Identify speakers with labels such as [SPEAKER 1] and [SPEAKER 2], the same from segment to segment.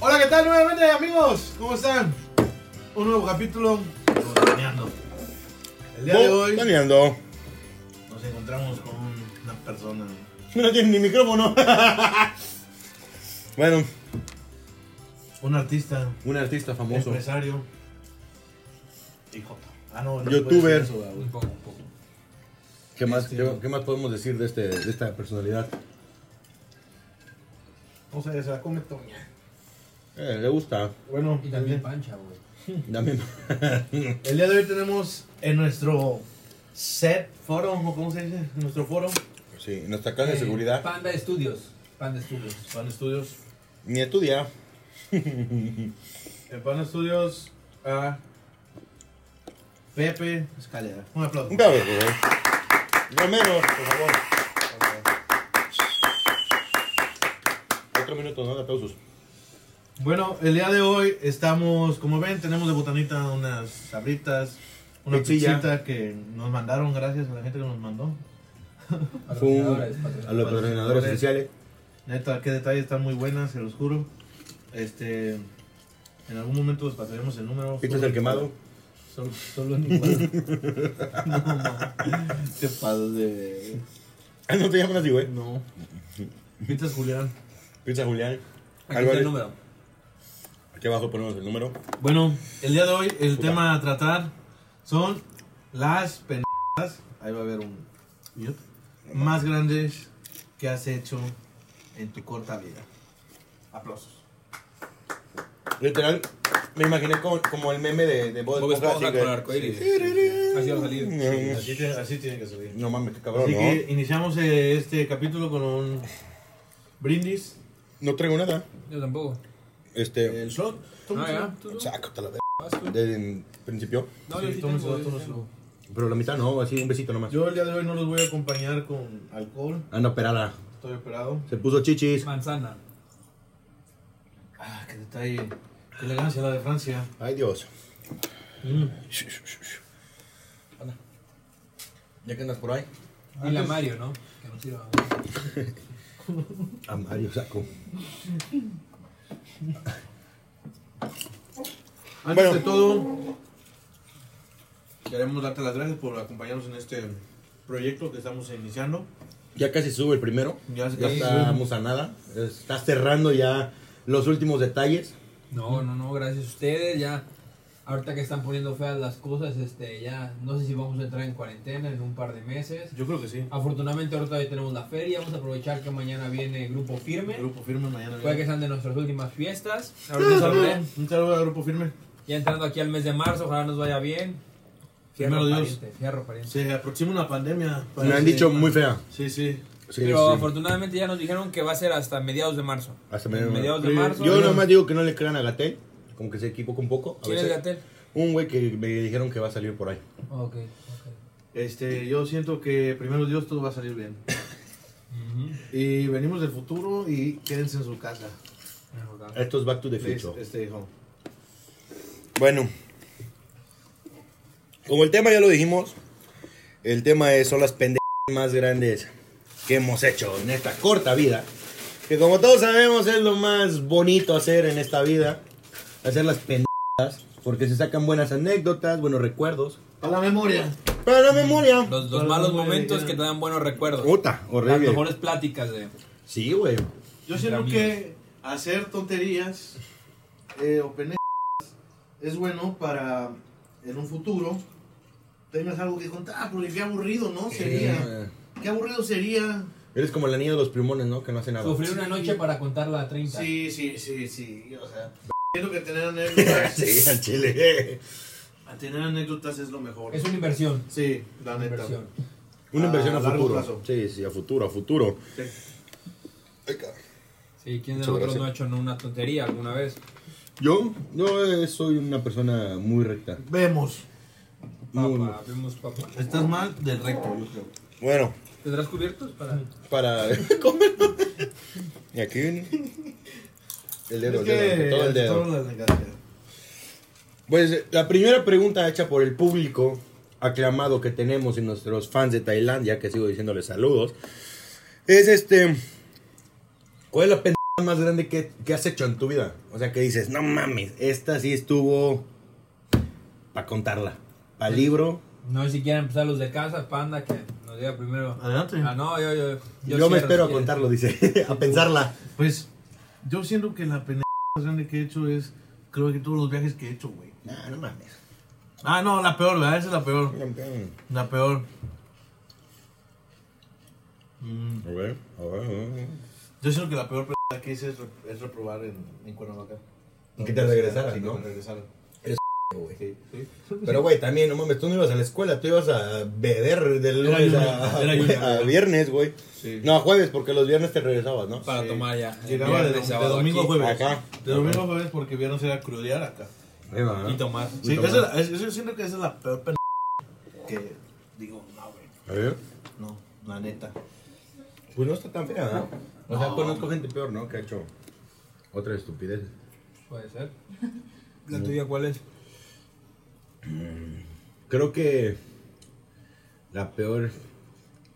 [SPEAKER 1] Hola, ¿qué tal nuevamente, amigos? ¿Cómo están? Un nuevo capítulo de Botaneando. El día de
[SPEAKER 2] Oh,
[SPEAKER 1] hoy
[SPEAKER 2] Planeando.
[SPEAKER 1] nos encontramos con una persona.
[SPEAKER 2] No tiene ni micrófono. bueno,
[SPEAKER 1] Un artista,
[SPEAKER 2] un artista famoso.
[SPEAKER 1] empresario. Hijo. Ah, no, no
[SPEAKER 2] Youtuber.
[SPEAKER 1] puede ser eso, güey.
[SPEAKER 3] Un poco, un poco.
[SPEAKER 2] ¿Qué más, qué, qué más podemos decir de, este, de esta personalidad?
[SPEAKER 1] No sé, se la come Toña.
[SPEAKER 2] Eh, le gusta.
[SPEAKER 1] Bueno,
[SPEAKER 3] Y también pancha, güey.
[SPEAKER 2] También.
[SPEAKER 1] El día de hoy tenemos en nuestro set, foro, o cómo se dice, en nuestro foro,
[SPEAKER 2] Sí, en nuestra casa de
[SPEAKER 3] Eh,
[SPEAKER 2] seguridad.
[SPEAKER 3] Panda Studios. Panda Studios.
[SPEAKER 1] Pan Estudios.
[SPEAKER 2] Ni estudia.
[SPEAKER 1] En Pan Estudios a Pepe Escalera. Un aplauso.
[SPEAKER 2] Un cabo, por favor. Romero, por favor. Otro minuto, no de aplausos.
[SPEAKER 1] Bueno, el día de hoy estamos, como ven, tenemos de botanita unas sabritas, una
[SPEAKER 2] Pizzilla.
[SPEAKER 1] pizzita que nos mandaron, gracias a la gente que nos mandó.
[SPEAKER 3] Patrocinadores, patrocinadores.
[SPEAKER 2] A los patrocinadores oficiales.
[SPEAKER 1] Neta, qué detalles están muy buenas, se los juro. Este, en algún momento les pasaremos el número.
[SPEAKER 2] Pizzas del quemado.
[SPEAKER 1] Solo, solo en Iguala. No, ma. Qué padre de...
[SPEAKER 2] Ah, no te llaman así, güey.
[SPEAKER 1] No. Pizzas Julián.
[SPEAKER 2] Pizza Julián.
[SPEAKER 3] Aquí está
[SPEAKER 2] Álvarez.
[SPEAKER 3] el número.
[SPEAKER 2] Aquí abajo ponemos el número.
[SPEAKER 1] Bueno, el día de hoy el
[SPEAKER 2] Puta.
[SPEAKER 1] tema a tratar son las pendejadas. Ahí va a haber un mute. Más grandes que has hecho en tu corta vida. Aplausos.
[SPEAKER 2] Literal, me imaginé como, como el meme de, de Bob
[SPEAKER 3] Bob
[SPEAKER 2] Esponja,
[SPEAKER 3] Esponja
[SPEAKER 2] así que-
[SPEAKER 3] con arcoíris.
[SPEAKER 2] Sí, sí, sí.
[SPEAKER 3] Así va a salir.
[SPEAKER 2] Mm.
[SPEAKER 1] Así, tiene, así tiene que subir.
[SPEAKER 2] No mames, qué cabrón,
[SPEAKER 1] Así que
[SPEAKER 2] ¿no?
[SPEAKER 1] iniciamos eh, este capítulo con un brindis.
[SPEAKER 2] No traigo nada.
[SPEAKER 3] Yo tampoco.
[SPEAKER 2] Este,
[SPEAKER 1] El shot.
[SPEAKER 3] Ah, ya. Tú, tú.
[SPEAKER 2] sácate la
[SPEAKER 3] Vas tú.
[SPEAKER 2] de... Desde el principio.
[SPEAKER 3] No,
[SPEAKER 1] Sí,
[SPEAKER 3] yo sí
[SPEAKER 1] toma
[SPEAKER 3] tengo,
[SPEAKER 1] su vato,
[SPEAKER 3] yo
[SPEAKER 1] toma
[SPEAKER 3] sí
[SPEAKER 1] su-
[SPEAKER 3] tengo.
[SPEAKER 2] Pero la mitad no, así un besito nomás.
[SPEAKER 1] Yo el día de hoy no los voy a acompañar con alcohol.
[SPEAKER 2] Anda operada.
[SPEAKER 1] Estoy operado.
[SPEAKER 2] Se puso chichis.
[SPEAKER 3] Manzana.
[SPEAKER 1] Ah, qué detalle. Qué elegancia la de Francia.
[SPEAKER 2] Ay, Dios.
[SPEAKER 1] Mm.
[SPEAKER 3] Hola.
[SPEAKER 2] Ya que andas por ahí.
[SPEAKER 3] Dile a Mario, ¿no? Que nos sirva.
[SPEAKER 2] A Mario saco.
[SPEAKER 1] Antes
[SPEAKER 2] Bueno.
[SPEAKER 1] de todo, queremos darte las gracias por acompañarnos en este proyecto que estamos iniciando.
[SPEAKER 2] Ya casi sube el primero.
[SPEAKER 1] Ya
[SPEAKER 2] Ya
[SPEAKER 1] casi
[SPEAKER 2] estamos a nada. Está cerrando ya los últimos detalles.
[SPEAKER 3] No, no, no, gracias a ustedes. Ya, ahorita que están poniendo feas las cosas, este, ya, no sé si vamos a entrar en cuarentena en un par de meses.
[SPEAKER 1] Yo creo que sí.
[SPEAKER 3] Afortunadamente ahorita ya tenemos la feria, vamos a aprovechar que mañana viene Grupo Firme.
[SPEAKER 1] Grupo Firme mañana.
[SPEAKER 3] Puede que
[SPEAKER 1] viene.
[SPEAKER 3] sean de nuestras últimas fiestas.
[SPEAKER 1] Un saludo, un saludo a Grupo Firme.
[SPEAKER 3] Ya entrando aquí al mes de marzo, ojalá nos vaya bien. Fierro
[SPEAKER 1] Primero Dios.
[SPEAKER 3] pariente, fierro pariente.
[SPEAKER 1] Se aproxima una pandemia.
[SPEAKER 2] Me
[SPEAKER 1] parece.
[SPEAKER 2] han dicho muy fea.
[SPEAKER 1] Sí, sí.
[SPEAKER 2] Sí,
[SPEAKER 3] Pero
[SPEAKER 2] sí.
[SPEAKER 3] afortunadamente ya nos dijeron que va a ser hasta mediados de marzo.
[SPEAKER 2] Hasta mediados de
[SPEAKER 3] mediados de
[SPEAKER 1] marzo.
[SPEAKER 3] marzo.
[SPEAKER 2] Eh, Yo
[SPEAKER 1] Oigan.
[SPEAKER 2] nomás digo que no le crean a Gatel, como que se equivoca un poco. A
[SPEAKER 3] ¿Quién es
[SPEAKER 2] veces.
[SPEAKER 3] Gatel?
[SPEAKER 2] Un güey que me dijeron que va a salir por ahí.
[SPEAKER 3] Ok, ok.
[SPEAKER 1] Este, yo siento que primero Dios todo va a salir bien.
[SPEAKER 3] Ujú.
[SPEAKER 1] Y venimos del futuro y quédense en su casa.
[SPEAKER 2] Esto es Back to the
[SPEAKER 1] Please,
[SPEAKER 2] Future.
[SPEAKER 1] Este hijo.
[SPEAKER 2] Bueno, como el tema ya lo dijimos, el tema es, son las pendejas más grandes que hemos hecho en esta corta vida. Que como todos sabemos es lo más bonito hacer en esta vida, hacer las pendejas, porque se sacan buenas anécdotas, buenos recuerdos.
[SPEAKER 1] A la memoria.
[SPEAKER 2] Para la memoria.
[SPEAKER 3] Los, los
[SPEAKER 1] Hola,
[SPEAKER 3] malos
[SPEAKER 1] muy
[SPEAKER 3] momentos
[SPEAKER 1] bien.
[SPEAKER 3] que te dan buenos recuerdos.
[SPEAKER 2] Puta,
[SPEAKER 3] Las
[SPEAKER 2] horrible.
[SPEAKER 3] mejores pláticas de...
[SPEAKER 2] Sí, güey.
[SPEAKER 1] Yo siento
[SPEAKER 3] Entre
[SPEAKER 1] que hacer tonterías eh, o pendejas es bueno para en un futuro tengas algo que contar, Ah, porque qué aburrido, ¿no? Sería.
[SPEAKER 2] Eh,
[SPEAKER 1] Qué aburrido sería.
[SPEAKER 2] Eres como la niña de los plumones, ¿no? Que no hace nada.
[SPEAKER 3] Sufrir una noche para contarla a 30.
[SPEAKER 1] Sí, sí, sí, sí. O sea, siento que tener anécdotas,
[SPEAKER 2] Sí, al chile.
[SPEAKER 1] a tener anécdotas es lo mejor.
[SPEAKER 3] Es una inversión.
[SPEAKER 1] Sí, la
[SPEAKER 3] Una
[SPEAKER 1] neta.
[SPEAKER 3] inversión.
[SPEAKER 2] Una
[SPEAKER 1] Ah, A
[SPEAKER 2] inversión a
[SPEAKER 1] largo
[SPEAKER 2] futuro.
[SPEAKER 1] plazo.
[SPEAKER 2] Sí, sí, a futuro, a futuro.
[SPEAKER 1] Sí.
[SPEAKER 2] Ay, cabrón.
[SPEAKER 3] Sí, ¿quién de
[SPEAKER 2] Muchas
[SPEAKER 3] nosotros
[SPEAKER 2] gracias.
[SPEAKER 3] no ha hecho una tontería alguna vez?
[SPEAKER 2] Yo, yo eh, soy una persona muy recta.
[SPEAKER 1] Vemos.
[SPEAKER 2] Muy-
[SPEAKER 3] Papá, vemos papá.
[SPEAKER 1] Estás mal del recto, yo creo.
[SPEAKER 2] Bueno,
[SPEAKER 3] ¿Tendrás cubiertos para...?
[SPEAKER 2] para comer. y aquí viene. El
[SPEAKER 1] Es
[SPEAKER 2] dedo, el dedo,
[SPEAKER 1] que
[SPEAKER 2] todo
[SPEAKER 1] todas
[SPEAKER 2] el dedo.
[SPEAKER 1] las negativas.
[SPEAKER 2] Pues eh, la primera pregunta hecha por el público aclamado que tenemos y nuestros fans de Tailandia, que sigo diciéndoles saludos, es este. ¿Cuál es la pendeja más grande que, que has hecho en tu vida? O sea, que dices, no mames, esta sí estuvo para contarla. Para libro.
[SPEAKER 3] No sé si quieren empezar los de casa, panda, que nos diga primero.
[SPEAKER 1] Adelante.
[SPEAKER 3] Ah, no, yo, yo,
[SPEAKER 2] Yo,
[SPEAKER 3] cierro,
[SPEAKER 2] me espero a
[SPEAKER 3] si quieres.
[SPEAKER 2] contarlo, dice. a pensarla.
[SPEAKER 1] Pues yo siento que la pendeja más grande que he hecho es, creo que todos los viajes que he hecho, güey.
[SPEAKER 2] No, no mames.
[SPEAKER 1] Ah, no, la peor, ¿verdad? Esa es la peor. La peor. Mm,
[SPEAKER 2] A ver, a ver, a ver.
[SPEAKER 1] Yo siento que la peor pendeja que hice es, re- es reprobar en, en Cuernavaca.
[SPEAKER 2] Y que te regresaras,
[SPEAKER 1] Sí, que
[SPEAKER 2] ¿no?
[SPEAKER 1] me regresaran.
[SPEAKER 2] güey.
[SPEAKER 1] Sí, sí.
[SPEAKER 2] Pero, güey, también, no mames, tú no ibas a la escuela, tú ibas a beber del
[SPEAKER 1] Era
[SPEAKER 2] lunes
[SPEAKER 1] lunes,
[SPEAKER 2] a,
[SPEAKER 1] era
[SPEAKER 2] a-
[SPEAKER 1] lunes,
[SPEAKER 2] a
[SPEAKER 1] ¿verdad?
[SPEAKER 2] viernes, güey.
[SPEAKER 1] Sí.
[SPEAKER 2] No, a jueves, porque los viernes te regresabas, ¿no?
[SPEAKER 3] Para
[SPEAKER 1] Sí.
[SPEAKER 3] tomar ya.
[SPEAKER 1] Llegaba de,
[SPEAKER 3] Viernes,
[SPEAKER 1] de
[SPEAKER 3] sábado
[SPEAKER 1] domingo a
[SPEAKER 3] aquí.
[SPEAKER 1] jueves.
[SPEAKER 2] Acá.
[SPEAKER 1] De domingo a jueves porque viernes era crudear acá.
[SPEAKER 2] Ahí va, ¿no?
[SPEAKER 3] Y tomar.
[SPEAKER 1] Sí,
[SPEAKER 2] tomar.
[SPEAKER 1] esa, es- yo siento que esa es la peor pendeja que digo, no, güey.
[SPEAKER 2] A ver.
[SPEAKER 1] No, la neta.
[SPEAKER 2] Pues no está tan fea, ¿no? O sea,
[SPEAKER 1] No.
[SPEAKER 2] conozco gente peor, ¿no? Que ha hecho otra estupidez.
[SPEAKER 3] Puede ser. ¿La tuya cuál es?
[SPEAKER 2] Creo que la peor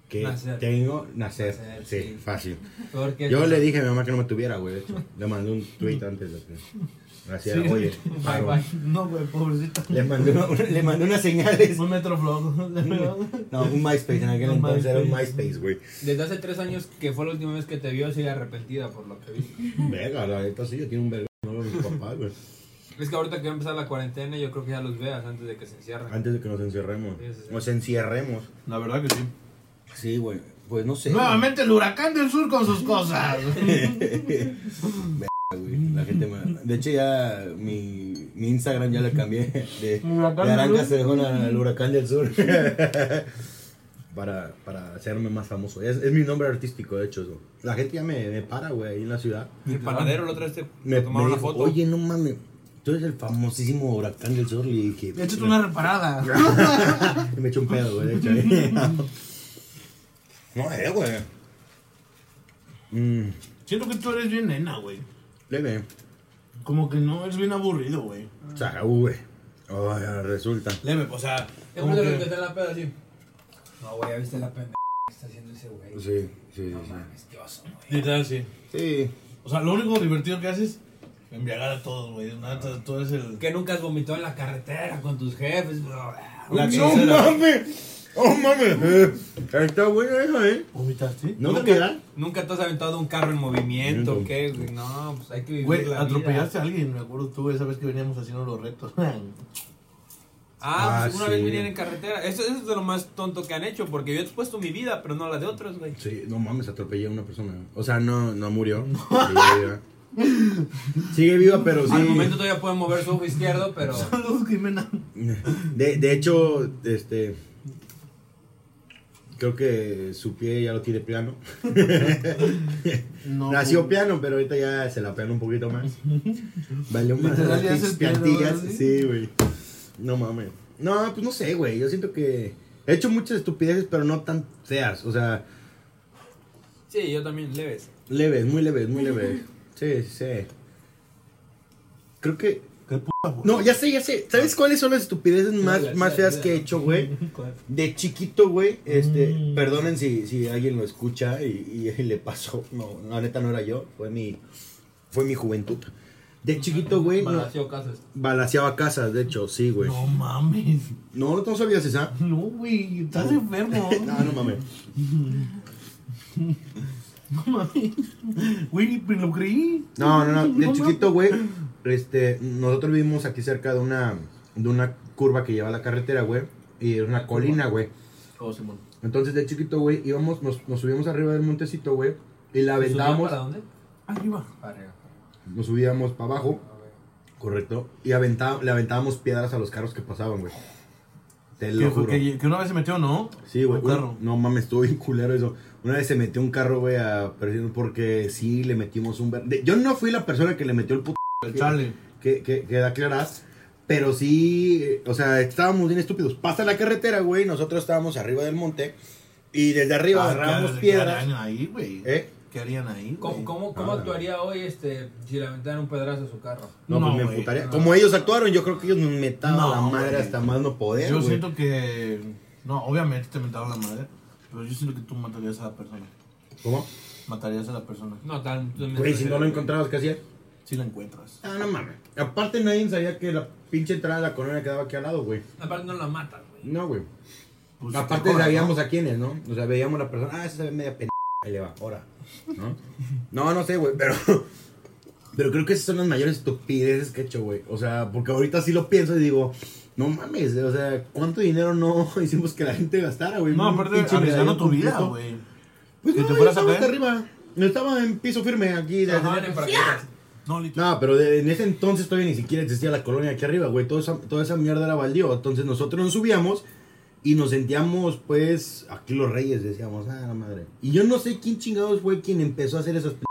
[SPEAKER 2] que
[SPEAKER 3] Nacer.
[SPEAKER 2] tengo, nacer.
[SPEAKER 3] Nacer,
[SPEAKER 2] sí,
[SPEAKER 3] sí.
[SPEAKER 2] fácil.
[SPEAKER 3] Peor que
[SPEAKER 2] Yo le dije a mi mamá que no me tuviera, güey. de hecho. Le mandé un tweet antes de que. Así era,
[SPEAKER 1] Sí.
[SPEAKER 2] oye.
[SPEAKER 3] Bye,
[SPEAKER 2] paro.
[SPEAKER 3] bye.
[SPEAKER 1] No, güey, pobrecita.
[SPEAKER 2] Le mandé, una, le mandé unas señales.
[SPEAKER 1] Un metroflog, de verdad.
[SPEAKER 2] No, un MySpace. En aquel
[SPEAKER 1] Un
[SPEAKER 2] entonces era un
[SPEAKER 1] MySpace.
[SPEAKER 2] MySpace, güey.
[SPEAKER 3] Desde hace tres años que fue la última vez que te vio, sigue arrepentida por lo que vi.
[SPEAKER 2] Verga, la neta sí, yo tiene un verga. No, mis papás, güey.
[SPEAKER 3] Es que ahorita que va a empezar la cuarentena, yo creo que ya los veas antes de que se encierren.
[SPEAKER 2] Antes de que nos encierremos.
[SPEAKER 3] Sí, sí, sí.
[SPEAKER 2] Nos encierremos.
[SPEAKER 1] La verdad que sí.
[SPEAKER 2] Sí, güey. Pues no sé.
[SPEAKER 1] Nuevamente el huracán del sur con sus cosas.
[SPEAKER 2] güey. La gente me- De hecho, ya mi, mi Instagram ya le cambié de,
[SPEAKER 1] Huracán
[SPEAKER 2] de Aranca
[SPEAKER 1] del Sur.
[SPEAKER 2] Cerejona al Huracán del Sur. para, para hacerme más famoso. Es, es mi nombre artístico, de hecho. eso. La gente ya me, me para, güey, ahí en la ciudad.
[SPEAKER 3] El panadero la otra vez te
[SPEAKER 2] Me,
[SPEAKER 3] te tomaron
[SPEAKER 2] me
[SPEAKER 3] una
[SPEAKER 2] dijo,
[SPEAKER 3] foto.
[SPEAKER 2] Oye, no mames. Tú eres el famosísimo Huracán del Sur. Le dije.
[SPEAKER 1] Échate una reparada.
[SPEAKER 2] Y me echó un pedo, güey, de hecho. ahí. no, eh, güey. Mm,
[SPEAKER 1] Siento que tú eres bien nena, güey.
[SPEAKER 2] leve.
[SPEAKER 1] Como que no, es bien aburrido, güey.
[SPEAKER 2] ¿eh? O sea, güey. Ay, resulta.
[SPEAKER 1] Leme, o sea,
[SPEAKER 3] ¿Qué
[SPEAKER 1] como
[SPEAKER 3] pasa que
[SPEAKER 1] que...
[SPEAKER 3] está en la peda así? No, güey, ya viste la pendeja que está haciendo ese güey.
[SPEAKER 2] Sí, sí,
[SPEAKER 3] No
[SPEAKER 2] sí.
[SPEAKER 3] mames, qué oso, güey.
[SPEAKER 1] Literal, sí.
[SPEAKER 2] Sí.
[SPEAKER 1] O sea, lo único divertido que haces es embriagar a todos, güey. Nada, Tú eres el...
[SPEAKER 3] Que nunca has vomitado en la carretera con tus jefes, bro.
[SPEAKER 2] La
[SPEAKER 1] No
[SPEAKER 2] mames! ¡Oh, mames! Eh, está buena esa, ¿eh?
[SPEAKER 1] ¿Vomitaste?
[SPEAKER 2] ¿No te
[SPEAKER 3] nunca,
[SPEAKER 2] queda?
[SPEAKER 3] nunca te has aventado un carro en movimiento,
[SPEAKER 2] Nunca.
[SPEAKER 3] ¿qué? güey? No, pues hay que vivir
[SPEAKER 1] Güey,
[SPEAKER 3] la
[SPEAKER 1] atropellaste
[SPEAKER 3] vida.
[SPEAKER 1] a alguien, me acuerdo tú, esa vez que veníamos haciendo los retos.
[SPEAKER 3] Ah, pues
[SPEAKER 2] Ah,
[SPEAKER 3] una
[SPEAKER 2] sí.
[SPEAKER 3] vez vinieron en carretera. Eso, eso es de lo más tonto que han hecho, porque yo he expuesto mi vida, pero no la de otros, güey.
[SPEAKER 2] Sí, no mames, atropellé a una persona. O sea, no, no murió. Sigue viva. Sigue viva, pero
[SPEAKER 3] Al momento
[SPEAKER 2] sí.
[SPEAKER 3] todavía pueden mover su ojo izquierdo, pero
[SPEAKER 1] Saludos, Jimena.
[SPEAKER 2] De, de hecho, este. Creo que su pie ya lo tiene plano.
[SPEAKER 1] No,
[SPEAKER 2] Nació
[SPEAKER 1] güey.
[SPEAKER 2] piano, pero ahorita ya se la pean un poquito más. Valió más
[SPEAKER 1] Literal,
[SPEAKER 2] las
[SPEAKER 1] ya es el
[SPEAKER 2] pinches
[SPEAKER 1] piano,
[SPEAKER 2] piantillas.
[SPEAKER 1] ¿verdad?
[SPEAKER 2] Sí, güey. No mames. No, pues no sé, güey. Yo siento que he hecho muchas estupideces, pero no tan feas. O sea,
[SPEAKER 3] sí, yo también, leves.
[SPEAKER 2] leves, muy leves, muy leves. Sí, sí. Creo que.
[SPEAKER 1] Qué puta, güey. Ah.
[SPEAKER 2] No, ya sé, ya sé. ¿Sabes cuáles son las estupideces más,
[SPEAKER 3] Dale,
[SPEAKER 2] más
[SPEAKER 3] dale,
[SPEAKER 2] feas
[SPEAKER 3] dale.
[SPEAKER 2] que he hecho, güey? De chiquito, güey, este,
[SPEAKER 1] Mm.
[SPEAKER 2] perdonen si, si alguien lo escucha y, y- y le pasó, no, la neta no era yo, fue mi, fue mi juventud. De chiquito, güey, no-
[SPEAKER 3] Palacio Casas.
[SPEAKER 2] balaseaba casas, de hecho, sí, güey.
[SPEAKER 1] No mames.
[SPEAKER 2] No, no, sabías esa.
[SPEAKER 1] No, güey, estás enfermo.
[SPEAKER 2] no, no mames.
[SPEAKER 1] No mames. Güey, ni me lo creí.
[SPEAKER 2] No, no, no, de
[SPEAKER 1] No
[SPEAKER 2] chiquito, güey, este, nosotros vivimos aquí cerca de una, de una curva que lleva a la carretera, güey, y era una colina, güey.
[SPEAKER 1] Oh, Simón.
[SPEAKER 2] Entonces, de chiquito, güey, íbamos, nos, nos subíamos arriba del montecito, güey, y la aventábamos,
[SPEAKER 3] ¿Para dónde?
[SPEAKER 1] Arriba.
[SPEAKER 3] Para arriba.
[SPEAKER 2] nos subíamos para abajo. Correcto. Y aventá- le aventábamos piedras a los carros que pasaban, güey. Te lo
[SPEAKER 1] Que,
[SPEAKER 2] juro.
[SPEAKER 1] que- que una vez se metió, ¿no?
[SPEAKER 2] Sí, güey.
[SPEAKER 1] Un carro.
[SPEAKER 2] No mames, estuvo bien culero eso. Una vez se metió un carro, güey, a perdiendo porque sí le metimos un... ver- de- Yo no fui la persona que le metió el puto...
[SPEAKER 1] El chale.
[SPEAKER 2] Que, que, que da claras. Pero sí, eh, o sea, estábamos bien estúpidos. Pasa la carretera, güey. Nosotros estábamos arriba del monte. Y desde
[SPEAKER 1] Ah,
[SPEAKER 2] arriba agarramos
[SPEAKER 1] ¿Qué- ¿Qué
[SPEAKER 2] piedras.
[SPEAKER 1] harían ahí, güey?
[SPEAKER 2] ¿Eh?
[SPEAKER 1] ¿Qué harían ahí? güey?
[SPEAKER 3] ¿Cómo, cómo, cómo
[SPEAKER 2] Ah.
[SPEAKER 3] actuaría hoy este, si le aventaran un pedazo a su carro?
[SPEAKER 2] No,
[SPEAKER 1] No,
[SPEAKER 2] pues me
[SPEAKER 1] güey.
[SPEAKER 2] emputaría.
[SPEAKER 3] No.
[SPEAKER 2] Como ellos actuaron, yo creo que ellos me metaban
[SPEAKER 1] No,
[SPEAKER 2] la madre
[SPEAKER 1] güey.
[SPEAKER 2] hasta más no poder,
[SPEAKER 1] Yo
[SPEAKER 2] güey.
[SPEAKER 1] siento que. No, obviamente te mentaron la madre. Pero yo siento que tú matarías a la persona.
[SPEAKER 2] ¿Cómo?
[SPEAKER 1] Matarías a la persona.
[SPEAKER 3] No, tan.
[SPEAKER 2] Güey, si no lo encontrabas, ¿qué hacías?
[SPEAKER 1] Si la encuentras.
[SPEAKER 2] Ah, no mames. Aparte, nadie sabía que la pinche entrada de la colonia quedaba aquí al lado, güey.
[SPEAKER 3] Aparte, no la matan, güey.
[SPEAKER 2] No, güey.
[SPEAKER 1] Pues,
[SPEAKER 2] Aparte,
[SPEAKER 1] te jodas, ¿no?
[SPEAKER 2] sabíamos a quiénes, ¿no? O sea, veíamos a la persona, ah, esa se ve media pendeja, ahí le va, ahora. ¿No? no, no sé, güey, pero. Pero creo que esas son las mayores estupideces que he hecho, güey. O sea, porque ahorita sí lo pienso y digo, no mames, o sea, ¿cuánto dinero no hicimos que la gente gastara, güey?
[SPEAKER 1] No,
[SPEAKER 2] Un
[SPEAKER 1] aparte,
[SPEAKER 2] pinche medallón
[SPEAKER 1] arriesgando tu vida,
[SPEAKER 2] completo.
[SPEAKER 1] güey.
[SPEAKER 2] Pues
[SPEAKER 1] Que
[SPEAKER 2] no,
[SPEAKER 1] te
[SPEAKER 2] yo
[SPEAKER 1] fueras a
[SPEAKER 2] estaba hasta
[SPEAKER 1] caer.
[SPEAKER 2] arriba. Yo estaba en piso firme aquí. de-
[SPEAKER 3] Ajá, en paracaídas.
[SPEAKER 1] No, literal.
[SPEAKER 2] no, pero de- en ese entonces todavía ni siquiera existía la colonia aquí arriba, güey. Toda esa, toda esa mierda era baldío. Entonces nosotros nos subíamos y nos sentíamos, pues, aquí los reyes, decíamos, ah, la madre. Y yo no sé quién chingados fue quien empezó a hacer esas... p-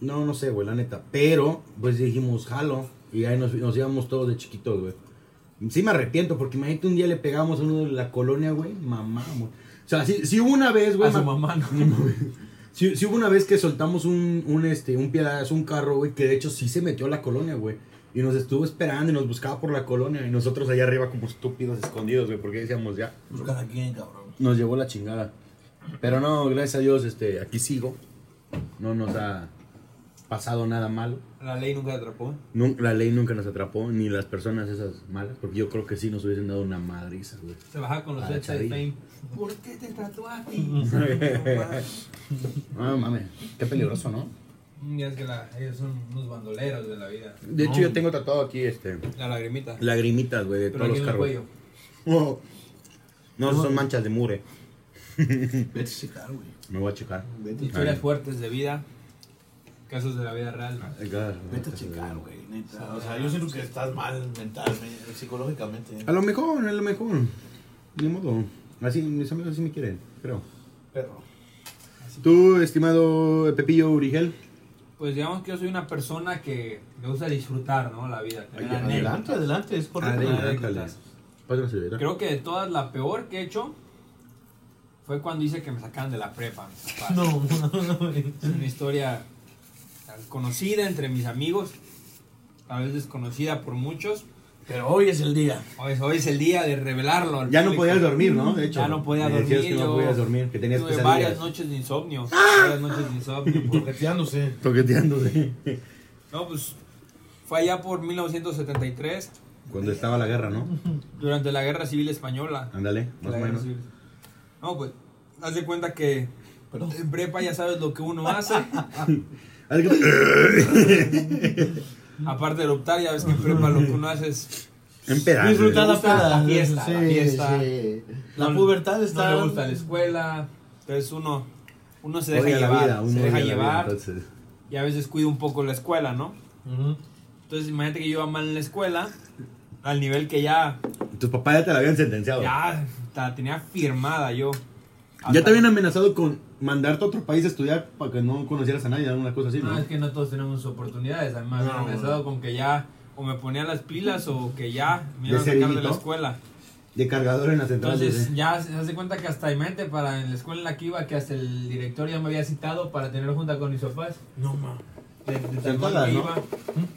[SPEAKER 2] No, no sé, güey, la neta. Pero, pues dijimos, jalo. Y ahí nos, nos íbamos todos de chiquitos, güey. Sí me arrepiento, porque imagínate un día le pegamos a uno de la colonia, güey. Mamá, güey. O sea, si, hubo una vez, güey...
[SPEAKER 3] A su
[SPEAKER 2] me-
[SPEAKER 3] mamá, no.
[SPEAKER 2] si hubo una vez que soltamos un, un, este, un piedazo, un carro, güey, que de hecho sí se metió a la colonia, güey. Y nos estuvo esperando y nos buscaba por la colonia. Y nosotros allá arriba como estúpidos, escondidos, güey, porque decíamos ya.
[SPEAKER 1] Pues cada quien, cabrón.
[SPEAKER 2] Nos llevó la chingada. Pero no, gracias a Dios, este, aquí sigo. No nos ha pasado nada malo.
[SPEAKER 3] La ley nunca atrapó.
[SPEAKER 2] Nun- la ley nunca nos atrapó, ni las personas esas malas. Porque yo creo que sí nos hubiesen dado una madriza, güey.
[SPEAKER 3] Se baja con los
[SPEAKER 2] Ah,
[SPEAKER 3] hechos de
[SPEAKER 2] chavillo.
[SPEAKER 3] fame. ¿Por qué te tatuaste?
[SPEAKER 2] No mames, qué peligroso, ¿no?
[SPEAKER 3] ya Mm, es que la- ellos son unos bandoleros de la vida.
[SPEAKER 2] De hecho, yo tengo tatuado aquí, este,
[SPEAKER 3] La lagrimita.
[SPEAKER 2] lagrimitas, güey, de
[SPEAKER 3] Pero
[SPEAKER 2] todos
[SPEAKER 3] aquí
[SPEAKER 2] los
[SPEAKER 3] en el
[SPEAKER 2] carros.
[SPEAKER 3] cuello.
[SPEAKER 2] No, son manchas de mure.
[SPEAKER 1] Vete a checar, güey.
[SPEAKER 2] Me voy a checar.
[SPEAKER 1] Vete,
[SPEAKER 3] Historias
[SPEAKER 2] Ay.
[SPEAKER 3] fuertes de vida. Casos de la vida
[SPEAKER 2] Ah.
[SPEAKER 3] real.
[SPEAKER 1] Ah, vete a checar, güey. Neta. Este, O sea, yo siento que estás mal mentalmente, psicológicamente.
[SPEAKER 2] A lo mejor, a lo mejor. Ni modo. Así, mis amigos así me quieren, creo.
[SPEAKER 1] Pero.
[SPEAKER 2] Tú, estimado Pepillo Urigel.
[SPEAKER 3] Pues digamos que yo soy una persona que me gusta disfrutar, ¿no? La vida. tener
[SPEAKER 2] Ay, ya,
[SPEAKER 3] anécdotas.
[SPEAKER 1] Adelante, adelante, es correcto.
[SPEAKER 3] Adelante.
[SPEAKER 2] Ah, Pásame la servilleta.
[SPEAKER 3] Creo que de todas, la peor que he hecho fue cuando hice que me sacaran de la prepa. mis papás.
[SPEAKER 1] No, no, no, güey.
[SPEAKER 3] Es una historia conocida entre mis amigos, tal vez desconocida por muchos.
[SPEAKER 1] Pero hoy es el día.
[SPEAKER 3] Hoy es, Pues hoy es el día de revelarlo. al
[SPEAKER 2] Ya no
[SPEAKER 3] público.
[SPEAKER 2] podías dormir, ¿no? De hecho.
[SPEAKER 3] Ya no podía
[SPEAKER 2] me
[SPEAKER 3] dormir.
[SPEAKER 2] Decías que no
[SPEAKER 3] yo
[SPEAKER 2] podías dormir, que tenías
[SPEAKER 3] tuve
[SPEAKER 2] pesadillas. ¡Ah!
[SPEAKER 3] varias noches de insomnio. Varias noches de insomnio. por-
[SPEAKER 1] Toqueteándose.
[SPEAKER 2] Toqueteándose.
[SPEAKER 3] No, pues fue allá por 1973,
[SPEAKER 2] Cuando estaba la guerra, ¿no?
[SPEAKER 3] durante la Guerra Civil Española.
[SPEAKER 2] Ándale,
[SPEAKER 3] La
[SPEAKER 2] Ah, más o
[SPEAKER 3] Guerra
[SPEAKER 2] menos.
[SPEAKER 3] Civil. No, pues, haz de cuenta que
[SPEAKER 1] Perdón.
[SPEAKER 3] en prepa ya sabes lo que uno hace.
[SPEAKER 2] Haz de cuenta-
[SPEAKER 3] Aparte de optar, ya ves que en prepa lo que uno hace es.
[SPEAKER 2] En pedazos.
[SPEAKER 1] Disfrutar la
[SPEAKER 3] gusta la
[SPEAKER 1] peda.
[SPEAKER 3] fiesta, la fiesta.
[SPEAKER 1] sí. La
[SPEAKER 3] No-
[SPEAKER 1] pubertad
[SPEAKER 3] No
[SPEAKER 1] está.
[SPEAKER 3] le gusta la escuela. Entonces uno, uno se deja
[SPEAKER 2] Odia la
[SPEAKER 3] llevar.
[SPEAKER 2] vida, uno
[SPEAKER 3] se deja
[SPEAKER 2] odia la vida,
[SPEAKER 3] llevar.
[SPEAKER 2] entonces.
[SPEAKER 3] y a veces cuida un poco la escuela, ¿no?
[SPEAKER 1] Ujú.
[SPEAKER 3] Entonces imagínate que yo iba mal en la escuela, al nivel que ya,
[SPEAKER 2] Tus papás ya te la habían sentenciado. Ya,
[SPEAKER 3] ya la tenía firmada yo.
[SPEAKER 2] te habían amenazado con mandarte a otro país a estudiar para que no conocieras a nadie, alguna cosa así, ¿no?
[SPEAKER 3] No, es que no todos tenemos oportunidades, además me
[SPEAKER 1] No,
[SPEAKER 3] han amenazado con que ya o me ponía las pilas o que ya me iban a
[SPEAKER 2] ¿De
[SPEAKER 3] sacar de la
[SPEAKER 2] cerillito?
[SPEAKER 3] escuela.
[SPEAKER 2] De cargador en las centrales.
[SPEAKER 3] Entonces
[SPEAKER 2] ¿eh?
[SPEAKER 3] ya se hace cuenta que hasta imagínate para en la escuela en la que iba que hasta el director ya me había citado para tener junta con mis papás.
[SPEAKER 1] No, ma.
[SPEAKER 3] De, de tan
[SPEAKER 2] En
[SPEAKER 3] mal
[SPEAKER 2] todas,
[SPEAKER 3] que
[SPEAKER 2] ¿no?
[SPEAKER 3] iba.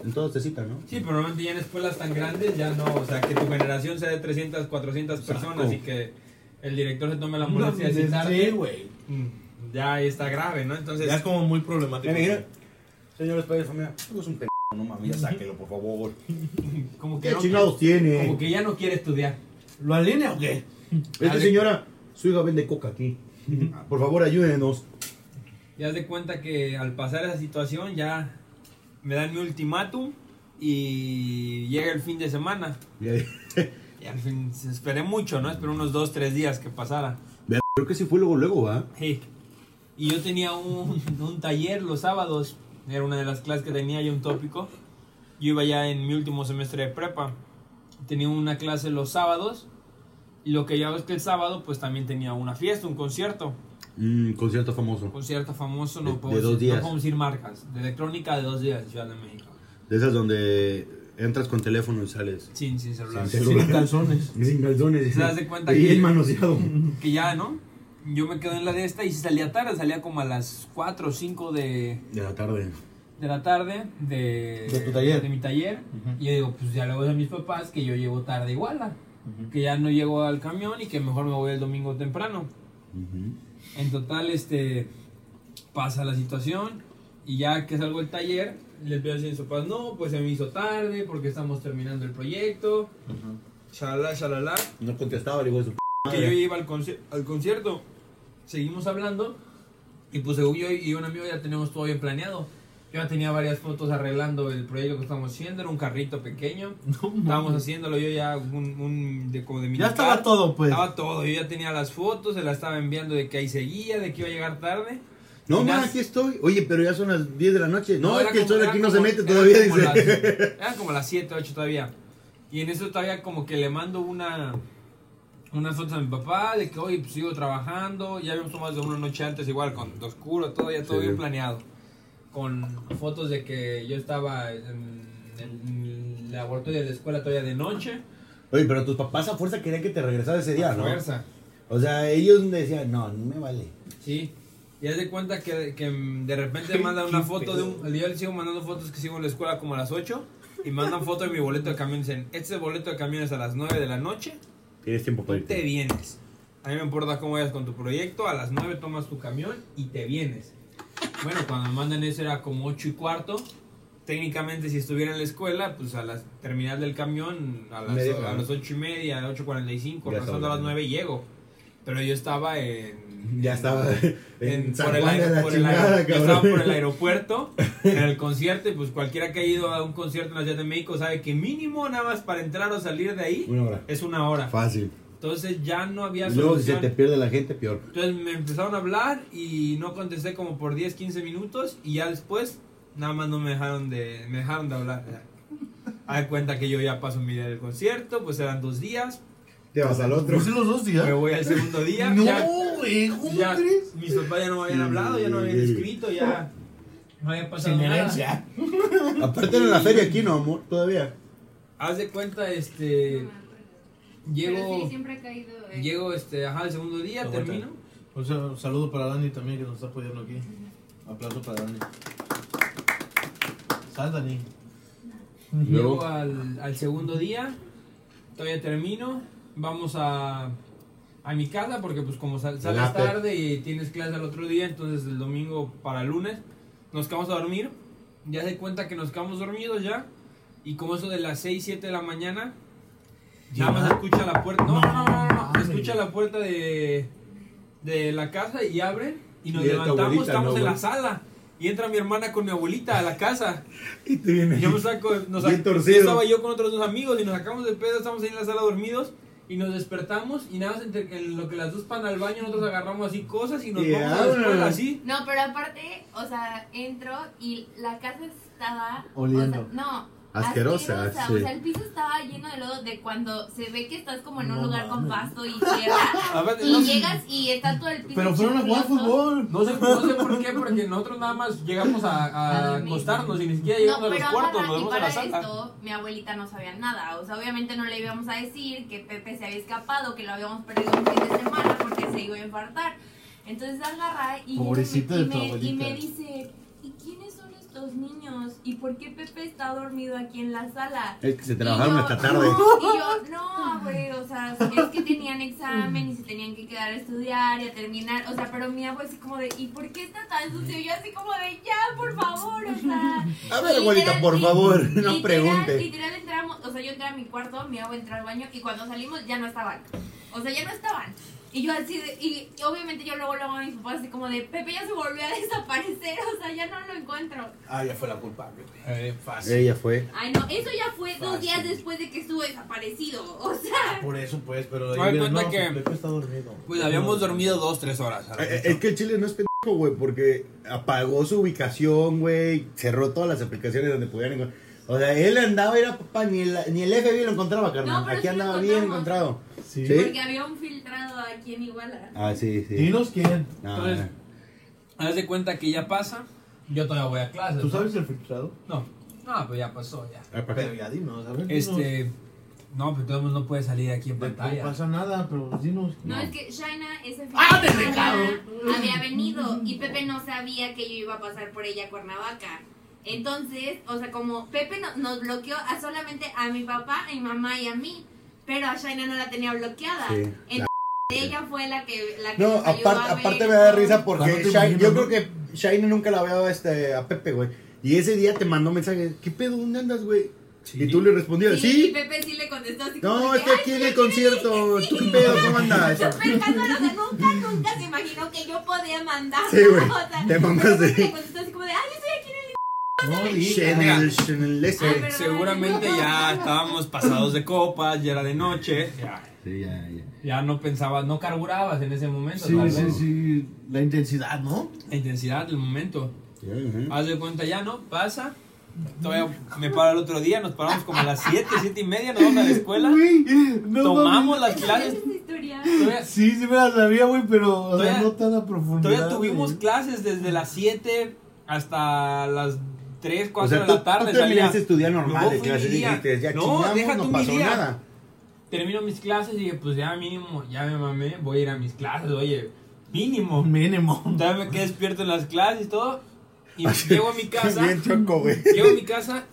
[SPEAKER 2] En todos te citan, ¿no?
[SPEAKER 3] Sí, pero normalmente ya en escuelas tan grandes ya no, o sea, que tu generación sea de 300, 400 personas y que el director se tome la molestia de
[SPEAKER 1] Sí,
[SPEAKER 3] citarte,
[SPEAKER 1] güey.
[SPEAKER 3] mm, ya está grave, ¿no? Entonces,
[SPEAKER 1] Ya es como muy problemático.
[SPEAKER 2] Señores padres de familia, tú eres un p. No mames, ya sáquelo, por favor.
[SPEAKER 3] como que,
[SPEAKER 2] ¿Qué
[SPEAKER 3] no-
[SPEAKER 2] chingados tiene?
[SPEAKER 3] como que ya no quiere estudiar.
[SPEAKER 1] ¿Lo alinea o qué?
[SPEAKER 2] Esta señora, su hija vende coca aquí. Ah, Por favor, ayúdenos.
[SPEAKER 3] Ya haz de cuenta que al pasar esa situación ya me dan mi ultimátum y llega el fin de semana.
[SPEAKER 2] Y ahí-
[SPEAKER 3] Y al fin esperé mucho, ¿no? Esperé unos 2, 3 días que pasara.
[SPEAKER 2] Creo que sí fue luego, luego, ¿ah?
[SPEAKER 3] Sí. Y yo tenía un, un taller los sábados. Era una de las clases que tenía yo un tópico. Yo iba ya en mi último semestre de prepa. Tenía una clase los sábados. Y lo que yo hago es que el sábado pues también tenía una fiesta, un concierto.
[SPEAKER 2] Mm, concierto
[SPEAKER 3] Un
[SPEAKER 2] famoso.
[SPEAKER 3] concierto famoso,
[SPEAKER 2] De-
[SPEAKER 3] no,
[SPEAKER 2] de
[SPEAKER 3] puedo,
[SPEAKER 2] dos
[SPEAKER 3] decir,
[SPEAKER 2] días.
[SPEAKER 3] no podemos decir marcas. De electrónica de dos días, Ciudad de México.
[SPEAKER 2] De esas donde entras con teléfono y sales.
[SPEAKER 3] Sin, sin celular.
[SPEAKER 2] Sin
[SPEAKER 1] Sin calzones.
[SPEAKER 2] Sin calzones.
[SPEAKER 3] Se das de cuenta
[SPEAKER 2] Bien
[SPEAKER 3] que-
[SPEAKER 2] manoseado.
[SPEAKER 3] Que ya, ¿no? Yo me quedo en la de esta y salía tarde, salía como a las 4 o 5 de,
[SPEAKER 2] De la tarde.
[SPEAKER 3] de la tarde de,
[SPEAKER 1] De tu taller.
[SPEAKER 3] de mi taller.
[SPEAKER 1] Ujú.
[SPEAKER 3] Y yo digo, pues ya le voy a decir a mis papás que yo llego tarde igual,
[SPEAKER 1] Ujú.
[SPEAKER 3] que ya no llego al camión y que mejor me voy el domingo temprano. En total, este, pasa la situación y ya que salgo del taller, les voy a decir a mis papás, no, pues se me hizo tarde porque estamos terminando el proyecto, shalala, shalala.
[SPEAKER 2] No contestaba, le digo, su p
[SPEAKER 3] Que yo iba al, conci- al concierto, seguimos hablando y pues según yo y un amigo ya teníamos todo bien planeado. Yo ya tenía varias fotos arreglando el proyecto que estábamos haciendo, era un carrito pequeño. estábamos haciéndolo yo ya un, un de como de
[SPEAKER 1] Ya
[SPEAKER 3] minicar.
[SPEAKER 1] estaba todo, pues.
[SPEAKER 3] Estaba todo, yo ya tenía las fotos, se las estaba enviando de que ahí seguía, de que iba a llegar tarde.
[SPEAKER 2] No,
[SPEAKER 3] Y
[SPEAKER 2] ma,
[SPEAKER 3] nas-
[SPEAKER 2] aquí estoy. Oye, pero ya son las 10 de la noche. No, es
[SPEAKER 3] era
[SPEAKER 2] que el
[SPEAKER 3] como-
[SPEAKER 2] sol
[SPEAKER 3] era
[SPEAKER 2] aquí no se
[SPEAKER 3] como-
[SPEAKER 2] mete
[SPEAKER 3] era
[SPEAKER 2] todavía,
[SPEAKER 3] como
[SPEAKER 2] dice.
[SPEAKER 3] las- Eran como las 7, 8 todavía. Y en eso todavía como que le mando una unas fotos a mi papá de que hoy sigo trabajando. Ya habíamos tomado desde una noche antes igual, con oscuro, todo ya todo
[SPEAKER 2] Sí.
[SPEAKER 3] bien planeado. Con fotos de que yo estaba en el laboratorio de la escuela todavía de noche.
[SPEAKER 2] Oye, pero tus papás a fuerza querían que te regresaras ese día, Ah, ¿no?
[SPEAKER 3] Fuerza.
[SPEAKER 2] O sea, ellos decían, no, no me vale.
[SPEAKER 3] Sí. Y haz de cuenta que, que de repente mandan una foto de un. Yo le sigo mandando fotos que sigo en la escuela como a las 8. Y mandan foto de mi boleto de camión. Dicen: Este boleto de camión es a las 9 de la noche.
[SPEAKER 2] Tienes tiempo para
[SPEAKER 3] Tú te vienes. A mí me importa cómo vayas con tu proyecto. A las 9 tomas tu camión y te vienes. Bueno, cuando me mandan eso era como 8 y cuarto. Técnicamente, si estuviera en la escuela, pues a las terminal del camión, a las,
[SPEAKER 2] Media hora.
[SPEAKER 3] a las 8 y media, 8.45,
[SPEAKER 2] Ya
[SPEAKER 3] pasando a
[SPEAKER 2] estaba.
[SPEAKER 3] las 9 llego. Pero yo estaba en.
[SPEAKER 2] Ya estaba en,
[SPEAKER 3] En-
[SPEAKER 2] San
[SPEAKER 3] por el
[SPEAKER 2] Juan de
[SPEAKER 3] aer-
[SPEAKER 2] la
[SPEAKER 3] por el
[SPEAKER 2] chingada,
[SPEAKER 3] aer- yo estaba por el
[SPEAKER 2] cabrón.
[SPEAKER 3] aeropuerto, en el concierto, y pues cualquiera que ha ido a un concierto en la Ciudad de México sabe que mínimo nada más para entrar o salir de ahí
[SPEAKER 2] Una hora.
[SPEAKER 3] es una hora.
[SPEAKER 2] Fácil.
[SPEAKER 3] Entonces ya no había
[SPEAKER 2] Y Luego si se
[SPEAKER 3] solución.
[SPEAKER 2] te pierde la gente, peor.
[SPEAKER 3] Entonces me empezaron a hablar y no contesté como por 10, 15 minutos y ya después nada más no me dejaron de, me dejaron de hablar. ya. Haz de cuenta que yo ya paso mi día del concierto, pues eran dos días,
[SPEAKER 2] Te vas al otro.
[SPEAKER 1] ¿Pues los dos días?
[SPEAKER 3] me voy al segundo día. ya-
[SPEAKER 1] No, güey, ¿cómo
[SPEAKER 3] ya
[SPEAKER 1] crees?
[SPEAKER 3] mis papás ya no me habían hablado, ya no me habían escrito, ya no había pasado
[SPEAKER 1] Sin
[SPEAKER 3] nada.
[SPEAKER 1] herencia.
[SPEAKER 2] Aparte era la feria aquí, ¿no, amor? Todavía.
[SPEAKER 3] Haz de cuenta, este,
[SPEAKER 4] Pero sí,
[SPEAKER 3] llego,
[SPEAKER 4] siempre ha caído. eh.
[SPEAKER 3] llego, este, ajá, el segundo día,
[SPEAKER 1] Aguanta.
[SPEAKER 3] termino.
[SPEAKER 1] O sea, un saludo para Dani también que nos está apoyando aquí. Aplauso para Dani. Sal, Dani.
[SPEAKER 3] Llego al, al segundo día, todavía termino, vamos a, a mi casa porque pues como sal- sales
[SPEAKER 2] Late.
[SPEAKER 3] tarde y tienes clase al otro día, entonces el domingo para el lunes nos quedamos a dormir, ya se cuenta que nos quedamos dormidos ya y como eso de las 6, 7 de la mañana, nada más escucha la puerta, no, no, no, no, no, escucha la puerta de, de la casa y abren y
[SPEAKER 2] Y
[SPEAKER 3] nos
[SPEAKER 2] era tu
[SPEAKER 3] levantamos,
[SPEAKER 2] abuelita,
[SPEAKER 3] estamos
[SPEAKER 2] ¿no,
[SPEAKER 3] en la
[SPEAKER 2] güey?
[SPEAKER 3] sala y entra mi hermana con mi abuelita a la casa.
[SPEAKER 2] Y tú vienes.
[SPEAKER 3] Yo me saco, nos
[SPEAKER 2] Bien
[SPEAKER 3] sac-
[SPEAKER 2] torcido.
[SPEAKER 3] estaba yo con otros dos amigos y nos sacamos de pedo, estamos ahí en la sala dormidos y nos despertamos y nada más entre en lo que las dos van al baño nosotros agarramos así cosas y nos
[SPEAKER 2] Ya,
[SPEAKER 3] vamos a la escuela
[SPEAKER 2] bueno.
[SPEAKER 3] así.
[SPEAKER 4] No, pero aparte, o sea, entro y la casa estaba.
[SPEAKER 1] Oliendo.
[SPEAKER 4] o sea, no.
[SPEAKER 2] Asquerosa, sí.
[SPEAKER 4] O sea, el piso estaba lleno de lodo de cuando se ve que estás como en un
[SPEAKER 1] No
[SPEAKER 4] lugar con
[SPEAKER 1] mames.
[SPEAKER 4] pasto y tierra.
[SPEAKER 3] A ver,
[SPEAKER 4] y
[SPEAKER 3] no,
[SPEAKER 4] llegas y está todo el piso.
[SPEAKER 1] Pero fueron a jugar
[SPEAKER 4] chicloso.
[SPEAKER 1] fútbol.
[SPEAKER 3] no sé, no sé por qué, porque nosotros nada más llegamos a,
[SPEAKER 4] A
[SPEAKER 3] a
[SPEAKER 4] dormir.
[SPEAKER 3] acostarnos y ni siquiera
[SPEAKER 4] No,
[SPEAKER 3] llegamos a
[SPEAKER 4] pero
[SPEAKER 3] los cuartos,
[SPEAKER 4] aparte,
[SPEAKER 3] nos
[SPEAKER 4] y
[SPEAKER 3] vamos a
[SPEAKER 4] para
[SPEAKER 3] la sala.
[SPEAKER 4] esto, mi abuelita no sabía nada. O sea, obviamente no le íbamos a decir que Pepe se había escapado, que lo habíamos perdido un fin de semana porque se iba a infartar. Entonces agarra y,
[SPEAKER 1] Pobrecita
[SPEAKER 4] y
[SPEAKER 1] de tu
[SPEAKER 4] me, y
[SPEAKER 1] abuelita.
[SPEAKER 4] me dice, ¿y quiénes son estos niños? ¿Y por qué Pepe está dormido aquí en la sala?
[SPEAKER 2] Es que se
[SPEAKER 4] Y
[SPEAKER 2] trabajaron
[SPEAKER 4] yo,
[SPEAKER 2] hasta tarde.
[SPEAKER 4] No, y yo, no, güey, o sea, es que tenían examen y se tenían que quedar a estudiar y a terminar. O sea, pero mi abuela así como de, ¿y por qué está tan sucio? Y Yo así como de, ya, por favor, o sea.
[SPEAKER 2] A ver, abuelita,
[SPEAKER 4] Literal,
[SPEAKER 2] por
[SPEAKER 4] li-
[SPEAKER 2] favor, no
[SPEAKER 4] literal,
[SPEAKER 2] pregunte.
[SPEAKER 4] Literal entramos, o sea, yo entré a mi cuarto, mi abuela entró al baño y cuando salimos ya no estaban. O sea, ya no estaban. Y yo así, de- y y obviamente yo luego luego a mis papás así como de, Pepe ya se volvió a desaparecer, o sea, ya no lo encuentro.
[SPEAKER 1] Ah, ya fue la culpable. güey.
[SPEAKER 3] Eh, fácil.
[SPEAKER 2] Ella fue.
[SPEAKER 4] Ay, no, eso ya fue dos
[SPEAKER 1] Fácil.
[SPEAKER 4] días después de que estuvo desaparecido, o sea.
[SPEAKER 1] Por eso, pues, pero.
[SPEAKER 3] Ay,
[SPEAKER 1] ahí vieron,
[SPEAKER 3] cuenta
[SPEAKER 1] no,
[SPEAKER 3] que-
[SPEAKER 1] Pepe está dormido.
[SPEAKER 3] Pues habíamos dormido dos, tres horas. a lo
[SPEAKER 2] Eh, eh,
[SPEAKER 3] mucho.
[SPEAKER 2] Es que el Chile no es pendejo, güey, porque apagó su ubicación, güey, cerró todas las aplicaciones donde pudieran encontrar. O sea, él andaba, era papá, ni el, ni el FBI lo encontraba, carnal.
[SPEAKER 4] No, pero
[SPEAKER 2] Aquí
[SPEAKER 4] sí lo
[SPEAKER 2] andaba bien
[SPEAKER 4] encontramos.
[SPEAKER 2] encontrado.
[SPEAKER 1] Sí.
[SPEAKER 2] ¿Sí?
[SPEAKER 4] Porque había un filtrado aquí en Iguala.
[SPEAKER 2] Ah, sí, sí.
[SPEAKER 1] Dinos quién.
[SPEAKER 2] No,
[SPEAKER 3] Entonces, haz de cuenta que ya pasa, yo todavía voy a clases.
[SPEAKER 1] ¿Tú
[SPEAKER 3] ¿no?
[SPEAKER 1] sabes el filtrado?
[SPEAKER 3] No, no, pues ya pasó, ya.
[SPEAKER 2] no. Ah, para
[SPEAKER 1] Pero
[SPEAKER 2] acá.
[SPEAKER 1] ya dinos, a ver. dinos.
[SPEAKER 3] Este, no, pero todo el mundo no puede salir aquí en
[SPEAKER 1] No
[SPEAKER 3] pantalla.
[SPEAKER 1] pasa nada, pero dinos.
[SPEAKER 4] No, es que Shaina ese fin
[SPEAKER 1] ¡Ah,
[SPEAKER 4] de
[SPEAKER 1] desde
[SPEAKER 4] semana había venido y Pepe no sabía que yo iba a pasar por ella a Cuernavaca. Entonces, o sea, como Pepe no- nos bloqueó a solamente a mi papá, a mi mamá y a mí, pero a Shaina no la tenía bloqueada.
[SPEAKER 2] Sí.
[SPEAKER 4] Entonces, ella fue la que, la que
[SPEAKER 2] No,
[SPEAKER 4] nos ayudó
[SPEAKER 2] aparte,
[SPEAKER 4] a ver
[SPEAKER 2] aparte me da
[SPEAKER 4] todo.
[SPEAKER 2] risa porque
[SPEAKER 1] Claro, te
[SPEAKER 2] Shine-
[SPEAKER 1] imaginas,
[SPEAKER 2] yo
[SPEAKER 1] ¿no?
[SPEAKER 2] creo que Shine nunca la veo a, este, a Pepe, güey. Y ese día te mandó mensaje, ¿qué pedo? ¿Dónde andas, güey?
[SPEAKER 1] Sí.
[SPEAKER 2] Y tú le respondías,
[SPEAKER 4] Sí,
[SPEAKER 2] sí.
[SPEAKER 4] Y Pepe sí le contestó así como
[SPEAKER 2] No,
[SPEAKER 4] de,
[SPEAKER 2] estoy
[SPEAKER 4] "Ay,
[SPEAKER 2] aquí en
[SPEAKER 4] mira
[SPEAKER 2] el
[SPEAKER 4] quién es".
[SPEAKER 2] concierto. ¿Tú qué pedo? ¿Cómo andas?
[SPEAKER 4] Súper cansado, o sea, nunca, nunca se imaginó que yo podía mandar.
[SPEAKER 2] Sí, güey,
[SPEAKER 4] O sea,
[SPEAKER 2] te mamaste.
[SPEAKER 4] Pepe Le contestó así como de, ay, yo estoy aquí en el...
[SPEAKER 1] No
[SPEAKER 2] Chanel, Chanel,
[SPEAKER 3] Sí,
[SPEAKER 2] ese.
[SPEAKER 4] perdón.
[SPEAKER 3] seguramente ya estábamos pasados de copas, ya era de noche, ya,
[SPEAKER 5] Sí, ya, ya.
[SPEAKER 3] ya no pensabas, no carburabas en ese momento,
[SPEAKER 1] Sí,
[SPEAKER 3] tal vez.
[SPEAKER 1] sí, sí. La intensidad, ¿no?
[SPEAKER 3] La intensidad del momento.
[SPEAKER 2] Ujú.
[SPEAKER 3] Haz de cuenta ya, ¿no? Pasa. Todavía me paro el otro día, nos paramos como a las 7, 7 y media, nos vamos a la escuela,
[SPEAKER 1] Güey, no
[SPEAKER 3] tomamos
[SPEAKER 1] mames.
[SPEAKER 3] las clases.
[SPEAKER 4] Esa historia.
[SPEAKER 3] Todavía,
[SPEAKER 1] Sí, sí me la sabía, güey, pero o sea,
[SPEAKER 3] Todavía-
[SPEAKER 1] no tan a profundidad.
[SPEAKER 3] todavía tuvimos
[SPEAKER 1] güey.
[SPEAKER 3] clases desde las 7 hasta las 3, 4
[SPEAKER 2] O sea,
[SPEAKER 3] de
[SPEAKER 2] tú,
[SPEAKER 3] la
[SPEAKER 2] tú
[SPEAKER 3] tarde.
[SPEAKER 2] terminaste
[SPEAKER 3] salía.
[SPEAKER 2] estudiar normal
[SPEAKER 3] No,
[SPEAKER 2] de
[SPEAKER 3] fui
[SPEAKER 2] clases
[SPEAKER 3] mi día.
[SPEAKER 2] dijiste, ya
[SPEAKER 3] No,
[SPEAKER 2] chingamos,
[SPEAKER 3] deja tú
[SPEAKER 2] no
[SPEAKER 3] mi
[SPEAKER 2] pasó
[SPEAKER 3] día.
[SPEAKER 2] nada.
[SPEAKER 3] Termino mis clases y dije, pues ya mínimo, ya me mamé, voy a ir a mis clases, oye, mínimo.
[SPEAKER 1] Mínimo.
[SPEAKER 3] Todavía me quedé despierto en las clases y todo. Y llego a mi casa,
[SPEAKER 2] Bien choco, güey.
[SPEAKER 3] llego a mi casa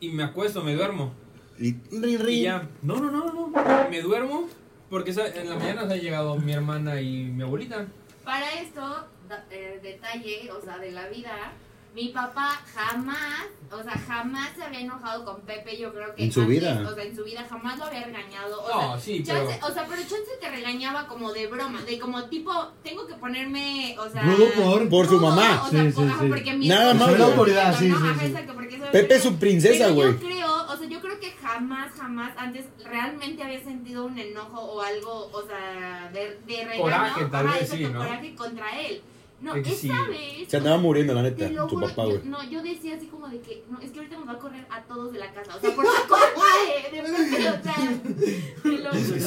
[SPEAKER 3] y me acuesto, me duermo.
[SPEAKER 2] Y ri,
[SPEAKER 3] Y
[SPEAKER 2] ri.
[SPEAKER 3] ya, no, no, no, no, me duermo porque esa- en la mañana se ha llegado mi hermana y mi abuelita.
[SPEAKER 4] Para esto, da- eh, detalle, o sea, de la vida, mi papá jamás, o sea, jamás se había enojado con Pepe, yo creo que
[SPEAKER 2] En su
[SPEAKER 4] antes,
[SPEAKER 2] vida.
[SPEAKER 4] O sea, en su vida jamás lo había regañado. O
[SPEAKER 3] No,
[SPEAKER 4] sea,
[SPEAKER 3] sí,
[SPEAKER 4] chance-
[SPEAKER 3] pero-
[SPEAKER 4] O sea, pero Chance te regañaba como de broma, de como tipo, tengo que ponerme, o sea...
[SPEAKER 1] Rudo por-
[SPEAKER 2] por su
[SPEAKER 4] rudo,
[SPEAKER 2] mamá.
[SPEAKER 4] o sea,
[SPEAKER 1] Sí,
[SPEAKER 4] por-
[SPEAKER 1] sí,
[SPEAKER 4] ajá,
[SPEAKER 1] sí.
[SPEAKER 4] porque mi-
[SPEAKER 2] Nada más,
[SPEAKER 4] Soy la
[SPEAKER 2] güey.
[SPEAKER 1] autoridad, sí,
[SPEAKER 4] ¿no?
[SPEAKER 1] sí,
[SPEAKER 4] Ajá,
[SPEAKER 1] sí.
[SPEAKER 4] exacto, porque soy
[SPEAKER 2] Pepe es
[SPEAKER 4] autoridad.
[SPEAKER 2] su princesa,
[SPEAKER 4] Pero
[SPEAKER 2] güey.
[SPEAKER 4] Yo creo, o sea, yo creo que jamás, jamás antes realmente había sentido un enojo o algo, o sea, de, de regaño.
[SPEAKER 3] Coraje, tal
[SPEAKER 4] Ajá,
[SPEAKER 3] vez
[SPEAKER 4] exacto,
[SPEAKER 3] sí, ¿no?
[SPEAKER 4] coraje contra él. No,
[SPEAKER 3] Es que sí.
[SPEAKER 4] esa vez.
[SPEAKER 2] Se andaba muriendo, la
[SPEAKER 4] Te
[SPEAKER 2] neta,
[SPEAKER 4] lo
[SPEAKER 2] tu
[SPEAKER 4] juro,
[SPEAKER 2] papá,
[SPEAKER 4] yo-
[SPEAKER 2] güey.
[SPEAKER 4] no, yo decía así como de que, no, es que ahorita nos va a correr a todos de la casa, o sea, por la culpa de, de Pepe, o sea, te lo juro.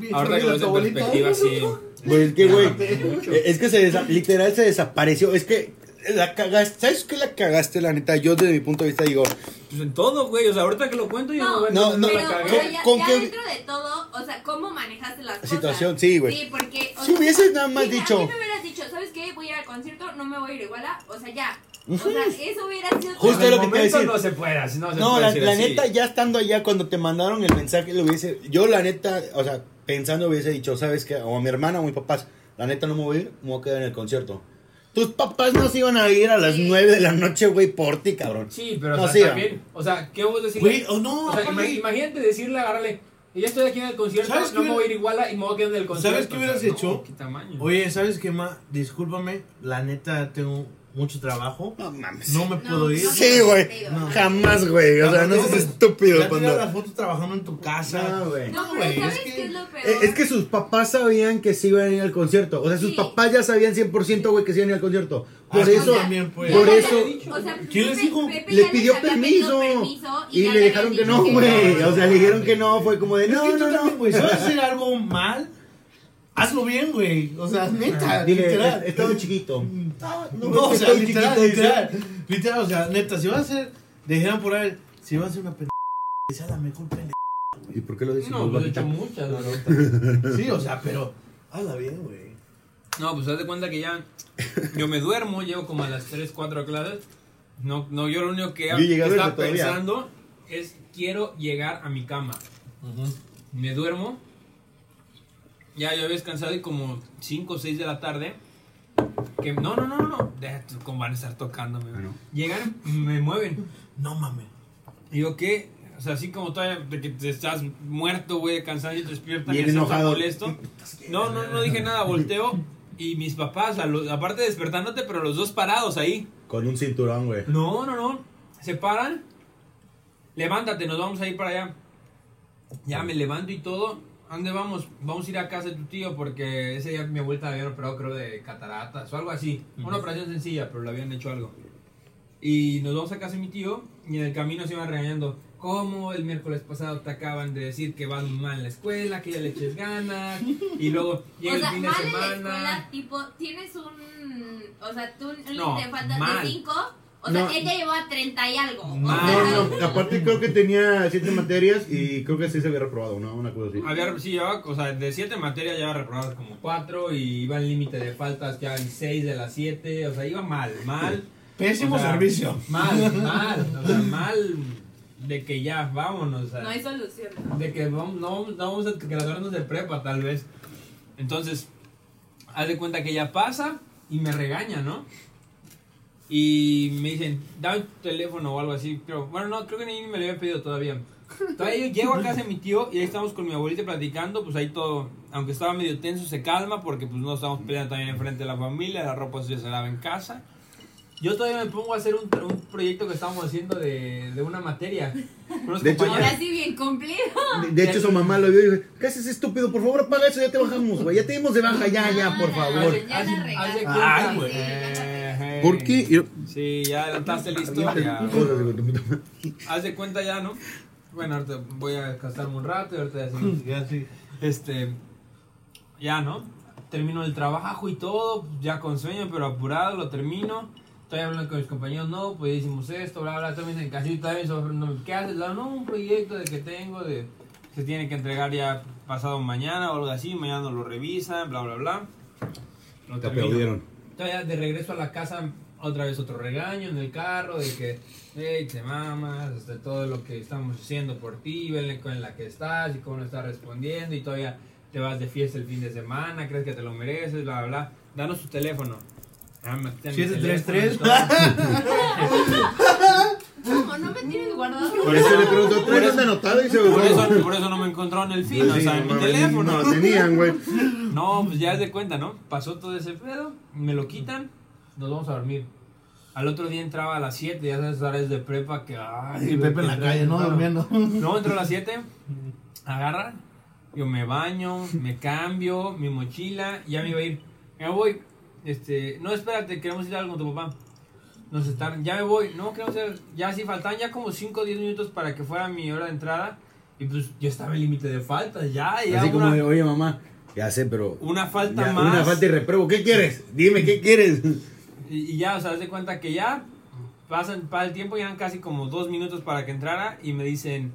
[SPEAKER 3] Sí. Ahorita que lo ves en perspectiva, sí.
[SPEAKER 2] Güey, es que, güey,
[SPEAKER 1] Mucho.
[SPEAKER 2] eh, es que se desa- literal se desapareció. Es que la cagaste, ¿sabes qué la cagaste, la neta? Yo desde mi punto de vista digo,
[SPEAKER 3] Pues en todo, güey, o sea, ahorita que lo cuento yo
[SPEAKER 4] No,
[SPEAKER 3] güey,
[SPEAKER 2] No, no,
[SPEAKER 4] pero,
[SPEAKER 3] la
[SPEAKER 4] pero
[SPEAKER 2] ¿con-
[SPEAKER 3] cagué.
[SPEAKER 4] ya,
[SPEAKER 2] con
[SPEAKER 4] ya
[SPEAKER 2] qué-
[SPEAKER 4] dentro de todo, o sea, ¿cómo manejaste las cosas?
[SPEAKER 2] Situación, sí, güey.
[SPEAKER 4] Sí, porque... o
[SPEAKER 2] Si
[SPEAKER 4] sea,
[SPEAKER 2] hubieses nada más
[SPEAKER 4] sí, a
[SPEAKER 2] dicho-
[SPEAKER 4] mí me hubieras dicho, ¿sabes qué? Voy a ir al concierto, no me voy a ir igual a... O sea, ya. O sea, eso hubiera sido...
[SPEAKER 2] Justo
[SPEAKER 3] En
[SPEAKER 2] lo
[SPEAKER 3] el
[SPEAKER 2] que te iba a
[SPEAKER 3] momento
[SPEAKER 2] decir.
[SPEAKER 3] No se puede, así no se
[SPEAKER 2] No,
[SPEAKER 3] puede
[SPEAKER 2] la,
[SPEAKER 3] decir
[SPEAKER 2] la
[SPEAKER 3] así.
[SPEAKER 2] neta, ya estando allá, cuando te mandaron el mensaje, le hubiese. Yo, la neta, o sea, pensando, hubiese dicho, ¿sabes qué? O a mi hermana o a mis papás, la neta, no me voy a ir, me voy a quedar en el concierto. Tus papás no se iban a ir a las
[SPEAKER 4] Sí.
[SPEAKER 2] 9 de la noche, güey, por ti, cabrón.
[SPEAKER 3] Sí, pero
[SPEAKER 2] No,
[SPEAKER 3] o sea,
[SPEAKER 2] sí,
[SPEAKER 3] también, o sea, ¿qué vos decís?
[SPEAKER 1] Güey, o no,
[SPEAKER 3] O sea,
[SPEAKER 1] aparte-
[SPEAKER 3] ima- imagínate decirle, agárrale, y ya estoy aquí en el concierto,
[SPEAKER 1] ¿Sabes
[SPEAKER 3] no
[SPEAKER 1] qué
[SPEAKER 3] me voy a ir igual a- y me voy a quedar en el concierto.
[SPEAKER 1] ¿Sabes qué
[SPEAKER 3] O sea,
[SPEAKER 1] hubieras
[SPEAKER 3] no,
[SPEAKER 1] hecho?
[SPEAKER 3] ¿Qué tamaño?
[SPEAKER 1] Oye, ¿sabes qué, ma? Discúlpame, la neta tengo mucho trabajo.
[SPEAKER 2] No mames.
[SPEAKER 1] No me puedo ir.
[SPEAKER 2] Sí, güey.
[SPEAKER 4] No.
[SPEAKER 2] Jamás, güey. O sea, no seas estúpido
[SPEAKER 1] Ya te veo
[SPEAKER 2] cuando.
[SPEAKER 1] las fotos trabajando en tu casa.
[SPEAKER 2] No, güey.
[SPEAKER 4] No, pero
[SPEAKER 1] güey,
[SPEAKER 4] ¿sabes
[SPEAKER 1] es
[SPEAKER 4] qué
[SPEAKER 1] que-
[SPEAKER 4] es lo peor?
[SPEAKER 2] Eh, Es que sus papás sabían que se iban a ir al concierto. O sea, sus
[SPEAKER 4] Sí.
[SPEAKER 2] papás ya sabían 100%, güey, que se iban a ir al concierto. Por
[SPEAKER 1] Ah,
[SPEAKER 2] eso,
[SPEAKER 1] sí, también, pues.
[SPEAKER 2] por
[SPEAKER 4] ya le
[SPEAKER 2] eso,
[SPEAKER 4] había dicho, o sea,
[SPEAKER 1] ¿Quién les
[SPEAKER 4] Pepe-
[SPEAKER 1] dijo?
[SPEAKER 4] Pepe
[SPEAKER 2] le
[SPEAKER 4] ya
[SPEAKER 2] pidió
[SPEAKER 4] les había pedido
[SPEAKER 2] permiso.
[SPEAKER 4] permiso
[SPEAKER 2] Y, le
[SPEAKER 4] ya
[SPEAKER 2] dejaron
[SPEAKER 4] habían
[SPEAKER 2] que no,
[SPEAKER 4] dicho
[SPEAKER 2] güey.
[SPEAKER 4] no.
[SPEAKER 2] O sea, le dijeron que no. Fue como de,
[SPEAKER 1] Es que
[SPEAKER 2] no,
[SPEAKER 1] tú
[SPEAKER 2] no,
[SPEAKER 1] también,
[SPEAKER 2] no.
[SPEAKER 1] güey, si vas a hacer algo mal, hazlo bien, güey. O sea, neta, literal.
[SPEAKER 2] Ah, Dile, estaba chiquito.
[SPEAKER 1] No,
[SPEAKER 2] no,
[SPEAKER 1] o sea,
[SPEAKER 2] estoy
[SPEAKER 1] literal,
[SPEAKER 2] chiquito,
[SPEAKER 1] literal. Literal, o sea, neta, si vas a hacer, dijeron por ahí, si vas a hacer una pendeja, que sea la mejor pendeja.
[SPEAKER 2] ¿Y por qué lo dices?
[SPEAKER 3] no,
[SPEAKER 2] muy
[SPEAKER 3] pues he hecho
[SPEAKER 2] bajita?
[SPEAKER 3] muchas, la neta.
[SPEAKER 1] Sí, o sea, pero hazla bien, güey.
[SPEAKER 3] No, pues haz de cuenta que ya yo me duermo, llego como a las 3, 4 clases. No, no, yo lo único que
[SPEAKER 2] Yo llegué a
[SPEAKER 3] estaba
[SPEAKER 2] verlo todavía.
[SPEAKER 3] pensando es quiero llegar a mi cama. Me duermo. Ya yo había descansado y como 5 o 6 de la tarde. Que no, no, no, no, no. Deja tú, cómo van a estar tocándome.
[SPEAKER 2] Ah, no.
[SPEAKER 3] Llegan, me mueven.
[SPEAKER 1] No mames.
[SPEAKER 3] Y yo qué, o sea, así como todavía de que te estás muerto, güey, cansado y te despiertas
[SPEAKER 2] Bien
[SPEAKER 3] y estás tan
[SPEAKER 2] enojado.
[SPEAKER 3] molesto. No, no, no dije nada, volteo y mis papás, a los- aparte despertándote, pero los dos parados ahí.
[SPEAKER 2] Con un cinturón, güey.
[SPEAKER 3] No, no, no. Se paran. Levántate, nos vamos a ir para allá. Ya me levanto y todo. ¿A dónde vamos? Vamos a ir a casa de tu tío porque ese día mi abuelita la habían operado, creo, de cataratas o algo así. Una operación sencilla, pero le habían hecho algo. Y nos vamos a casa de mi tío y en el camino se iban regañando. ¿Cómo el miércoles pasado te acaban de decir que vas mal en la escuela, que ya le eches ganas? Y luego llega
[SPEAKER 4] O sea,
[SPEAKER 3] el fin de
[SPEAKER 4] mal en
[SPEAKER 3] semana.
[SPEAKER 4] la escuela, tipo, tienes un. O sea, tú le
[SPEAKER 3] No,
[SPEAKER 4] te faltas
[SPEAKER 3] mal.
[SPEAKER 4] de 5. O
[SPEAKER 2] No.
[SPEAKER 4] sea, ella llevó a 30 y algo. O
[SPEAKER 3] Mal.
[SPEAKER 4] sea,
[SPEAKER 2] No, no, aparte creo que tenía siete materias y creo que sí se había reprobado, ¿no? Una cosa así.
[SPEAKER 3] Había, sí, llevaba, o sea, de siete materias llevaba reprobadas como cuatro y iba al límite de faltas ya en seis de las siete, o sea, iba mal, mal.
[SPEAKER 1] Pésimo
[SPEAKER 3] O sea,
[SPEAKER 1] servicio.
[SPEAKER 3] Mal, mal, o sea, mal de que ya vámonos, o sea,
[SPEAKER 4] no hay solución.
[SPEAKER 3] de que vamos, no, vamos- no vamos a quedarnos de prepa tal vez. Entonces, haz de cuenta que ya pasa y me regaña, ¿no? Y me dicen, dame tu teléfono o algo así. Creo. Bueno, no, creo que ni me lo había pedido todavía. Todavía yo llego a casa de mi tío y ahí estamos con mi abuelita platicando. Pues ahí todo, aunque estaba medio tenso, se calma porque pues no estamos peleando también enfrente de la familia. La ropa sucia se lava en casa. Yo todavía me pongo a hacer un, un proyecto que estábamos haciendo de, de una materia. Unos
[SPEAKER 2] De hecho,
[SPEAKER 3] compañeros-
[SPEAKER 4] Ahora sí, bien cumplido.
[SPEAKER 2] De, de hecho, su mamá lo vio y dijo, ¿qué haces estúpido? Por favor, apaga eso, ya te bajamos, güey. Ya te dimos de baja, ya, ya,
[SPEAKER 3] Ah,
[SPEAKER 2] por favor.
[SPEAKER 3] Hace-
[SPEAKER 4] Ya la
[SPEAKER 3] hace- hace
[SPEAKER 4] regaste. Ay,
[SPEAKER 3] cuenta-
[SPEAKER 4] güey.
[SPEAKER 3] Eh,
[SPEAKER 5] ¿Por qué? Yo-
[SPEAKER 3] Sí, ya adelantaste la historia. Haz de cuenta ya, ¿no? Bueno, ahorita voy a descansarme un rato y ahorita ya seguimos.
[SPEAKER 1] Ya sí.
[SPEAKER 3] Este, ya, ¿no? Termino el trabajo y todo, ya con sueño, pero apurado, lo termino. Estoy hablando con mis compañeros, no, pues ya hicimos esto, bla, bla, también en casita, también sobre- no, ¿qué haces? No, no, un proyecto de que tengo, de se tiene que entregar ya pasado mañana o algo así, mañana lo revisan, bla, bla, bla. Lo
[SPEAKER 2] Te
[SPEAKER 3] termino.
[SPEAKER 2] aplaudieron.
[SPEAKER 3] Todavía de regreso a la casa, otra vez otro regaño en el carro, de que, hey, te mamas, este, todo lo que estamos haciendo por ti, venle con la que estás y cómo no estás respondiendo, y todavía te vas de fiesta el fin de semana, crees que te lo mereces, bla, bla, bla. Danos tu teléfono. Ah, me quitan mi teléfono,
[SPEAKER 1] 733.
[SPEAKER 3] todo.
[SPEAKER 4] ¿Cómo? ¿No me tienes guardado?
[SPEAKER 2] Por eso le preguntó, ¿traes una anotada? Y se
[SPEAKER 3] Por
[SPEAKER 2] bajó.
[SPEAKER 3] eso, por eso no me encontró en el fin,
[SPEAKER 2] Pues
[SPEAKER 3] o
[SPEAKER 2] sí,
[SPEAKER 3] sea, en
[SPEAKER 2] no
[SPEAKER 3] mi
[SPEAKER 2] mames,
[SPEAKER 3] teléfono.
[SPEAKER 2] No lo tenían, güey.
[SPEAKER 3] No, pues ya es de cuenta, ¿no? Pasó todo ese pedo, me lo quitan, nos vamos a dormir. Al otro día entraba a las 7, ya sabes, ahora es de prepa que. Ay,
[SPEAKER 1] Y
[SPEAKER 3] güey,
[SPEAKER 1] Pepe en la
[SPEAKER 3] que
[SPEAKER 1] calle, ¿no?
[SPEAKER 3] entra-
[SPEAKER 1] Durmiendo.
[SPEAKER 3] No, entro a las 7, agarra, yo me baño, me cambio, mi mochila, ya me iba a ir. Me voy, este, no, espérate, queremos ir a algo con tu papá. Nos están, ya me voy, no, queremos ir, a- ya sí, faltan ya como 5 o 10 minutos para que fuera mi hora de entrada. Y pues yo estaba en límite de faltas, ya, ya.
[SPEAKER 2] Así como,
[SPEAKER 3] una-
[SPEAKER 2] de, oye, mamá, ya sé, pero...
[SPEAKER 3] una falta
[SPEAKER 2] ya,
[SPEAKER 3] más.
[SPEAKER 2] Una falta y repruebo. ¿Qué quieres? Dime, ¿qué quieres?
[SPEAKER 3] Y, y ya, o sea, haz de cuenta que ya pasan, para el tiempo, ya eran casi como dos minutos para que entrara y me dicen,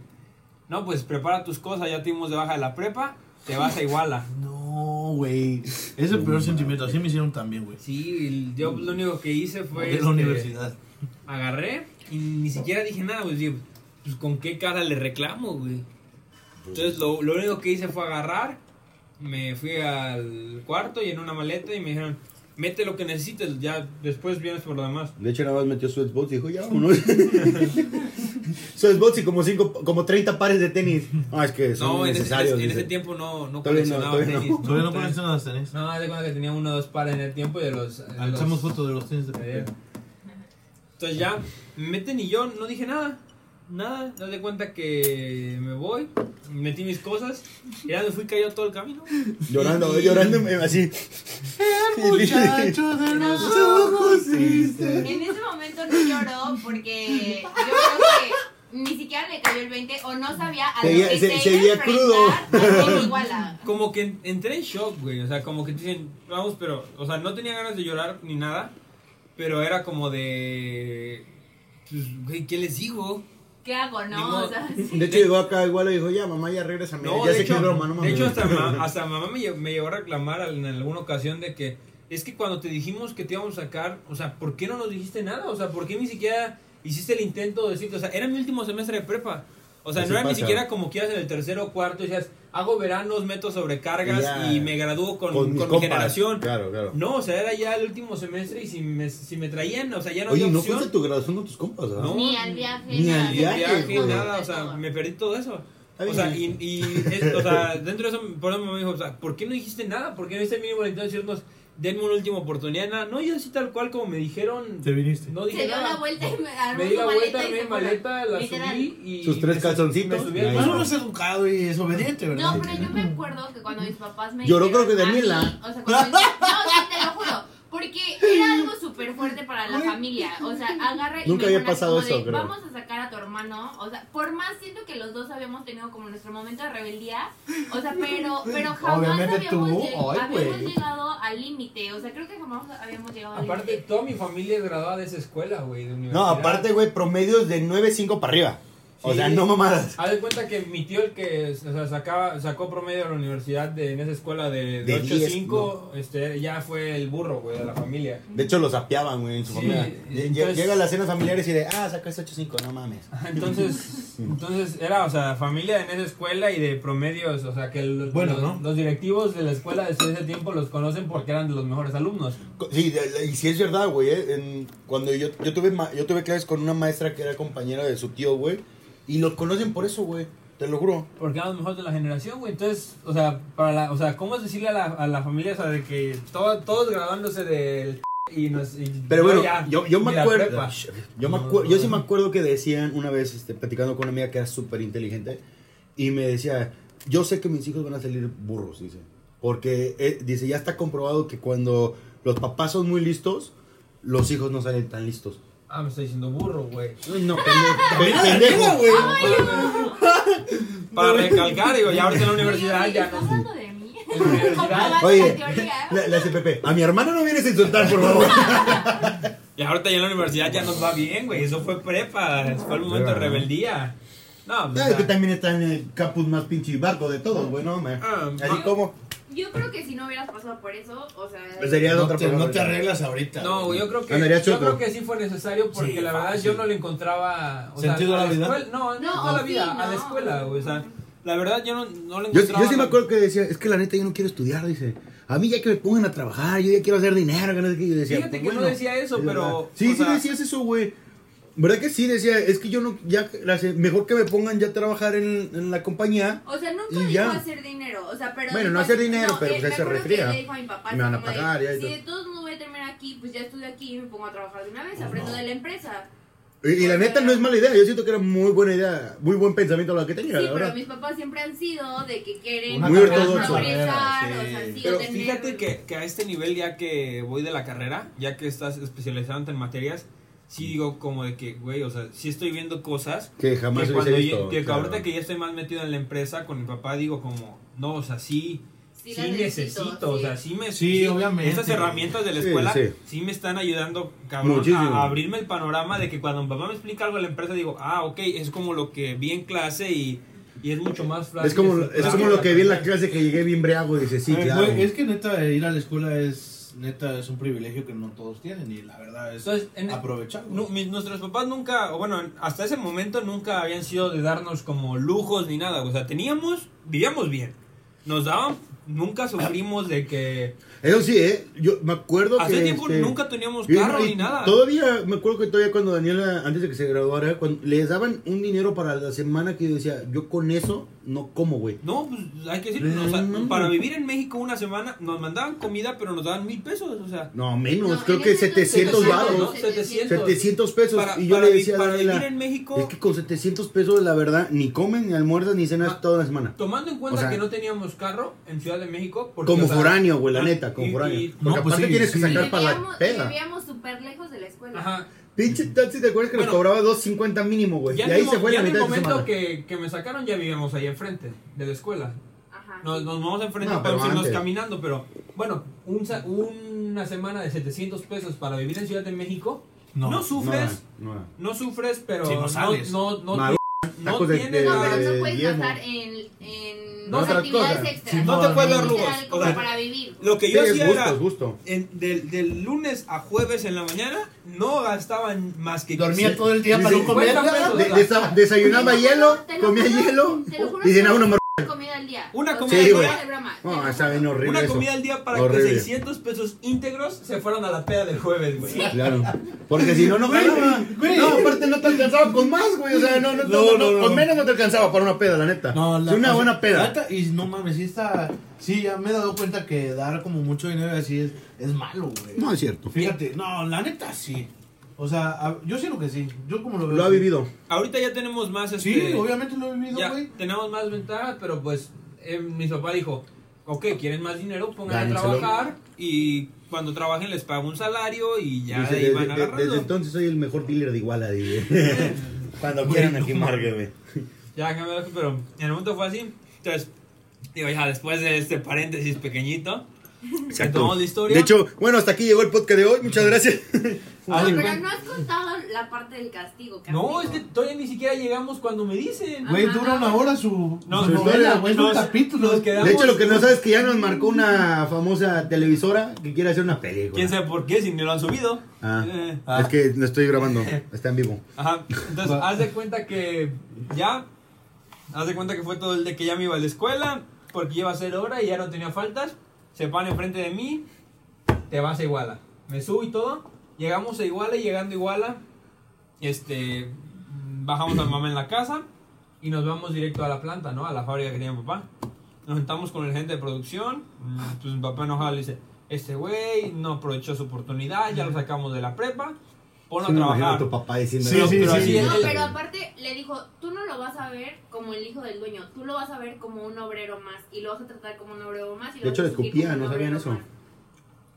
[SPEAKER 3] no, pues prepara tus cosas, ya te dimos de baja de la prepa, te vas a Iguala.
[SPEAKER 1] No, güey. Es el peor sentimiento. Así me hicieron también, güey.
[SPEAKER 3] Sí, y yo lo único que hice fue...
[SPEAKER 1] de
[SPEAKER 3] este,
[SPEAKER 1] la universidad.
[SPEAKER 3] Agarré y ni siquiera dije nada, pues dije, pues con qué cara le reclamo, güey. Entonces lo, lo único que hice fue agarrar, me fui al cuarto y en una maleta y me dijeron, mete lo que necesites, ya después vienes por lo demás.
[SPEAKER 2] De hecho, nada más metió su Xbox y dijo, ya vámonos. su Xbox y como, cinco, como 30 pares de tenis. Ah, es que son
[SPEAKER 3] No, en ese,
[SPEAKER 2] necesarios.
[SPEAKER 3] en ese
[SPEAKER 2] dice.
[SPEAKER 3] tiempo no, no
[SPEAKER 2] Todavía no,
[SPEAKER 3] coleccionaba
[SPEAKER 2] todavía no.
[SPEAKER 3] tenis.
[SPEAKER 1] Todavía no pones nada de tenis.
[SPEAKER 3] No, haz de cuenta que tenía uno o dos pares en el tiempo y de los... de los- Eh.
[SPEAKER 1] Alzamos fotos de los tenis de
[SPEAKER 3] de-
[SPEAKER 1] Pepe.
[SPEAKER 3] Entonces ya, me meten y yo no dije nada. Nada, haz de cuenta que me voy, metí mis cosas y ya me fui callado todo el camino.
[SPEAKER 2] Llorando, llorando eh, así.
[SPEAKER 1] Muchacho de los ojos tristes.
[SPEAKER 4] En ese momento no lloró porque yo creo que ni siquiera le cayó el 20 o no sabía a lo
[SPEAKER 2] Seguía-
[SPEAKER 4] que
[SPEAKER 2] se-
[SPEAKER 4] se
[SPEAKER 2] seguía
[SPEAKER 4] iba a enfrentar
[SPEAKER 2] crudo.
[SPEAKER 4] a ser Iguala.
[SPEAKER 3] Como que en- entré en shock, güey. O sea, como que te dicen, vamos, pero, o sea, no tenía ganas de llorar ni nada, pero era como de. Pues, güey, ¿qué les digo?
[SPEAKER 4] ¿Qué hago,
[SPEAKER 3] Ni
[SPEAKER 4] no?
[SPEAKER 3] modo.
[SPEAKER 4] O sea, sí.
[SPEAKER 2] De hecho, llegó acá igual y dijo, ya mamá, ya regresa.
[SPEAKER 3] No,
[SPEAKER 2] ya
[SPEAKER 3] de,
[SPEAKER 2] sé que
[SPEAKER 3] hecho,
[SPEAKER 2] es broma, no
[SPEAKER 3] de
[SPEAKER 2] mames.
[SPEAKER 3] hecho, hasta, ma- hasta mamá me, lle- me llegó a reclamar al- en alguna ocasión de que es que cuando te dijimos que te íbamos a sacar, o sea, ¿por qué no nos dijiste nada? O sea, ¿por qué ni siquiera hiciste el intento de decirte? O sea, era mi último semestre de prepa. O sea,
[SPEAKER 2] Así
[SPEAKER 3] no era ni
[SPEAKER 2] pasa.
[SPEAKER 3] siquiera como que ibas en el tercero o cuarto y decías, hago veranos, meto sobrecargas
[SPEAKER 2] Ya.
[SPEAKER 3] y me gradúo
[SPEAKER 2] Con
[SPEAKER 3] con, con,
[SPEAKER 2] mis
[SPEAKER 3] mi
[SPEAKER 2] compas.
[SPEAKER 3] generación.
[SPEAKER 2] Claro, claro.
[SPEAKER 3] No, o sea, era ya el último semestre y si me, si me traían, o sea, ya no
[SPEAKER 2] Oye,
[SPEAKER 3] había
[SPEAKER 2] ¿no
[SPEAKER 3] opción.
[SPEAKER 2] fuiste a tu graduación con tus compas? ah? ¿verdad?
[SPEAKER 3] No.
[SPEAKER 4] Ni al viaje.
[SPEAKER 2] Ni al
[SPEAKER 4] nada.
[SPEAKER 3] Ni
[SPEAKER 2] viaje,
[SPEAKER 3] viaje,
[SPEAKER 2] güey.
[SPEAKER 3] nada, o sea, me perdí todo eso.
[SPEAKER 2] Está
[SPEAKER 3] O sea, y,
[SPEAKER 2] bien.
[SPEAKER 3] y es- o sea, dentro de eso, por eso me dijo, o sea, ¿por qué no dijiste nada? ¿Por qué no hiciste el mínimo intento de decirnos, denme una última oportunidad? Nada. No, yo así tal cual como me dijeron,
[SPEAKER 1] Te viniste.
[SPEAKER 3] no dije
[SPEAKER 4] Se dio
[SPEAKER 3] nada.
[SPEAKER 4] la vuelta y me armó
[SPEAKER 3] me di
[SPEAKER 4] su
[SPEAKER 3] la
[SPEAKER 4] maleta
[SPEAKER 3] vuelta,
[SPEAKER 4] y
[SPEAKER 3] armé
[SPEAKER 4] se
[SPEAKER 3] mi
[SPEAKER 4] fue.
[SPEAKER 3] maleta, la
[SPEAKER 4] Literal.
[SPEAKER 3] subí y...
[SPEAKER 2] Sus tres
[SPEAKER 3] me-
[SPEAKER 2] calzoncitos.
[SPEAKER 3] Me subí
[SPEAKER 2] Ahí
[SPEAKER 3] al
[SPEAKER 1] Pues
[SPEAKER 2] va.
[SPEAKER 3] carro.
[SPEAKER 1] uno es educado y es obediente, ¿verdad?
[SPEAKER 4] No, pero yo me acuerdo que cuando mis papás me
[SPEAKER 2] Lloró,
[SPEAKER 4] dijeron
[SPEAKER 2] creo que
[SPEAKER 4] a mí,
[SPEAKER 2] Daniela.
[SPEAKER 4] o sea, cuando mis- no, sí, te lo juro. Porque era algo súper fuerte para la familia. O sea, agarra y
[SPEAKER 2] Nunca
[SPEAKER 4] me
[SPEAKER 2] había
[SPEAKER 4] dijo una
[SPEAKER 2] pasado
[SPEAKER 4] como de,
[SPEAKER 2] eso, creo.
[SPEAKER 4] Vamos a sacar a tu hermano. O sea, por más siento que los dos habíamos tenido como nuestro momento de rebeldía. O sea, pero, pero jamás
[SPEAKER 1] Obviamente
[SPEAKER 4] habíamos,
[SPEAKER 1] tú,
[SPEAKER 4] lleg-
[SPEAKER 1] ay,
[SPEAKER 4] habíamos
[SPEAKER 1] güey.
[SPEAKER 4] llegado al límite. O sea, creo que jamás habíamos llegado al
[SPEAKER 3] Aparte,
[SPEAKER 4] límite.
[SPEAKER 3] toda mi familia es graduada de esa escuela, güey, de
[SPEAKER 2] No,
[SPEAKER 3] universidad.
[SPEAKER 2] aparte, güey, promedios de 9.5 para arriba. O
[SPEAKER 3] Sí.
[SPEAKER 2] sea, no mamadas.
[SPEAKER 3] Haz de cuenta que mi tío, el que o sea, sacaba, sacó promedio de la universidad de, en esa escuela de,
[SPEAKER 2] De
[SPEAKER 3] de 8 a
[SPEAKER 2] 10,
[SPEAKER 3] 5, este, ya fue el burro, güey, de la familia.
[SPEAKER 2] De hecho, los apiaban, güey, en su
[SPEAKER 3] Sí,
[SPEAKER 2] familia.
[SPEAKER 3] entonces-
[SPEAKER 2] Lle- Llega a las cenas familiares y de, ah, sacaste 8.5, no mames.
[SPEAKER 3] Entonces, entonces era, o sea, familia en esa escuela y de promedios, o sea, que el-
[SPEAKER 1] Bueno,
[SPEAKER 3] los,
[SPEAKER 1] ¿no?
[SPEAKER 3] los directivos de la escuela desde ese tiempo los conocen porque eran de los mejores alumnos.
[SPEAKER 2] Co- Sí, de- de- y sí es verdad, güey. eh, en- cuando yo, yo, tuve ma- yo tuve clases con una maestra que era compañera de su tío, güey. Y los conocen por eso, güey. Te lo juro.
[SPEAKER 3] Porque eran los mejores de la generación, güey. Entonces, o sea, para la, o sea, ¿cómo es decirle a la, a la familia, o sea, de que to- todos graduándose del y nos y
[SPEAKER 2] Pero
[SPEAKER 3] yo
[SPEAKER 2] bueno,
[SPEAKER 3] ya,
[SPEAKER 2] yo, yo me
[SPEAKER 3] ni la
[SPEAKER 2] acuerdo.
[SPEAKER 3] prepa.
[SPEAKER 2] Yo, me acuer- yo sí me acuerdo que decían una vez, este, platicando con una amiga que era súper inteligente, y me decía: Yo sé que mis hijos van a salir burros, dice. Porque, eh, dice, ya está comprobado que cuando los papás son muy listos, los hijos no salen tan listos.
[SPEAKER 3] Ah, me está diciendo burro, güey.
[SPEAKER 2] Uy, no, pendejo. pendejo, güey.
[SPEAKER 3] Para recalcar, digo, ya ahorita en la universidad
[SPEAKER 4] Oye,
[SPEAKER 3] ya
[SPEAKER 4] ¿estás
[SPEAKER 3] no.
[SPEAKER 4] hablando de mí?
[SPEAKER 3] En la universidad,
[SPEAKER 4] Comprobando
[SPEAKER 2] Oye,
[SPEAKER 4] la teoría.
[SPEAKER 2] la, la CPP. A mi hermano no vienes a insultar, por favor.
[SPEAKER 3] y ahorita ya en la universidad ya nos va bien, güey. Eso fue prepa, fue el momento de rebeldía. No, pues,
[SPEAKER 2] No, es que
[SPEAKER 3] o sea,
[SPEAKER 2] también está en el campus más pinche barco de todos, güey, no, man.
[SPEAKER 3] Ah,
[SPEAKER 2] Así
[SPEAKER 3] ma-
[SPEAKER 2] como.
[SPEAKER 4] Yo creo que si no hubieras pasado por eso, o sea.
[SPEAKER 2] Pues sería
[SPEAKER 1] No
[SPEAKER 2] otra
[SPEAKER 1] te,
[SPEAKER 2] persona.
[SPEAKER 1] no te arreglas ahorita.
[SPEAKER 3] No,
[SPEAKER 1] güey.
[SPEAKER 3] yo creo que
[SPEAKER 2] Andaría
[SPEAKER 3] yo
[SPEAKER 2] chueco.
[SPEAKER 3] creo que sí fue necesario porque
[SPEAKER 1] Sí,
[SPEAKER 3] la verdad
[SPEAKER 1] fácil.
[SPEAKER 3] yo no le encontraba o
[SPEAKER 1] ¿Sentido
[SPEAKER 3] sea,
[SPEAKER 1] a la vida?
[SPEAKER 3] escuela- no, no,
[SPEAKER 4] No,
[SPEAKER 3] a la
[SPEAKER 4] sí,
[SPEAKER 3] vida, a la
[SPEAKER 4] no.
[SPEAKER 3] escuela, güey, o sea, la verdad yo no, no le
[SPEAKER 2] Yo,
[SPEAKER 3] encontraba.
[SPEAKER 2] yo sí me acuerdo que decía, es que la neta yo no quiero estudiar, dice. A mí ya que me pongan a trabajar, yo ya quiero hacer dinero, que no sé qué. Yo decía, pues
[SPEAKER 3] Fíjate que no decía eso,
[SPEAKER 2] es
[SPEAKER 3] pero,
[SPEAKER 2] verdad.
[SPEAKER 3] o
[SPEAKER 2] Sí, sí
[SPEAKER 3] sea-
[SPEAKER 2] decías eso, güey. ¿Verdad que sí? Decía, es que yo no, ya, la- mejor que me pongan ya a trabajar en, en la compañía.
[SPEAKER 4] O sea, nunca
[SPEAKER 2] Y
[SPEAKER 4] dijo
[SPEAKER 2] ya.
[SPEAKER 4] hacer dinero. O sea, pero.
[SPEAKER 2] Bueno,
[SPEAKER 4] dijo
[SPEAKER 2] no hacer
[SPEAKER 4] así-
[SPEAKER 2] dinero, pero
[SPEAKER 4] eh,
[SPEAKER 2] pues ahí
[SPEAKER 4] me
[SPEAKER 2] se
[SPEAKER 4] acuerdo que
[SPEAKER 2] refría.
[SPEAKER 4] le dijo a mi papá,
[SPEAKER 2] Me van a
[SPEAKER 4] como de,
[SPEAKER 2] pagar, ya,
[SPEAKER 4] Si
[SPEAKER 2] ya".
[SPEAKER 4] de todos modos voy a terminar aquí, pues ya estudio aquí y me pongo a trabajar de una
[SPEAKER 2] Pues
[SPEAKER 4] vez, aprendo de la empresa.
[SPEAKER 2] Y, y la neta no es mala idea, yo siento que era muy buena idea, muy buen pensamiento la que
[SPEAKER 4] Sí,
[SPEAKER 2] tenía, la
[SPEAKER 4] pero
[SPEAKER 2] verdad.
[SPEAKER 4] mis papás siempre han sido de que quieren.
[SPEAKER 1] Una
[SPEAKER 2] Muy
[SPEAKER 4] progresar,
[SPEAKER 2] ortodoxo.
[SPEAKER 4] progresar, o sea,
[SPEAKER 1] Sí.
[SPEAKER 4] sí,
[SPEAKER 3] Pero
[SPEAKER 4] o tener-
[SPEAKER 3] fíjate que, que a este nivel ya que voy de la carrera, ya que estás especializándote en materias, sí digo como de que, güey, o sea, sí estoy viendo cosas
[SPEAKER 2] Que jamás hubiese
[SPEAKER 3] que cuando
[SPEAKER 2] visto,
[SPEAKER 3] yo- que
[SPEAKER 2] claro.
[SPEAKER 3] ahorita que ya estoy más metido en la empresa con mi papá digo como, no, o sea, sí
[SPEAKER 4] Sí
[SPEAKER 3] Sí,
[SPEAKER 4] las necesito,
[SPEAKER 3] necesito, o
[SPEAKER 4] sí.
[SPEAKER 3] sea, sí me...
[SPEAKER 1] Sí, obviamente.
[SPEAKER 3] Estas herramientas de la
[SPEAKER 2] Sí,
[SPEAKER 3] escuela
[SPEAKER 2] sí.
[SPEAKER 3] sí, me están ayudando, cabrón,
[SPEAKER 2] Muchísimo.
[SPEAKER 3] a, a abrirme el panorama de que cuando mi papá me explica algo de la empresa, digo, ah, ok, es como lo que vi en clase y, y es mucho más fácil.
[SPEAKER 2] Es como, es
[SPEAKER 3] claro,
[SPEAKER 2] como lo que vi en la
[SPEAKER 3] aprender.
[SPEAKER 2] clase que llegué bien briago, dice, sí,
[SPEAKER 1] Ay,
[SPEAKER 2] claro.
[SPEAKER 1] Eh, güey, es que neta, eh, ir a la escuela es neta es un privilegio que no todos tienen y la verdad es
[SPEAKER 3] Entonces, en-
[SPEAKER 1] aprovecharlo.
[SPEAKER 3] Nu- mis- nuestros papás nunca, o bueno, hasta ese momento nunca habían sido de darnos como lujos ni nada. O sea, teníamos, vivíamos bien. Nos daban, nunca sufrimos de que...
[SPEAKER 2] Eso sí, ¿eh? Yo me acuerdo que...
[SPEAKER 3] Hace tiempo
[SPEAKER 2] este,
[SPEAKER 3] nunca teníamos
[SPEAKER 2] y-
[SPEAKER 3] carro
[SPEAKER 2] y
[SPEAKER 3] ni nada.
[SPEAKER 2] Todavía, me acuerdo que todavía cuando Daniela, antes de que se graduara, cuando les daban un dinero para la semana que yo decía, yo con eso no como, güey.
[SPEAKER 3] No, pues hay que decirlo. o sea,
[SPEAKER 2] Mm.
[SPEAKER 3] para vivir en México una semana nos mandaban comida, pero nos daban mil pesos. O sea,
[SPEAKER 2] No, menos,
[SPEAKER 4] No,
[SPEAKER 2] creo
[SPEAKER 4] en
[SPEAKER 2] que
[SPEAKER 4] ese entonces
[SPEAKER 2] 700
[SPEAKER 3] 700,
[SPEAKER 2] baros.
[SPEAKER 3] ¿no? 700.
[SPEAKER 2] 700 pesos.
[SPEAKER 3] para,
[SPEAKER 2] y yo
[SPEAKER 3] para
[SPEAKER 2] le
[SPEAKER 3] vi-
[SPEAKER 2] decía a
[SPEAKER 3] para vivir
[SPEAKER 2] Daniela,
[SPEAKER 3] en México,
[SPEAKER 2] es que con 700 pesos, la verdad, ni comen, ni almuerzan, ni cenas
[SPEAKER 3] Ah.
[SPEAKER 2] toda la semana.
[SPEAKER 3] tomando en cuenta
[SPEAKER 2] o sea,
[SPEAKER 3] que no teníamos carro en Ciudad de México. Porque,
[SPEAKER 2] Como
[SPEAKER 3] o sea,
[SPEAKER 2] foráneo, güey, la
[SPEAKER 3] ah,
[SPEAKER 2] neta,
[SPEAKER 3] y-
[SPEAKER 2] como
[SPEAKER 3] y-
[SPEAKER 2] foráneo.
[SPEAKER 1] no,
[SPEAKER 2] Porque
[SPEAKER 1] pues
[SPEAKER 2] aparte
[SPEAKER 1] sí,
[SPEAKER 2] tienes que
[SPEAKER 1] sí.
[SPEAKER 2] sacar para la
[SPEAKER 4] Vivíamos,
[SPEAKER 2] peda.
[SPEAKER 4] vivíamos súper lejos de la escuela.
[SPEAKER 3] Ajá.
[SPEAKER 2] Pinche taxi, ¿te acuerdas que nos
[SPEAKER 3] Bueno,
[SPEAKER 2] cobraba 2.50 mínimo, güey? Y
[SPEAKER 3] Ya en
[SPEAKER 2] ahí
[SPEAKER 3] el
[SPEAKER 2] se
[SPEAKER 3] mo-
[SPEAKER 2] fue
[SPEAKER 3] ya
[SPEAKER 2] la
[SPEAKER 3] en el
[SPEAKER 2] mitad Pues de la semana.
[SPEAKER 3] momento que, que me sacaron, ya vivíamos ahí enfrente de la escuela.
[SPEAKER 4] Ajá.
[SPEAKER 3] Nos, nos vamos enfrente
[SPEAKER 2] No,
[SPEAKER 3] para
[SPEAKER 2] pero
[SPEAKER 3] irnos
[SPEAKER 2] antes.
[SPEAKER 3] caminando, pero bueno, un sa- una semana de 700 pesos para vivir en Ciudad de México. No,
[SPEAKER 1] No,
[SPEAKER 3] sufres,
[SPEAKER 2] No, no.
[SPEAKER 3] no, sufres, pero
[SPEAKER 1] Sí, no
[SPEAKER 3] no,
[SPEAKER 1] sales.
[SPEAKER 3] no, no,
[SPEAKER 2] Maru-
[SPEAKER 3] no
[SPEAKER 2] tacos de-
[SPEAKER 3] tienes
[SPEAKER 2] de-
[SPEAKER 4] No,
[SPEAKER 3] la-
[SPEAKER 4] pero no
[SPEAKER 2] Eh,
[SPEAKER 4] puedes
[SPEAKER 2] diezmo.
[SPEAKER 4] gastar en, en
[SPEAKER 3] No,
[SPEAKER 2] otras
[SPEAKER 4] actividades
[SPEAKER 2] cosas.
[SPEAKER 4] extras.
[SPEAKER 1] Sí,
[SPEAKER 3] no te puedes dar
[SPEAKER 4] Literal,
[SPEAKER 3] lujos.
[SPEAKER 4] como
[SPEAKER 3] O sea,
[SPEAKER 4] para vivir.
[SPEAKER 3] Lo que yo
[SPEAKER 2] Sí,
[SPEAKER 3] hacía
[SPEAKER 2] gusto,
[SPEAKER 3] era
[SPEAKER 2] gusto.
[SPEAKER 3] en- del, del lunes a jueves en la mañana no gastaban más que
[SPEAKER 1] Dormía
[SPEAKER 3] sí.
[SPEAKER 1] todo el día para no comer.
[SPEAKER 3] 50 pesos.
[SPEAKER 2] De- desa- desayunaba hielo,
[SPEAKER 4] Te lo
[SPEAKER 2] comía
[SPEAKER 4] juro,
[SPEAKER 2] hielo
[SPEAKER 4] te lo juro
[SPEAKER 2] y cenaba
[SPEAKER 4] que
[SPEAKER 2] una mor...
[SPEAKER 4] una comida al día.
[SPEAKER 3] Una
[SPEAKER 4] O sea,
[SPEAKER 3] comida
[SPEAKER 2] Sí, al
[SPEAKER 4] fuera
[SPEAKER 2] día.
[SPEAKER 4] de broma. te
[SPEAKER 2] No,
[SPEAKER 4] lo
[SPEAKER 2] está bien
[SPEAKER 4] juro.
[SPEAKER 2] horrible
[SPEAKER 3] Una
[SPEAKER 2] eso.
[SPEAKER 3] comida al día para
[SPEAKER 2] Horrible.
[SPEAKER 3] que 600 pesos íntegros se fueran a la peda del jueves, güey.
[SPEAKER 2] Claro. Porque si no, no
[SPEAKER 1] Güey,
[SPEAKER 2] ganaba.
[SPEAKER 1] güey.
[SPEAKER 2] No, aparte no te alcanzaba con más, güey. O sea, no, no, no,
[SPEAKER 1] No, no,
[SPEAKER 2] no,
[SPEAKER 1] no.
[SPEAKER 2] Con menos no te alcanzaba para una peda, la neta.
[SPEAKER 1] No, la-
[SPEAKER 2] Sí, una
[SPEAKER 1] o sea,
[SPEAKER 2] buena peda.
[SPEAKER 1] neta, y no mames, sí está. Sí, ya me he dado cuenta que dar como mucho dinero así es, es malo, güey.
[SPEAKER 2] No, es cierto.
[SPEAKER 1] Fíjate, no, la neta sí. O sea, a- yo siento que sí. Yo como lo veo.
[SPEAKER 2] Lo ha
[SPEAKER 1] sí.
[SPEAKER 2] vivido.
[SPEAKER 3] Ahorita ya tenemos más este,
[SPEAKER 1] Sí, obviamente lo he vivido,
[SPEAKER 3] ya
[SPEAKER 1] güey.
[SPEAKER 3] tenemos más ventajas, pero pues eh, mi papá dijo, ok, quieren más dinero, pongan a
[SPEAKER 2] Gánenselo".
[SPEAKER 3] trabajar y cuando trabajen les pago un salario y ya
[SPEAKER 2] Dice,
[SPEAKER 3] de ahí
[SPEAKER 2] desde,
[SPEAKER 3] van
[SPEAKER 2] de-
[SPEAKER 3] agarrando.
[SPEAKER 2] desde entonces soy el mejor dealer de Iguala, dile. Cuando quieran aquí, márgueme.
[SPEAKER 3] Ya cambió, pero en el momento fue así. Entonces, digo, ya después de este paréntesis pequeñito, Retomamos la historia.
[SPEAKER 2] De hecho, bueno, hasta aquí llegó el podcast de hoy.
[SPEAKER 3] Mm.
[SPEAKER 2] Muchas gracias. Ah,
[SPEAKER 3] Haz Ah, de
[SPEAKER 4] pero
[SPEAKER 3] cuenta-
[SPEAKER 4] no has contado la parte del castigo.
[SPEAKER 3] No,
[SPEAKER 4] castigo.
[SPEAKER 3] es que todavía ni siquiera llegamos cuando me dicen.
[SPEAKER 4] Ah.
[SPEAKER 1] Güey, dura una hora su,
[SPEAKER 3] No,
[SPEAKER 1] su
[SPEAKER 3] no,
[SPEAKER 1] novela, güey. Es un
[SPEAKER 3] nos-
[SPEAKER 1] capítulo.
[SPEAKER 3] nos quedamos-
[SPEAKER 2] De hecho, lo que no sabes es que ya nos marcó una famosa televisora que quiere hacer una película.
[SPEAKER 3] ¿Quién sabe por qué? Si ni lo han subido.
[SPEAKER 2] Ah,
[SPEAKER 3] Eh, ah.
[SPEAKER 2] Es que no estoy grabando, está en vivo.
[SPEAKER 3] Ajá, entonces haz de cuenta que ya, haz de cuenta que fue todo el de que ya me iba a la escuela, porque iba a ser hora y ya no tenía faltas, se van enfrente de mí, te vas a Iguala, me subo y todo, llegamos a Iguala y llegando a Iguala, este, bajamos a mamá en la casa y nos vamos directo a la planta, ¿no? A la fábrica que tenía mi papá. Nos sentamos con el gente de producción, mm, pues mi papá enojado le dice, este güey no aprovechó su oportunidad, ya lo sacamos de la prepa, ponlo
[SPEAKER 2] Sí, me
[SPEAKER 3] a
[SPEAKER 2] imagino
[SPEAKER 3] trabajar.
[SPEAKER 2] a tu papá diciendo
[SPEAKER 1] Sí, sí,
[SPEAKER 3] pero
[SPEAKER 1] sí.
[SPEAKER 3] así es.
[SPEAKER 4] No, pero aparte le dijo, tú no lo vas a ver como el hijo del dueño, tú lo vas a ver como un obrero más y lo vas a tratar como un obrero más. Y lo
[SPEAKER 2] De hecho, le
[SPEAKER 4] vas a exigir
[SPEAKER 2] escupía,
[SPEAKER 4] como un
[SPEAKER 2] no sabían eso.
[SPEAKER 4] obrero más.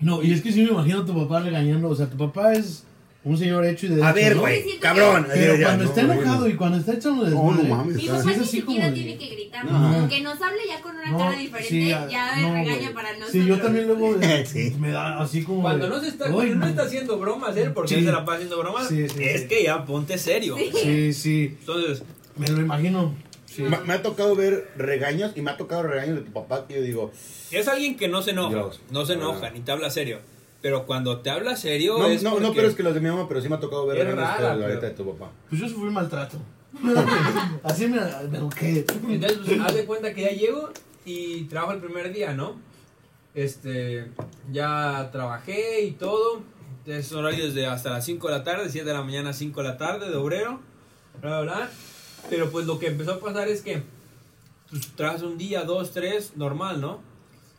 [SPEAKER 1] No, y es que sí me imagino a tu papá regañando. O sea, tu papá es un señor hecho y derecho.
[SPEAKER 2] A
[SPEAKER 1] ¿no?
[SPEAKER 2] ver,
[SPEAKER 4] Sí,
[SPEAKER 2] güey,
[SPEAKER 4] sí,
[SPEAKER 2] cabrón.
[SPEAKER 1] Pero
[SPEAKER 2] Así ya,
[SPEAKER 1] cuando
[SPEAKER 2] no,
[SPEAKER 1] está
[SPEAKER 2] güey,
[SPEAKER 1] enojado
[SPEAKER 2] no.
[SPEAKER 1] y cuando está echando
[SPEAKER 2] Oh,
[SPEAKER 1] desmadre.
[SPEAKER 2] no mames,
[SPEAKER 4] Mi
[SPEAKER 2] está-
[SPEAKER 4] papá
[SPEAKER 1] es
[SPEAKER 4] ni
[SPEAKER 1] así
[SPEAKER 4] siquiera
[SPEAKER 1] como de-
[SPEAKER 4] tiene que gritar,
[SPEAKER 1] Ajá.
[SPEAKER 4] aunque nos hable ya con una
[SPEAKER 1] No,
[SPEAKER 4] cara diferente,
[SPEAKER 1] sí,
[SPEAKER 4] ya,
[SPEAKER 1] no,
[SPEAKER 4] me regaña
[SPEAKER 1] güey.
[SPEAKER 4] para nosotros.
[SPEAKER 1] Sí, yo también luego eh,
[SPEAKER 2] Sí.
[SPEAKER 1] me da así como.
[SPEAKER 3] Cuando
[SPEAKER 1] de,
[SPEAKER 3] no se está,
[SPEAKER 1] "Ay,
[SPEAKER 3] cuando no
[SPEAKER 1] no".
[SPEAKER 3] está haciendo bromas él, porque
[SPEAKER 1] Sí.
[SPEAKER 3] él se la pasa haciendo bromas,
[SPEAKER 1] Sí, sí,
[SPEAKER 3] es
[SPEAKER 1] sí.
[SPEAKER 3] que ya ponte serio.
[SPEAKER 4] Sí.
[SPEAKER 1] Sí, sí.
[SPEAKER 3] Entonces,
[SPEAKER 1] Me lo imagino. Sí.
[SPEAKER 2] Me, me ha tocado ver regaños y me ha tocado regaños de tu papá que yo digo,
[SPEAKER 3] es alguien que no se enoja,
[SPEAKER 2] Dios.
[SPEAKER 3] no se enoja,
[SPEAKER 2] Ah.
[SPEAKER 3] ni te habla serio. Pero cuando te habla serio
[SPEAKER 2] no,
[SPEAKER 3] es
[SPEAKER 2] no, no,
[SPEAKER 3] porque-
[SPEAKER 2] pero es que los de mi mamá, pero sí me ha tocado ver
[SPEAKER 3] Es
[SPEAKER 2] regaños
[SPEAKER 3] rara,
[SPEAKER 2] de la
[SPEAKER 3] pero-
[SPEAKER 2] neta de tu papá.
[SPEAKER 1] Pues yo sufrí maltrato. así me, me enojé.
[SPEAKER 3] Entonces, pues, haz de cuenta que ya llego y trabajo el primer día, ¿no? Este, ya trabajé y todo. Es horarios de hasta las 5 de la tarde, 7 de la mañana, 5 de la tarde de obrero. Bla, bla, bla. Pero pues lo que empezó a pasar es que pues, trabajas un día, dos, tres, normal, ¿no?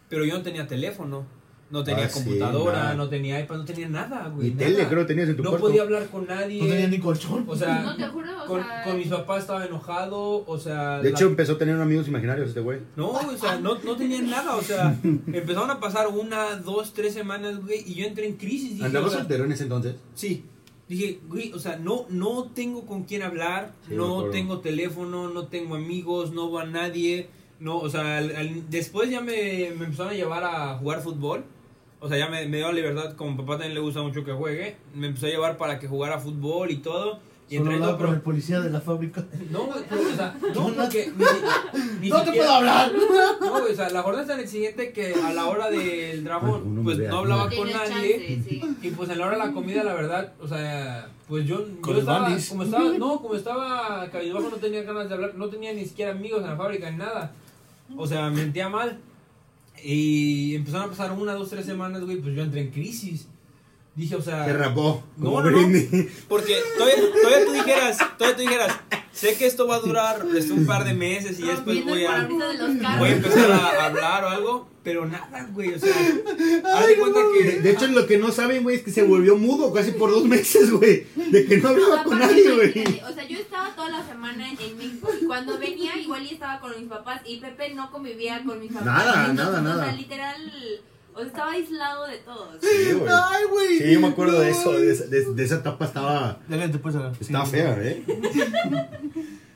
[SPEAKER 3] Pero yo no tenía teléfono, no tenía
[SPEAKER 2] Ah, sí,
[SPEAKER 3] computadora,
[SPEAKER 2] nada.
[SPEAKER 3] no tenía iPad, no tenía nada, güey.
[SPEAKER 2] Y tele
[SPEAKER 3] nada.
[SPEAKER 2] creo que tenías en tu
[SPEAKER 3] No
[SPEAKER 2] cuarto.
[SPEAKER 3] podía hablar con nadie.
[SPEAKER 1] No tenía ni colchón.
[SPEAKER 3] O sea,
[SPEAKER 4] No, te juro, o
[SPEAKER 3] con,
[SPEAKER 4] sea-
[SPEAKER 3] con mis papás estaba enojado, o sea...
[SPEAKER 2] De
[SPEAKER 3] la-
[SPEAKER 2] hecho, empezó a tener amigos imaginarios este güey.
[SPEAKER 3] no, o sea, no, no tenían nada, o sea, empezaron a pasar una, dos, tres semanas, güey, y yo entré en crisis. Dije,
[SPEAKER 2] ¿Andaba
[SPEAKER 3] o sea,
[SPEAKER 2] soltero en ese entonces?
[SPEAKER 3] Sí. Dije, güey, o sea, no, no tengo con quién hablar,
[SPEAKER 2] Sí, me
[SPEAKER 3] no
[SPEAKER 2] acuerdo.
[SPEAKER 3] tengo teléfono, no tengo amigos, no voy a nadie, no, o sea, al- al- después ya me, me empezaron a llevar a jugar fútbol, o sea, ya me, me dio la libertad, como papá también le gusta mucho que juegue, me empezó a llevar para que jugara fútbol y todo, y
[SPEAKER 1] Solo
[SPEAKER 3] entré en todo,
[SPEAKER 1] hablaba con el
[SPEAKER 3] pero...
[SPEAKER 1] policía de la fábrica.
[SPEAKER 3] No, güey, pero, o sea, no, porque... ni si- ni
[SPEAKER 1] ¡No te
[SPEAKER 3] siquiera-
[SPEAKER 1] puedo hablar!
[SPEAKER 3] no, güey, o sea, la jornada es tan exigente que a la hora del
[SPEAKER 2] Ay,
[SPEAKER 3] dragón,
[SPEAKER 2] uno me
[SPEAKER 3] pues
[SPEAKER 2] vea,
[SPEAKER 3] no hablaba
[SPEAKER 4] No
[SPEAKER 3] con
[SPEAKER 4] tenía
[SPEAKER 3] nadie.
[SPEAKER 4] chance, sí.
[SPEAKER 3] Y pues a la hora de la comida, la verdad, o sea, pues yo, yo
[SPEAKER 1] Con el
[SPEAKER 3] estaba,
[SPEAKER 1] Bandis.
[SPEAKER 3] como estaba, no, como estaba cabizbajo, no tenía ganas de hablar, no tenía ni siquiera amigos en la fábrica ni nada. O sea, mentía mal. Y empezaron a pasar una, dos, tres semanas, güey, pues yo entré en crisis. Dije, o sea...
[SPEAKER 2] Se rapó.
[SPEAKER 3] ah. No,
[SPEAKER 2] como
[SPEAKER 3] no, no.
[SPEAKER 2] Britney.
[SPEAKER 3] Porque todavía, todavía tú dijeras, todavía tú dijeras, sé que esto va a durar este, un par de meses y ya después
[SPEAKER 4] Rompiendo el
[SPEAKER 3] voy a...
[SPEAKER 4] parabrisas de los carros.
[SPEAKER 3] Voy a empezar a hablar o algo, pero nada, güey. O sea, haz de cuenta que.
[SPEAKER 2] De, de hecho, lo que no saben, güey, es que se volvió mudo casi por dos meses, güey. De que no hablaba con
[SPEAKER 4] Aparte,
[SPEAKER 2] nadie, güey.
[SPEAKER 4] imagínate, O sea, yo estaba toda la semana en México y cuando venía igual y estaba con mis papás y Pepe no convivía con mis papás.
[SPEAKER 2] Nada,
[SPEAKER 4] Entonces,
[SPEAKER 2] nada,
[SPEAKER 4] O
[SPEAKER 2] nada.
[SPEAKER 4] sea, literal, o sea, estaba aislado de todos.
[SPEAKER 2] Sí, güey.
[SPEAKER 1] ¡Ay, güey!
[SPEAKER 2] Sí, yo me acuerdo de
[SPEAKER 1] No,
[SPEAKER 2] eso. De, esa- de- de esa etapa estaba.
[SPEAKER 1] Adelante, pues. adelante.
[SPEAKER 2] Estaba
[SPEAKER 1] Sí.
[SPEAKER 2] fea, ¿eh?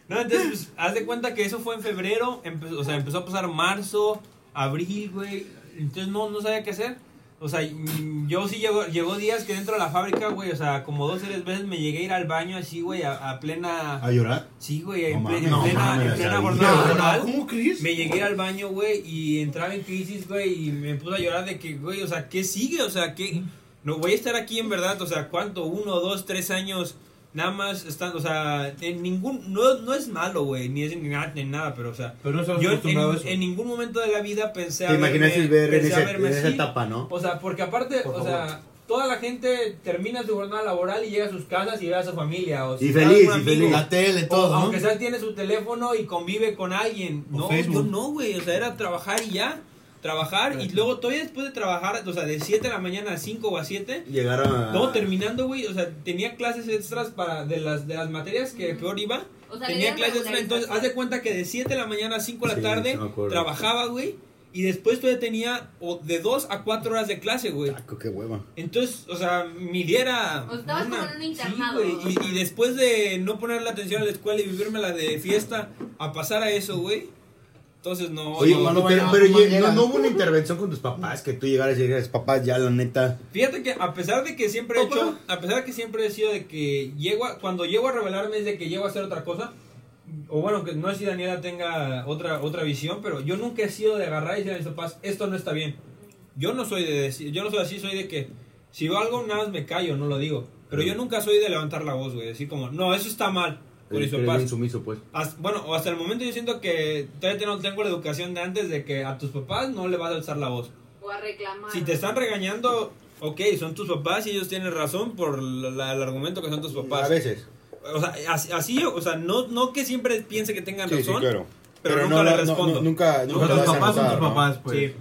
[SPEAKER 3] No, entonces, pues, haz de cuenta que eso fue en febrero. empe- o sea, empezó a pasar marzo, abril, güey. Entonces, no, no sabía qué hacer. O sea, mm, yo sí llegó, llegó días que dentro de la fábrica, güey, o sea, como dos o tres veces me llegué a ir al baño así, güey, a, a plena.
[SPEAKER 2] A llorar.
[SPEAKER 3] Sí, güey, en,
[SPEAKER 2] No
[SPEAKER 3] ple- en
[SPEAKER 2] mames, no
[SPEAKER 3] plena,
[SPEAKER 2] mames,
[SPEAKER 3] en plena
[SPEAKER 2] David.
[SPEAKER 3] jornada
[SPEAKER 1] No,
[SPEAKER 3] laboral.
[SPEAKER 1] no, ¿Cómo crees?
[SPEAKER 3] Me llegué a ir al baño, güey, y entraba en crisis, güey, y me puse a llorar de que, güey, o sea, ¿qué sigue? O sea, ¿qué? No voy a estar aquí en verdad, o sea, ¿cuánto? Uno, dos, tres años, nada más estando, o sea, en ningún, no, no es malo, güey, ni es ni nada, ni nada, pero, o sea,
[SPEAKER 1] Pero no estás
[SPEAKER 3] yo en,
[SPEAKER 1] acostumbrado a eso.
[SPEAKER 3] en ningún momento de la vida pensé
[SPEAKER 2] Te imaginaste ver en,
[SPEAKER 3] pensé
[SPEAKER 2] esa-
[SPEAKER 3] a verme
[SPEAKER 2] en esa
[SPEAKER 3] así.
[SPEAKER 2] etapa, ¿no?
[SPEAKER 3] O sea, porque aparte,
[SPEAKER 2] Por
[SPEAKER 3] o sea, toda la gente termina su jornada laboral y llega a sus casas y ve a su familia, o
[SPEAKER 2] Y
[SPEAKER 3] si ve a
[SPEAKER 2] feliz,
[SPEAKER 3] algún
[SPEAKER 2] y feliz.
[SPEAKER 1] La tele, todo.
[SPEAKER 3] o,
[SPEAKER 1] ¿no?
[SPEAKER 3] Aunque sea tiene su teléfono y convive con alguien.
[SPEAKER 1] O
[SPEAKER 3] No,
[SPEAKER 1] Facebook.
[SPEAKER 3] yo no, güey. O sea, era trabajar y ya. Trabajar y luego todavía después de trabajar, o sea, de 7 de la mañana a 5 o a 7.
[SPEAKER 2] Llegar a.
[SPEAKER 3] No, terminando, güey. O sea, tenía clases extras para de las, de las materias que
[SPEAKER 4] Ujú.
[SPEAKER 3] peor iba.
[SPEAKER 4] O sea, le
[SPEAKER 3] tenía
[SPEAKER 4] dieron
[SPEAKER 3] clases extras. Entonces,
[SPEAKER 4] regularización.
[SPEAKER 3] haz de cuenta que de 7 de la mañana a 5 de
[SPEAKER 2] Sí,
[SPEAKER 3] la tarde
[SPEAKER 2] sí me acuerdo.
[SPEAKER 3] trabajaba, güey. Y después todavía tenía o, de 2 a 4 horas de clase, güey.
[SPEAKER 2] Taco, qué hueva.
[SPEAKER 3] Entonces, o sea, mi día era.
[SPEAKER 4] O estabas
[SPEAKER 3] una-
[SPEAKER 4] como en un
[SPEAKER 3] sí,
[SPEAKER 4] internado.
[SPEAKER 3] güey, y, y después de no ponerle atención a la escuela y vivírmela de fiesta, a pasar a eso, güey. Entonces no.
[SPEAKER 2] Oye,
[SPEAKER 3] no-
[SPEAKER 2] pero,
[SPEAKER 5] cuando
[SPEAKER 2] pero,
[SPEAKER 5] vaya-
[SPEAKER 2] pero
[SPEAKER 5] cuando
[SPEAKER 2] ye- no,
[SPEAKER 5] llega.
[SPEAKER 2] no hubo una intervención con tus papás, que tú llegaras y dijeras, papás, ya la neta.
[SPEAKER 3] Fíjate que a pesar de que siempre he hecho, a pesar de que siempre he sido de que llego a- cuando llego a revelarme es de que llego a hacer otra cosa. O bueno, que no sé si Daniela tenga otra otra visión, pero yo nunca he sido de agarrar y decir a mis papás, esto no está bien. Yo no soy de decir, yo no soy así, soy de que si veo algo nada más me callo, no lo digo. Pero yo nunca soy de levantar la voz, güey, decir como, no, eso está mal. Con mis
[SPEAKER 2] Eres bien
[SPEAKER 3] papás.
[SPEAKER 2] sumiso, pues.
[SPEAKER 3] Hasta- bueno, o hasta el momento yo siento que todavía no tengo la educación de antes de que a tus papás no le vas a alzar la voz.
[SPEAKER 4] O a reclamar.
[SPEAKER 3] Si te están regañando, ok, son tus papás y ellos tienen razón por la- la- el argumento que son tus papás.
[SPEAKER 2] A veces.
[SPEAKER 3] O sea, así, así, o sea, no, no que siempre piense que tengan razón, pero,
[SPEAKER 2] Pero
[SPEAKER 3] nunca
[SPEAKER 2] no,
[SPEAKER 3] le
[SPEAKER 2] no,
[SPEAKER 3] respondo.
[SPEAKER 2] no, nunca-
[SPEAKER 1] Pero
[SPEAKER 2] nunca
[SPEAKER 3] le
[SPEAKER 2] lo
[SPEAKER 1] tus
[SPEAKER 2] vas a
[SPEAKER 1] papás son tus
[SPEAKER 2] notar, ¿no?
[SPEAKER 1] papás, pues.
[SPEAKER 3] Sí.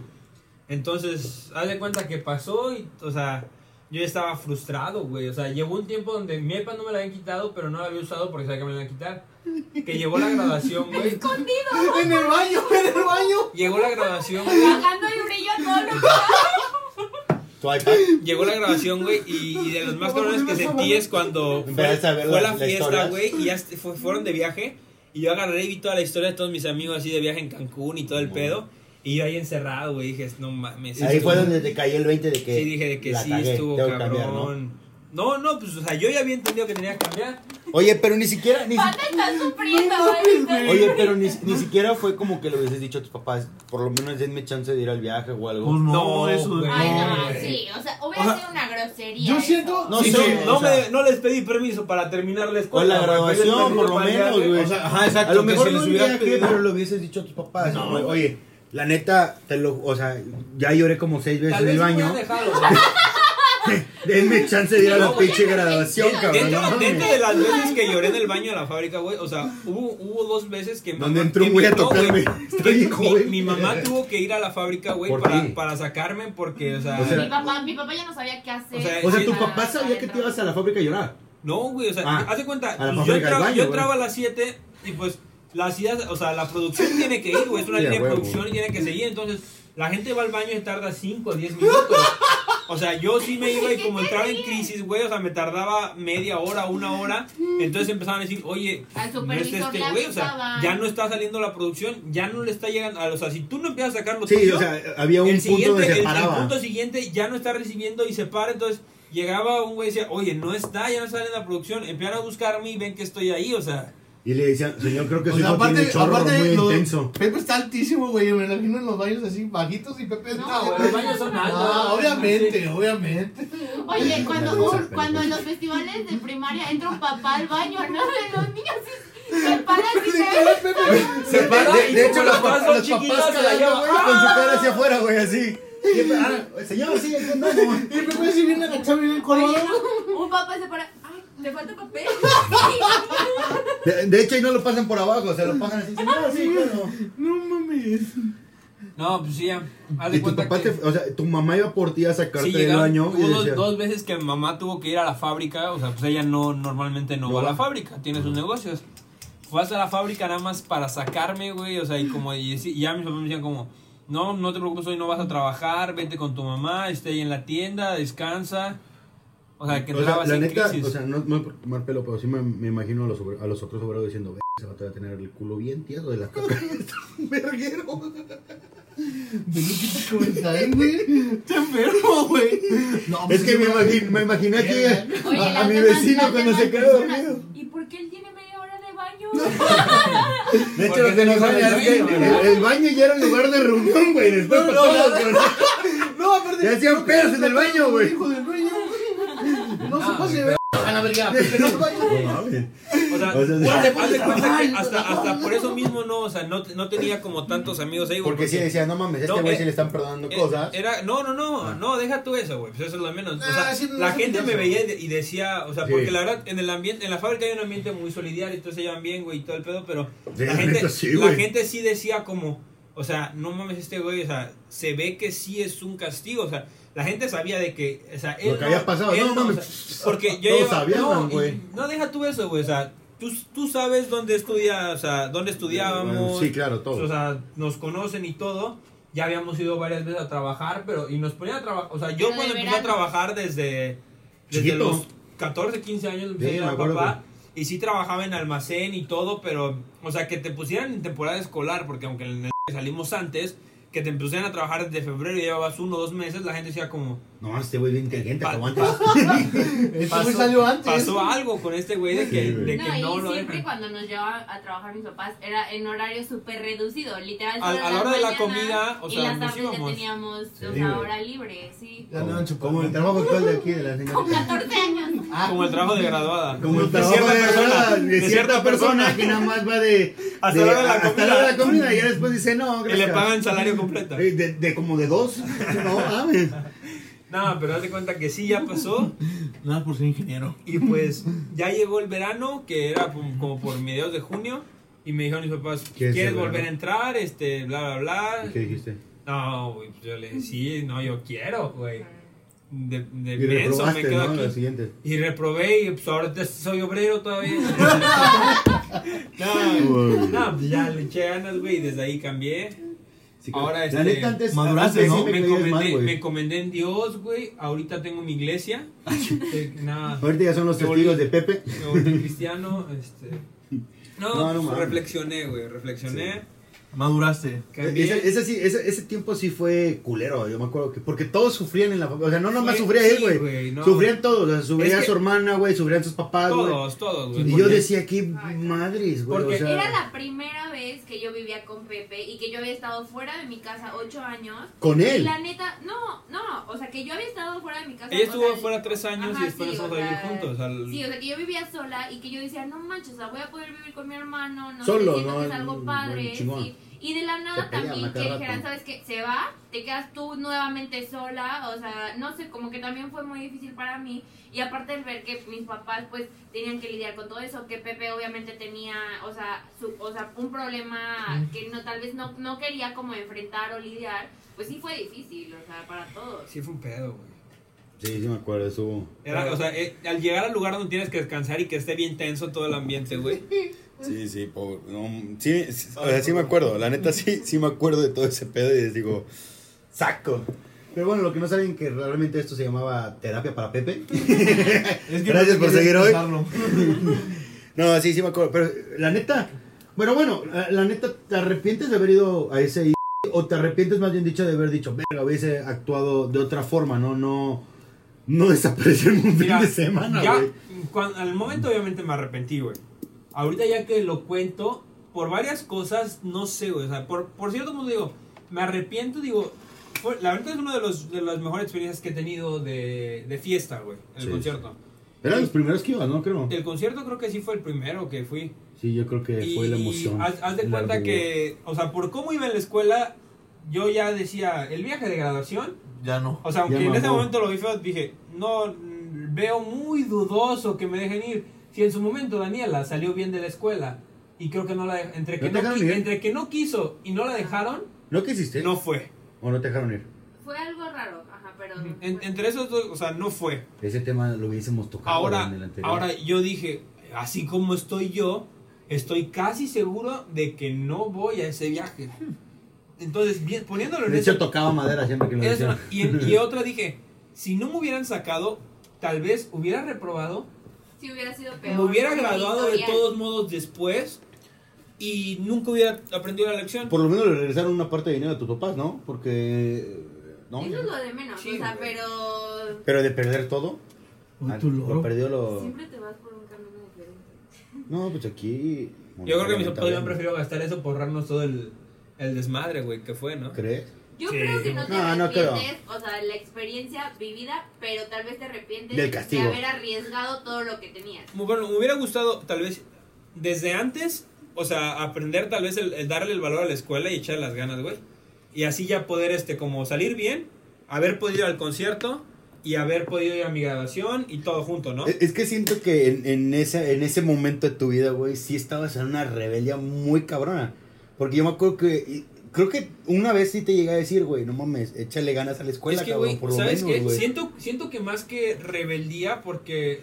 [SPEAKER 3] Entonces, haz de cuenta que pasó y, o sea, yo ya estaba frustrado, güey. O sea, llegó un tiempo donde mi iPad no me la habían quitado, pero no la había usado porque sabía que me la iban a quitar. Que llegó la graduación, güey.
[SPEAKER 5] En el baño, en el baño.
[SPEAKER 3] Llegó la graduación, güey.
[SPEAKER 4] Bajando el brillo a todo lo que da.
[SPEAKER 2] Tu iPad.
[SPEAKER 3] Llegó la grabación, güey, y, y de los más cabrones que sentí es cuando fue,
[SPEAKER 2] Empezaste a ver
[SPEAKER 3] fue
[SPEAKER 2] la-
[SPEAKER 3] la
[SPEAKER 2] la
[SPEAKER 3] fiesta,
[SPEAKER 2] historia.
[SPEAKER 3] güey, y ya est- fue- fueron de viaje. Y yo agarré y vi toda la historia de todos mis amigos así de viaje en Cancún y todo el pedo. Y yo ahí encerrado, güey, dije, no mames.
[SPEAKER 2] Ahí
[SPEAKER 3] esto-
[SPEAKER 2] fue donde te cayó el 20 de que.
[SPEAKER 3] Sí, dije de que
[SPEAKER 2] la
[SPEAKER 3] sí
[SPEAKER 2] cagué,
[SPEAKER 3] estuvo
[SPEAKER 2] tengo que
[SPEAKER 3] cabrón.
[SPEAKER 2] cambiar, ¿no?
[SPEAKER 3] ¿no? no, pues, o sea, yo ya había entendido que tenía que cambiar.
[SPEAKER 2] Oye, pero ni siquiera. Ni si-
[SPEAKER 4] Panda está sufriendo,
[SPEAKER 5] No mames,
[SPEAKER 4] güey.
[SPEAKER 5] güey.
[SPEAKER 2] Oye, pero ni, ni siquiera fue como que lo hubieses dicho a tus papás. Por lo menos denme chance de ir al viaje o algo.
[SPEAKER 1] Pues no,
[SPEAKER 3] No,
[SPEAKER 1] eso.
[SPEAKER 3] güey.
[SPEAKER 4] Ay,
[SPEAKER 1] no,
[SPEAKER 4] no,
[SPEAKER 1] güey.
[SPEAKER 4] sí. O sea, hubiera
[SPEAKER 1] O sea,
[SPEAKER 4] sido una grosería.
[SPEAKER 5] Yo
[SPEAKER 4] eso.
[SPEAKER 5] siento.
[SPEAKER 2] No
[SPEAKER 3] Sí,
[SPEAKER 2] sé,
[SPEAKER 3] no, no
[SPEAKER 2] o sea-
[SPEAKER 3] me- no les pedí permiso para terminar la
[SPEAKER 2] O
[SPEAKER 3] escuela.
[SPEAKER 2] la
[SPEAKER 3] güey, pedí el
[SPEAKER 2] graduación,
[SPEAKER 3] permiso
[SPEAKER 2] por lo
[SPEAKER 3] para el
[SPEAKER 2] menos,
[SPEAKER 3] viaje.
[SPEAKER 2] güey.
[SPEAKER 1] O sea, ajá, exacto,
[SPEAKER 2] A lo
[SPEAKER 1] que
[SPEAKER 2] mejor
[SPEAKER 1] si
[SPEAKER 2] no
[SPEAKER 1] les
[SPEAKER 2] un
[SPEAKER 1] hubieras
[SPEAKER 2] viaje,
[SPEAKER 1] pedido-
[SPEAKER 2] pero lo hubieses dicho a tus papás.
[SPEAKER 1] No.
[SPEAKER 2] Güey, Oye, la neta, te lo, o sea, ya lloré como seis veces
[SPEAKER 3] Tal
[SPEAKER 2] en
[SPEAKER 3] vez
[SPEAKER 2] el
[SPEAKER 3] me
[SPEAKER 2] baño.
[SPEAKER 3] hubieran dejado, güey.
[SPEAKER 2] Denme chance de ir a
[SPEAKER 3] No,
[SPEAKER 2] la
[SPEAKER 3] güey.
[SPEAKER 2] pinche graduación,
[SPEAKER 4] Dentro-
[SPEAKER 2] cabrón.
[SPEAKER 3] Dentro,
[SPEAKER 2] no mames.
[SPEAKER 3] dentro de las veces que lloré en el baño de la fábrica, güey, o sea, hubo, hubo dos veces que... mi
[SPEAKER 2] Donde
[SPEAKER 3] mamá-
[SPEAKER 2] entró un
[SPEAKER 3] que
[SPEAKER 2] güey a
[SPEAKER 3] mi- no,
[SPEAKER 2] tocarme.
[SPEAKER 3] güey,
[SPEAKER 2] Está
[SPEAKER 3] que
[SPEAKER 2] bien
[SPEAKER 3] mi-
[SPEAKER 2] joven.
[SPEAKER 3] Mi, mamá tuvo que ir a la fábrica, güey,
[SPEAKER 2] ¿Por qué?
[SPEAKER 3] para, para sacarme porque, o sea...
[SPEAKER 2] O
[SPEAKER 4] Mi
[SPEAKER 2] sea-
[SPEAKER 4] papá, mi papá ya no sabía qué hacer.
[SPEAKER 3] O sea,
[SPEAKER 2] O sea,
[SPEAKER 3] Sí,
[SPEAKER 2] tu
[SPEAKER 3] la-
[SPEAKER 2] papá sabía que te ibas a la fábrica a llorar.
[SPEAKER 3] no, güey, o sea,
[SPEAKER 2] Ah,
[SPEAKER 3] haz de cuenta,
[SPEAKER 2] a la
[SPEAKER 3] pues, yo,
[SPEAKER 2] fábrica del
[SPEAKER 3] entraba-
[SPEAKER 2] baño,
[SPEAKER 3] yo
[SPEAKER 2] güey.
[SPEAKER 3] entraba a las 7 y pues la ciudad, o sea, la producción tiene que ir, güey, es una
[SPEAKER 2] Sí, a
[SPEAKER 3] línea de
[SPEAKER 2] huevo.
[SPEAKER 3] producción y tiene que seguir, entonces la gente va al baño y tarda 5 o 10 minutos. O sea, yo sí me iba y como entraba en crisis, güey, o sea, me tardaba media hora, una hora, entonces empezaban a decir, oye,
[SPEAKER 4] Al
[SPEAKER 3] no es
[SPEAKER 4] supervisor
[SPEAKER 3] este
[SPEAKER 4] le
[SPEAKER 3] güey, o sea,
[SPEAKER 4] avisaban.
[SPEAKER 3] ya no está saliendo la producción, ya no le está llegando, o sea, si tú no empiezas a sacar los
[SPEAKER 2] Sí, o sea, había un
[SPEAKER 3] ¿Pues el
[SPEAKER 2] punto
[SPEAKER 3] siguiente,
[SPEAKER 2] donde se
[SPEAKER 3] el, el
[SPEAKER 2] paraba.
[SPEAKER 3] punto siguiente ya no está recibiendo y se para, entonces llegaba un güey y decía, oye, no está, ya no sale en la producción, empiezan a buscarme y ven que estoy ahí, o sea,
[SPEAKER 2] Y le decían, señor, creo que
[SPEAKER 5] O
[SPEAKER 2] su
[SPEAKER 5] sea,
[SPEAKER 2] hijo tiene
[SPEAKER 5] aparte,
[SPEAKER 2] chorro
[SPEAKER 5] aparte
[SPEAKER 2] muy
[SPEAKER 5] lo-
[SPEAKER 2] intenso.
[SPEAKER 5] Pepe está altísimo, güey. Me imagino en los baños así bajitos y Pepe
[SPEAKER 4] No,
[SPEAKER 5] está.
[SPEAKER 4] güey,
[SPEAKER 3] los baños son altos.
[SPEAKER 5] Ah, obviamente, obviamente.
[SPEAKER 4] Oye, cuando,
[SPEAKER 2] Una cosa,
[SPEAKER 4] un- cuando en los festivales de primaria entra un papá al baño, ¿no? De los niños y se paran y se
[SPEAKER 2] Se para,
[SPEAKER 3] de- de hecho,
[SPEAKER 2] los
[SPEAKER 3] los
[SPEAKER 2] papás,
[SPEAKER 3] papás son
[SPEAKER 2] los papás
[SPEAKER 3] chiquitos, se la
[SPEAKER 2] cagando,
[SPEAKER 3] llevan.
[SPEAKER 2] güey, con su cara hacia afuera, güey, así. Ah. Y, ah, señor, sí, aquí andamos.
[SPEAKER 5] Y Pepe si viene agachado bien
[SPEAKER 4] Oye,
[SPEAKER 5] color.
[SPEAKER 4] no, un papá se para. Ay, le falta papel.
[SPEAKER 2] De, de hecho, ahí no lo pasan por abajo, se lo pasan así, señor, sí, claro.
[SPEAKER 5] No mames.
[SPEAKER 3] no, pues sí, ya, haz de
[SPEAKER 2] Y tu
[SPEAKER 3] cuenta
[SPEAKER 2] papá
[SPEAKER 3] que...
[SPEAKER 2] te, o sea, tu mamá iba por ti a sacarte
[SPEAKER 3] Sí,
[SPEAKER 2] del
[SPEAKER 3] llegaron-
[SPEAKER 2] baño y
[SPEAKER 3] hubo dos,
[SPEAKER 2] decía,
[SPEAKER 3] dos veces que mi mamá tuvo que ir a la fábrica, o sea, pues ella no normalmente no,
[SPEAKER 2] No
[SPEAKER 3] va a
[SPEAKER 2] va.
[SPEAKER 3] la fábrica, tiene sus negocios. Fue hasta la fábrica nada más para sacarme, güey, o sea, y como y, sí, ya mis papás me decían como, "No, no te preocupes, hoy no vas a trabajar, vete con tu mamá, esté ahí en la tienda, descansa." O sea, que
[SPEAKER 2] o sea,
[SPEAKER 3] entrabas
[SPEAKER 2] la
[SPEAKER 3] en
[SPEAKER 2] neta,
[SPEAKER 3] crisis.
[SPEAKER 2] o sea, no no es por tomar pelo, pero sí me, me imagino a los, obre- a los otros obreros diciendo, "Ve, se va a tener el culo bien tieso de la caca. Está un verguero.
[SPEAKER 5] De lo que te comentaré, güey. Está enfermo, güey. No,
[SPEAKER 2] Es
[SPEAKER 5] pues,
[SPEAKER 2] que me,
[SPEAKER 5] güey.
[SPEAKER 2] imagino, me imaginé aquí a,
[SPEAKER 4] Oye,
[SPEAKER 2] a- a
[SPEAKER 4] las
[SPEAKER 2] mi
[SPEAKER 4] demás-
[SPEAKER 2] vecino
[SPEAKER 4] las
[SPEAKER 2] cuando se
[SPEAKER 4] demás
[SPEAKER 2] queda
[SPEAKER 4] personas,
[SPEAKER 2] dormido.
[SPEAKER 4] ¿Y por qué él tiene media hora de baño?
[SPEAKER 2] De hecho,
[SPEAKER 3] Porque
[SPEAKER 2] lo que
[SPEAKER 3] no
[SPEAKER 2] nos
[SPEAKER 3] sale
[SPEAKER 2] daña es que
[SPEAKER 3] del
[SPEAKER 2] el,
[SPEAKER 3] baño,
[SPEAKER 2] el baño ya era el lugar de reunión, güey. Después
[SPEAKER 5] No,
[SPEAKER 2] para
[SPEAKER 5] no,
[SPEAKER 2] todos, güey.
[SPEAKER 5] No, aparte.
[SPEAKER 2] Ya hacían pedos en el baño, güey.
[SPEAKER 5] Hijo del dueño. No
[SPEAKER 4] Ah,
[SPEAKER 5] se pase, güey. A la verga. Pepe, no se vaya.
[SPEAKER 3] O sea,
[SPEAKER 2] O sea,
[SPEAKER 3] haz de- haz de
[SPEAKER 5] sí.
[SPEAKER 3] cuenta que hasta, hasta por eso mismo no, o sea, no, no tenía como tantos amigos ahí. güey,
[SPEAKER 2] Porque sí decía, no mames, este
[SPEAKER 3] No,
[SPEAKER 2] güey
[SPEAKER 3] eh,
[SPEAKER 2] sí le están perdonando
[SPEAKER 3] Eh,
[SPEAKER 2] cosas. Ah.
[SPEAKER 3] Era, no, no, no, no, deja tú eso, güey. Pues eso es lo menos. O
[SPEAKER 5] Ah,
[SPEAKER 3] sea,
[SPEAKER 5] sí, no,
[SPEAKER 3] la
[SPEAKER 5] no,
[SPEAKER 3] gente
[SPEAKER 5] no,
[SPEAKER 3] me
[SPEAKER 5] no.
[SPEAKER 3] veía y y decía, o sea,
[SPEAKER 2] Sí.
[SPEAKER 3] porque la verdad, en el ambiente, en la fábrica hay un ambiente muy solidario, entonces se llevan bien, güey, y todo el pedo, pero
[SPEAKER 2] Sí,
[SPEAKER 3] la,
[SPEAKER 2] la neta
[SPEAKER 3] gente,
[SPEAKER 2] sí,
[SPEAKER 3] la
[SPEAKER 2] güey.
[SPEAKER 3] gente sí decía como, o sea, no mames este güey, o sea, se ve que sí es un castigo, o sea, la gente sabía de que, o sea, él
[SPEAKER 2] Lo que había
[SPEAKER 3] no-
[SPEAKER 2] pasado,
[SPEAKER 3] él
[SPEAKER 2] no mames.
[SPEAKER 3] o sea, porque yo
[SPEAKER 2] Todos
[SPEAKER 3] lleva-
[SPEAKER 2] sabían,
[SPEAKER 3] no, y-
[SPEAKER 2] güey.
[SPEAKER 3] no deja tú eso, güey, o sea, tú, tú sabes dónde estudia, o sea, dónde estudiábamos,
[SPEAKER 2] Sí, claro,
[SPEAKER 3] o
[SPEAKER 2] todo.
[SPEAKER 3] sea, nos conocen y todo. Ya habíamos ido varias veces a trabajar, pero. Y nos ponían a trabajar. O sea, yo
[SPEAKER 4] Pero de
[SPEAKER 3] cuando empecé a
[SPEAKER 4] verano.
[SPEAKER 3] trabajar desde. Desde
[SPEAKER 2] Chiquito.
[SPEAKER 3] los 14, 15 años empecé a
[SPEAKER 2] Sí,
[SPEAKER 3] ir
[SPEAKER 2] me
[SPEAKER 3] a
[SPEAKER 2] acuerdo
[SPEAKER 3] papá. Y sí trabajaba en almacén y todo, pero. O sea, que te pusieran en temporada escolar, porque aunque en el que salimos antes, que te empezaron a trabajar desde febrero y llevabas uno o dos meses, la gente decía como,
[SPEAKER 6] No, este güey bien inteligente,
[SPEAKER 3] Pa-
[SPEAKER 6] que aguanta.
[SPEAKER 7] Este güey salió antes.
[SPEAKER 3] pasó algo con este güey de que
[SPEAKER 6] Sí,
[SPEAKER 3] de
[SPEAKER 6] güey.
[SPEAKER 3] que
[SPEAKER 4] No,
[SPEAKER 3] no,
[SPEAKER 4] y
[SPEAKER 3] lo
[SPEAKER 4] siempre
[SPEAKER 3] dejan.
[SPEAKER 4] cuando nos llevaban a trabajar mis papás era en horario súper reducido, literal.
[SPEAKER 3] Al-
[SPEAKER 4] solo
[SPEAKER 3] a la
[SPEAKER 4] las
[SPEAKER 3] hora de la
[SPEAKER 4] mañanas
[SPEAKER 3] comida, o
[SPEAKER 4] y
[SPEAKER 3] sea,
[SPEAKER 4] las
[SPEAKER 3] nos
[SPEAKER 4] tardes ya
[SPEAKER 3] íbamos.
[SPEAKER 4] teníamos
[SPEAKER 6] Sí,
[SPEAKER 4] una
[SPEAKER 6] güey.
[SPEAKER 4] hora libre, sí.
[SPEAKER 7] Ya andaban
[SPEAKER 2] Como el
[SPEAKER 7] chupando.
[SPEAKER 2] trabajo actual de aquí, de la señora.
[SPEAKER 4] Con 14 años.
[SPEAKER 7] Ah,
[SPEAKER 1] pues,
[SPEAKER 3] Como el trabajo de graduada.
[SPEAKER 2] Como el
[SPEAKER 6] De
[SPEAKER 2] trabajo de,
[SPEAKER 6] cierta persona,
[SPEAKER 2] de
[SPEAKER 6] de
[SPEAKER 2] cierta,
[SPEAKER 3] cierta
[SPEAKER 2] persona,
[SPEAKER 3] persona.
[SPEAKER 2] que nada más va de.
[SPEAKER 3] Hasta
[SPEAKER 2] de-
[SPEAKER 3] la hora de la
[SPEAKER 2] hasta
[SPEAKER 3] comida.
[SPEAKER 2] hora de la comida, Y ya después dice, no,
[SPEAKER 3] Y
[SPEAKER 2] gracias.
[SPEAKER 3] le pagan salario completo.
[SPEAKER 2] Eh, De, de como de dos. No mames.
[SPEAKER 3] No, pero date cuenta que sí ya pasó.
[SPEAKER 1] Nada por ser ingeniero.
[SPEAKER 3] Y pues ya llegó el verano, que era pum- como por mediados de junio. Y me dijeron mis papás,
[SPEAKER 2] ¿Quieres
[SPEAKER 3] ¿quieres
[SPEAKER 2] el
[SPEAKER 3] volver a
[SPEAKER 2] verano?
[SPEAKER 3] entrar? Este, bla, bla, bla.
[SPEAKER 2] ¿Qué dijiste?
[SPEAKER 3] No, güey, pues yo le dije, sí, no, yo quiero, güey. De, de
[SPEAKER 2] Y
[SPEAKER 3] menso me
[SPEAKER 2] reprobaste,
[SPEAKER 3] quedo
[SPEAKER 2] ¿no? La
[SPEAKER 3] aquí.
[SPEAKER 2] siguiente.
[SPEAKER 3] Y reprobé y pues ahora te- soy obrero todavía. no,
[SPEAKER 2] Uy.
[SPEAKER 3] no, pues ya le eché ganas, güey, y desde ahí cambié.
[SPEAKER 2] Sí,
[SPEAKER 3] Ahora,
[SPEAKER 2] la
[SPEAKER 3] este,
[SPEAKER 2] neta, antes,
[SPEAKER 1] maduraste,
[SPEAKER 2] antes
[SPEAKER 1] ¿no?
[SPEAKER 2] sí me
[SPEAKER 3] Me
[SPEAKER 2] caías mal,
[SPEAKER 3] encomendé,
[SPEAKER 2] güey.
[SPEAKER 3] me encomendé en Dios, güey. Ahorita tengo mi iglesia.
[SPEAKER 2] Ah,
[SPEAKER 3] Eh, Nada.
[SPEAKER 2] Ahorita ya son los
[SPEAKER 3] Me volví-
[SPEAKER 2] testigos de Pepe.
[SPEAKER 3] me volví cristiano, este. No,
[SPEAKER 2] No, no
[SPEAKER 3] pues,
[SPEAKER 2] mames.
[SPEAKER 3] reflexioné, güey, reflexioné.
[SPEAKER 1] Maduraste.
[SPEAKER 3] Cambié.
[SPEAKER 2] Ese, ese sí, ese, ese tiempo sí fue culero, yo me acuerdo que. Porque todos sufrían en la familia. O sea, no nomás
[SPEAKER 3] Fue-
[SPEAKER 2] sufría
[SPEAKER 3] sí,
[SPEAKER 2] él, güey.
[SPEAKER 3] güey, no.
[SPEAKER 2] Sufrían todos. O sea, sufría
[SPEAKER 3] Es que-
[SPEAKER 2] su hermana, güey. Sufrían sus papás, güey.
[SPEAKER 3] todos, todos, güey.
[SPEAKER 2] Y
[SPEAKER 3] porque-
[SPEAKER 2] yo decía, qué madres, güey.
[SPEAKER 3] Porque
[SPEAKER 2] o sea,
[SPEAKER 4] Era la primera vez que yo vivía con Pepe y que yo había estado fuera de mi casa 8 años.
[SPEAKER 2] Con
[SPEAKER 4] Y
[SPEAKER 2] él.
[SPEAKER 4] la neta, no, no, o sea, que yo había estado fuera de mi casa.
[SPEAKER 3] Ella
[SPEAKER 4] o
[SPEAKER 3] estuvo
[SPEAKER 4] sea,
[SPEAKER 3] fuera tres años
[SPEAKER 4] ajá,
[SPEAKER 3] y después
[SPEAKER 4] sí,
[SPEAKER 3] nos
[SPEAKER 4] o
[SPEAKER 3] vamos a vivir
[SPEAKER 4] sea,
[SPEAKER 3] juntos. al-
[SPEAKER 4] Sí, o sea, que yo vivía sola y que yo decía, no manches, o sea, voy a poder vivir con mi hermano, no
[SPEAKER 2] Solo,
[SPEAKER 4] sé, siento
[SPEAKER 2] ¿no?
[SPEAKER 4] que es algo
[SPEAKER 2] Mm,
[SPEAKER 4] padre.
[SPEAKER 2] chingón.
[SPEAKER 4] sí. Y de la
[SPEAKER 2] Te
[SPEAKER 4] nada
[SPEAKER 2] peleaban a
[SPEAKER 4] también que
[SPEAKER 2] cada
[SPEAKER 4] dijeran,
[SPEAKER 2] rato.
[SPEAKER 4] ¿sabes qué? Se va, te quedas tú nuevamente sola, o sea, no sé, como que también fue muy difícil para mí. Y aparte el ver que mis papás pues tenían que lidiar con todo eso, que Pepe obviamente tenía, o sea, su- o sea un problema
[SPEAKER 3] Mm.
[SPEAKER 4] que no tal vez no, no quería como enfrentar o lidiar, pues sí fue difícil, o sea, para todos.
[SPEAKER 3] Sí, fue un pedo, güey.
[SPEAKER 2] Sí, sí me acuerdo, eso.
[SPEAKER 3] Era, o sea, eh, al llegar al lugar donde tienes que descansar y que esté bien tenso todo el ambiente, güey.
[SPEAKER 6] Sí, sí, pobre. no, sí, sí, o sea, sí me acuerdo. La neta, sí, sí me acuerdo de todo ese pedo y les digo, saco.
[SPEAKER 2] Pero bueno, lo que no saben que realmente esto se llamaba terapia para Pepe.
[SPEAKER 1] Es que
[SPEAKER 2] Gracias
[SPEAKER 1] no quería
[SPEAKER 2] por seguir hoy.
[SPEAKER 1] pensarlo.
[SPEAKER 6] No, sí, sí me acuerdo.
[SPEAKER 2] Pero la neta, bueno, bueno, la, la neta, ¿te arrepientes de haber ido a ese i- o te arrepientes más bien dicho de haber dicho, verga, hubiese actuado de otra forma, no, no, no desaparecerme un
[SPEAKER 3] Mira,
[SPEAKER 2] fin de semana,
[SPEAKER 3] ya,
[SPEAKER 2] güey.
[SPEAKER 3] cuan- al momento obviamente me arrepentí, güey. Ahorita ya que lo cuento, por varias cosas, no sé, güey. O sea, por, por cierto modo digo, me arrepiento, digo, fue- la verdad es una de, los, de las mejores experiencias que he tenido de, de fiesta, güey. El
[SPEAKER 2] Sí.
[SPEAKER 3] concierto.
[SPEAKER 2] Eran los primeros que ibas, ¿no? Creo.
[SPEAKER 3] El concierto creo que sí fue el primero que fui.
[SPEAKER 2] Sí, yo creo que fue la emoción.
[SPEAKER 3] Haz, haz de
[SPEAKER 2] el
[SPEAKER 3] cuenta
[SPEAKER 2] ardor.
[SPEAKER 3] que, o sea, por cómo iba en la escuela, yo ya decía, el viaje de graduación,
[SPEAKER 1] Ya no.
[SPEAKER 3] o sea, aunque
[SPEAKER 2] Ya
[SPEAKER 3] en ese
[SPEAKER 2] mamó.
[SPEAKER 3] momento lo vi feo, dije, no, mm, veo muy dudoso que me dejen ir. Si en su momento Daniela salió bien de la escuela y creo que no la dej- entre
[SPEAKER 2] ¿No
[SPEAKER 3] que
[SPEAKER 2] te
[SPEAKER 3] no,
[SPEAKER 2] dejaron
[SPEAKER 3] qui-
[SPEAKER 2] ir?
[SPEAKER 3] entre que no quiso y no la dejaron,
[SPEAKER 2] ¿No quisiste?
[SPEAKER 3] no fue.
[SPEAKER 2] ¿O no te dejaron ir?
[SPEAKER 4] Fue algo raro, ajá, pero... pues,
[SPEAKER 3] En- entre esos dos, o sea, no fue.
[SPEAKER 2] Ese tema lo hubiésemos tocado
[SPEAKER 3] Ahora,
[SPEAKER 2] Ah, en el anterior.
[SPEAKER 3] ahora yo dije, así como estoy yo, estoy casi seguro de que no voy a ese viaje. Entonces, bien, poniéndolo en
[SPEAKER 2] de hecho,
[SPEAKER 3] ese-
[SPEAKER 2] tocaba madera siempre que lo
[SPEAKER 3] es
[SPEAKER 2] decía.
[SPEAKER 3] una- y, en- y otra dije, si no me hubieran sacado, tal vez hubiera reprobado,
[SPEAKER 4] Si hubiera sido peor.
[SPEAKER 3] me hubiera
[SPEAKER 4] con mi
[SPEAKER 3] graduado de
[SPEAKER 4] historial.
[SPEAKER 3] todos modos después y nunca hubiera aprendido la lección.
[SPEAKER 2] Por lo menos le regresaron una parte de dinero a tus papás, ¿no? Porque. eh, ¿No?
[SPEAKER 4] Eso es lo de menos,
[SPEAKER 3] Sí,
[SPEAKER 4] o sea,
[SPEAKER 3] güey.
[SPEAKER 4] pero...
[SPEAKER 2] Pero de perder todo.
[SPEAKER 1] Uy,
[SPEAKER 2] ah,
[SPEAKER 1] tu
[SPEAKER 2] lo
[SPEAKER 1] loro.
[SPEAKER 2] perdió lo.
[SPEAKER 4] Siempre te vas por un camino diferente.
[SPEAKER 2] No, pues aquí.
[SPEAKER 3] Yo creo que mis papás hubieran
[SPEAKER 2] prefiero
[SPEAKER 3] preferido gastar eso por ahorrarnos todo el, el desmadre, güey, que fue, ¿no?
[SPEAKER 2] ¿Crees?
[SPEAKER 4] Yo
[SPEAKER 3] Sí.
[SPEAKER 4] creo que no te
[SPEAKER 2] No, no creo.
[SPEAKER 4] arrepientes, o sea, la experiencia vivida, pero tal vez te arrepientes
[SPEAKER 2] Del
[SPEAKER 4] de
[SPEAKER 2] castigo.
[SPEAKER 4] haber arriesgado todo lo que tenías.
[SPEAKER 3] Muy Bueno, me hubiera gustado tal vez desde antes, o sea, aprender tal vez el, el darle el valor a la escuela y echar las ganas, güey. Y así ya poder, este, como salir bien, haber podido ir al concierto y haber podido ir a mi graduación y todo junto, ¿no?
[SPEAKER 2] Es es que siento que en, en ese, en ese momento de tu vida, güey, sí estabas en una rebeldía muy cabrona. Porque yo me acuerdo que. y- Creo que una vez sí te llegué a decir, güey, no mames, échale ganas a la escuela,
[SPEAKER 3] es que,
[SPEAKER 2] cabrón,
[SPEAKER 3] güey,
[SPEAKER 2] por lo
[SPEAKER 3] ¿sabes
[SPEAKER 2] menos,
[SPEAKER 3] qué?
[SPEAKER 2] güey.
[SPEAKER 3] Siento, siento que más que rebeldía porque...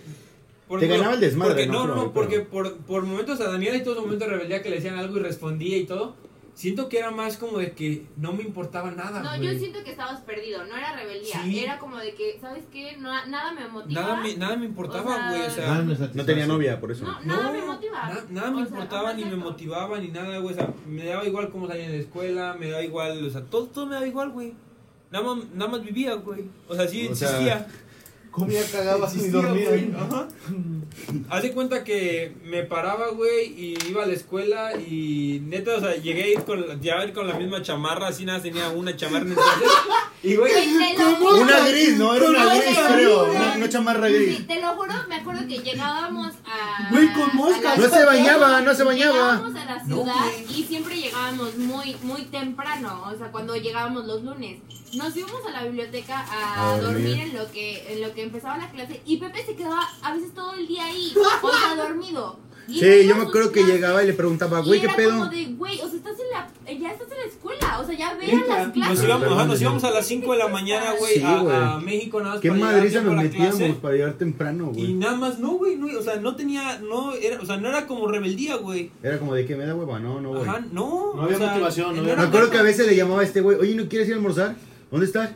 [SPEAKER 2] Te ganaba el desmadre,
[SPEAKER 3] porque-
[SPEAKER 2] ¿no?
[SPEAKER 3] no, no,
[SPEAKER 2] Pero-
[SPEAKER 3] porque por, por momentos a Daniela y todos momentos de rebeldía que le decían algo y respondía y todo. Siento que era más como de que no me importaba nada.
[SPEAKER 4] No,
[SPEAKER 3] güey.
[SPEAKER 4] yo siento que estabas perdido, no era rebeldía,
[SPEAKER 3] Sí.
[SPEAKER 4] era como de que, ¿sabes qué? No, nada me motiva.
[SPEAKER 3] nada, me, nada me importaba,
[SPEAKER 4] O sea,
[SPEAKER 3] güey. O sea,
[SPEAKER 1] Nada me
[SPEAKER 2] No
[SPEAKER 1] satisface.
[SPEAKER 2] tenía novia, por eso.
[SPEAKER 4] No, nada me motiva.
[SPEAKER 3] na- nada me
[SPEAKER 4] O sea,
[SPEAKER 3] importaba,
[SPEAKER 4] ajá,
[SPEAKER 3] ni me
[SPEAKER 4] exacto.
[SPEAKER 3] motivaba, ni nada, güey. O sea, me daba igual cómo salía de la escuela, me daba igual, o sea, todo, todo me daba igual, güey. Nada más, nada más vivía, güey. O sea, sí
[SPEAKER 2] O sea,
[SPEAKER 3] existía.
[SPEAKER 8] Comía, cagaba sin
[SPEAKER 3] Existía,
[SPEAKER 8] dormir.
[SPEAKER 3] güey. Ajá. Haz de cuenta que me paraba, güey, y iba a la escuela y neta, o sea, llegué a ir con, la- ya a ir con la misma chamarra, así nada, tenía una chamarra en el entonces. Y, güey,
[SPEAKER 4] Güey, te lo juro.
[SPEAKER 2] Una gris, no, era una
[SPEAKER 4] Con
[SPEAKER 2] gris,
[SPEAKER 4] mosca.
[SPEAKER 2] creo. Una, una chamarra
[SPEAKER 4] Sí,
[SPEAKER 2] gris.
[SPEAKER 4] te lo juro, me acuerdo que llegábamos a.
[SPEAKER 8] Güey, con
[SPEAKER 4] a
[SPEAKER 8] moscas.
[SPEAKER 4] la-
[SPEAKER 2] No se bañaba, no se bañaba.
[SPEAKER 4] Llegábamos a la ciudad
[SPEAKER 3] güey.
[SPEAKER 4] y siempre llegábamos muy, muy temprano. O sea, cuando llegábamos los lunes. Nos íbamos a la biblioteca a,
[SPEAKER 2] A dormir.
[SPEAKER 4] dormir, en, lo que, en lo que empezaba la clase. Y Pepe se quedaba a veces todo el día ahí, o sea, dormido. Y no
[SPEAKER 2] Sí, yo
[SPEAKER 4] íbamos
[SPEAKER 2] me acuerdo que
[SPEAKER 4] nada.
[SPEAKER 2] llegaba y le preguntaba,
[SPEAKER 4] Y
[SPEAKER 2] güey, ¿qué
[SPEAKER 4] era
[SPEAKER 2] pedo?
[SPEAKER 4] como de, güey, o sea, estás en la, ya estás en la escuela, o sea, ya vean las clases.
[SPEAKER 3] Nos íbamos, ajá, nos íbamos a las 5 de la mañana, güey,
[SPEAKER 2] Sí,
[SPEAKER 3] a,
[SPEAKER 2] güey.
[SPEAKER 3] a México nada más
[SPEAKER 2] ¿Qué
[SPEAKER 3] para llegar
[SPEAKER 2] madriza
[SPEAKER 3] tiempo
[SPEAKER 2] nos
[SPEAKER 3] a la clase.
[SPEAKER 2] metíamos para llegar temprano,
[SPEAKER 3] Y
[SPEAKER 2] güey?
[SPEAKER 3] nada más, no, güey, no, o sea, no tenía, no, era, o sea, no era como rebeldía, güey.
[SPEAKER 2] Era como de que me da hueva, no, no voy.
[SPEAKER 3] Ajá, no.
[SPEAKER 8] No había
[SPEAKER 3] o sea,
[SPEAKER 8] motivación, no había-
[SPEAKER 3] era
[SPEAKER 2] Me acuerdo que a
[SPEAKER 3] nada.
[SPEAKER 2] veces le llamaba a este güey, oye, ¿no quieres ir a almorzar? ¿Dónde estás?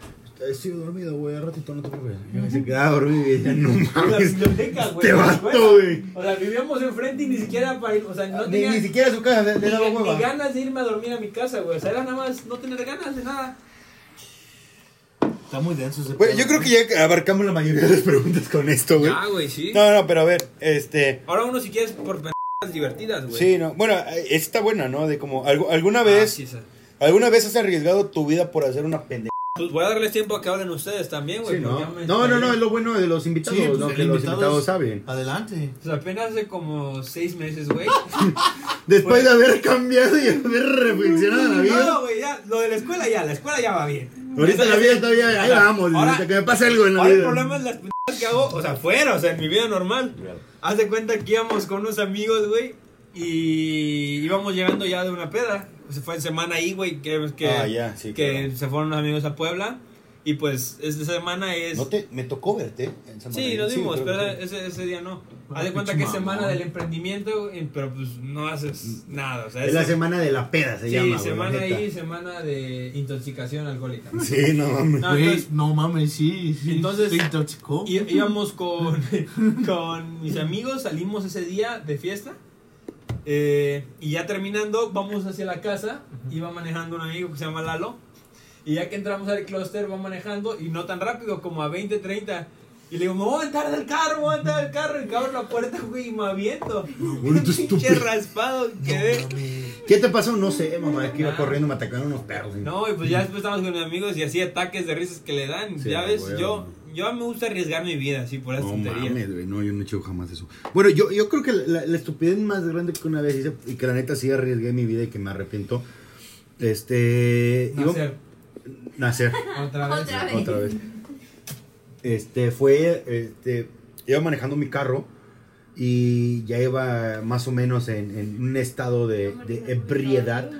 [SPEAKER 2] Estoy dormido, güey, al ratito no te preocupes. Y Se quedaba dormido y decía, no
[SPEAKER 3] En la
[SPEAKER 2] mames,
[SPEAKER 3] biblioteca, güey.
[SPEAKER 2] este vato, güey.
[SPEAKER 3] O sea, vivíamos enfrente y ni siquiera para ir, o sea, no
[SPEAKER 2] Ni,
[SPEAKER 3] tenía
[SPEAKER 2] ni siquiera a su casa le,
[SPEAKER 3] ni
[SPEAKER 2] le daba
[SPEAKER 3] ga- ni
[SPEAKER 2] hueva.
[SPEAKER 3] ganas de irme a dormir a mi casa, güey. O sea, era nada más no tener ganas de nada.
[SPEAKER 1] Está muy denso ese
[SPEAKER 2] Güey,
[SPEAKER 1] pedo,
[SPEAKER 2] yo creo
[SPEAKER 1] ¿no?
[SPEAKER 2] que ya abarcamos la mayoría de las preguntas con esto, güey.
[SPEAKER 3] Ah, güey, sí.
[SPEAKER 2] No, no, pero a ver, este...
[SPEAKER 3] Ahora uno si quieres por pendejadas divertidas, güey.
[SPEAKER 2] Sí, no. Bueno, eh, está buena, ¿no? De como, algo- ¿alguna
[SPEAKER 3] Ah,
[SPEAKER 2] vez
[SPEAKER 3] sí, esa.
[SPEAKER 2] alguna vez has arriesgado tu vida por hacer una pendeja?
[SPEAKER 3] Pues voy a darles tiempo a que hablen ustedes también, güey. porque ya me
[SPEAKER 2] no, no, no,
[SPEAKER 3] extrañé.
[SPEAKER 2] es lo bueno de los
[SPEAKER 1] Sí,
[SPEAKER 2] invitados,
[SPEAKER 1] pues,
[SPEAKER 2] ¿no?
[SPEAKER 1] el
[SPEAKER 2] Que los
[SPEAKER 1] invitado
[SPEAKER 2] invitados
[SPEAKER 1] es-
[SPEAKER 2] saben.
[SPEAKER 1] Adelante.
[SPEAKER 3] Pues apenas hace como seis meses, güey.
[SPEAKER 2] Después de haber cambiado y haber reflexionado la vida.
[SPEAKER 3] No, güey, ya, lo de la escuela ya, la escuela ya va bien.
[SPEAKER 2] Ahorita
[SPEAKER 3] Eso-
[SPEAKER 2] la vida está bien, ahí
[SPEAKER 3] Ajá.
[SPEAKER 2] vamos,
[SPEAKER 3] Ahora-
[SPEAKER 2] hasta que me pase algo en la
[SPEAKER 3] Ahora el
[SPEAKER 2] vida.
[SPEAKER 3] problema es las pendejadas que hago, o sea, fuera, o sea, en mi vida normal. Haz de cuenta que íbamos con unos amigos, güey, y íbamos llegando ya de una peda. Se fue en semana ahí, güey, que, que,
[SPEAKER 2] Ah, ya, sí,
[SPEAKER 3] que
[SPEAKER 2] claro.
[SPEAKER 3] se fueron unos amigos a Puebla. Y pues, esta semana es...
[SPEAKER 2] No te, me tocó verte en San
[SPEAKER 3] Sí,
[SPEAKER 2] Martín.
[SPEAKER 3] nos dimos,
[SPEAKER 2] creo
[SPEAKER 3] pero
[SPEAKER 2] que sí.
[SPEAKER 3] ese, ese día no.
[SPEAKER 1] Ah,
[SPEAKER 3] Haz de cuenta que
[SPEAKER 1] pinche
[SPEAKER 3] es semana
[SPEAKER 1] mamón.
[SPEAKER 3] del emprendimiento, güey, pero pues no haces nada. O sea,
[SPEAKER 2] Mm. Es la semana de la peda, se
[SPEAKER 3] Sí,
[SPEAKER 2] llama. güey,
[SPEAKER 3] semana
[SPEAKER 2] la neta.
[SPEAKER 3] ahí, semana de intoxicación alcohólica.
[SPEAKER 2] Sí, no mames.
[SPEAKER 3] No,
[SPEAKER 1] Güey,
[SPEAKER 3] entonces-
[SPEAKER 1] no mames, sí. sí
[SPEAKER 3] Entonces-
[SPEAKER 1] se intoxicó.
[SPEAKER 3] Y- íbamos con, con mis amigos, salimos ese día de fiesta. eh, y ya terminando, vamos hacia la casa. Iba manejando un amigo que se llama Lalo. Y ya que entramos al clúster, va manejando y no tan rápido, como a 20, 30. Y le digo, me voy a entrar del carro, me voy a entrar del carro. Y que abro la puerta, güey, y me aviento.
[SPEAKER 2] Bueno, tú
[SPEAKER 3] Pinche
[SPEAKER 2] estúpido.
[SPEAKER 3] raspado quedé.
[SPEAKER 2] ¿Qué te pasó? No sé, mamá, es que iba
[SPEAKER 3] Ah.
[SPEAKER 2] corriendo, me atacaron unos perros.
[SPEAKER 3] No, y pues ya después estábamos con mis amigos y así ataques de risas que le dan.
[SPEAKER 2] Sí,
[SPEAKER 3] ya ves,
[SPEAKER 2] güey.
[SPEAKER 3] yo, yo me gusta arriesgar mi vida, así por esas
[SPEAKER 2] No
[SPEAKER 3] tonterías.
[SPEAKER 2] mames, güey, no, yo no he hecho jamás eso. Bueno, yo, yo creo que la, la- la estupidez más grande que una vez hice, y que la neta sí arriesgué mi vida y que me arrepiento, este... iba- nacer,
[SPEAKER 3] Nacer, otra vez.
[SPEAKER 4] Otra vez.
[SPEAKER 2] otra vez. Este, fue, este, iba manejando mi carro y ya iba más o menos en, en un estado de, de ebriedad.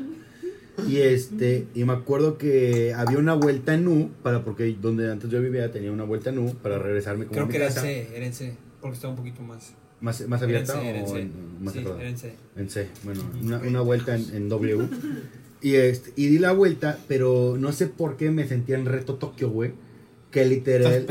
[SPEAKER 2] Y este, y me acuerdo que había una vuelta en U, para, porque donde antes yo vivía tenía una vuelta en U para regresarme como a
[SPEAKER 3] Creo
[SPEAKER 2] mi
[SPEAKER 3] que era en
[SPEAKER 2] casa.
[SPEAKER 3] C, era en C, porque estaba un poquito más.
[SPEAKER 2] ¿Más, más
[SPEAKER 3] Era en
[SPEAKER 2] abierta
[SPEAKER 3] C, era en
[SPEAKER 2] o
[SPEAKER 3] C.
[SPEAKER 2] en- más
[SPEAKER 3] Sí,
[SPEAKER 2] cerrada?
[SPEAKER 3] era en C.
[SPEAKER 2] En C, bueno, una, una vuelta en, en W. Y, este, y di la vuelta, pero no sé por qué me sentía en reto Tokio, güey. Que literal.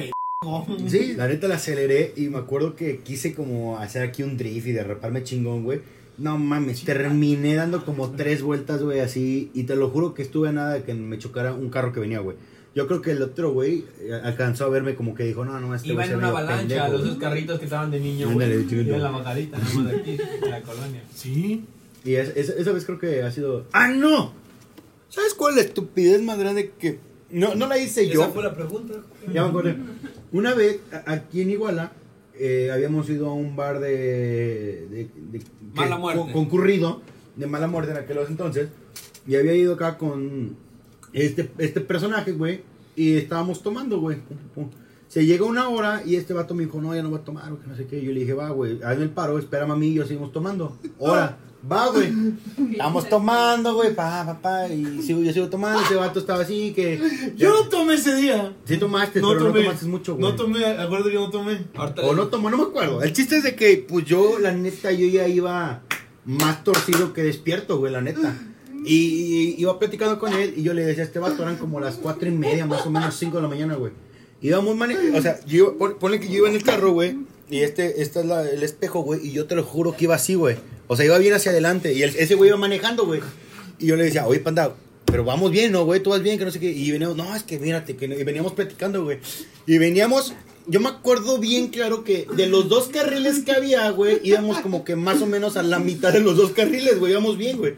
[SPEAKER 2] Sí, la neta la aceleré y me acuerdo que quise como hacer aquí un drift y derraparme chingón, güey. No mames, terminé dando como tres vueltas, güey, así. Y te lo juro que estuve a nada de que me chocara un carro que venía, güey. Yo creo que el otro, güey, eh, alcanzó a verme como que dijo, no, no, este
[SPEAKER 3] Iba
[SPEAKER 2] güey se
[SPEAKER 3] en una
[SPEAKER 2] ve medio
[SPEAKER 3] avalancha,
[SPEAKER 2] pendejo,
[SPEAKER 3] los
[SPEAKER 2] güey".
[SPEAKER 3] dos carritos que estaban de niño,
[SPEAKER 2] Ándale,
[SPEAKER 3] güey.
[SPEAKER 2] de chiquito.
[SPEAKER 3] Iba en la bajadita, nada más de aquí, de la colonia.
[SPEAKER 1] Sí.
[SPEAKER 2] Y es- es- esa vez creo que ha sido. ¡Ah, no! ¿Sabes cuál es la estupidez más grande que.? No, no la hice
[SPEAKER 3] Esa
[SPEAKER 2] yo.
[SPEAKER 3] fue la pregunta.
[SPEAKER 2] Ya me acordé. Una vez, a- aquí en Iguala, eh, habíamos ido a un bar de. de- de- que-
[SPEAKER 3] Mala muerte.
[SPEAKER 2] con- concurrido, de mala muerte en aquel entonces. Y había ido acá con este, este personaje, güey. Y estábamos tomando, güey. Pum, pum, pum. Se llega una hora y este vato me dijo, no, ya no va a tomar, que no sé qué. Yo le dije, va, güey, hazme el paro, espérame a mí y yo seguimos tomando. Hora, va, güey. Estamos tomando, güey, pa, pa, pa. Y sigo, yo sigo tomando, ese vato estaba así que...
[SPEAKER 1] Yo no tomé ese día.
[SPEAKER 2] Sí tomaste,
[SPEAKER 1] No
[SPEAKER 2] pero
[SPEAKER 1] tomé.
[SPEAKER 2] no tomaste mucho, güey.
[SPEAKER 1] No tomé, acuérdate que no tomé.
[SPEAKER 3] Ahorita
[SPEAKER 2] O no tomó, no me acuerdo. El chiste es de que, pues yo, la neta, yo ya iba más torcido que despierto, güey, la neta. Y, y iba platicando con él y yo le decía, este vato eran como las cuatro y media, más o menos 5 de la mañana, güey. Íbamos manejando, o sea, yo, iba- pon- ponle que yo iba en el carro, güey, y este, este es la- el espejo, güey, y yo te lo juro que iba así, güey. O sea, iba bien hacia adelante y el- ese güey iba manejando, güey. Y yo le decía, oye, panda, pero vamos bien, ¿no, güey? Tú vas bien, que no sé qué. Y veníamos, no, es que mírate, que no- y veníamos platicando, güey. Y veníamos, yo me acuerdo bien claro que de los dos carriles que había, güey, íbamos como que más o menos a la mitad de los dos carriles, güey, íbamos bien, güey.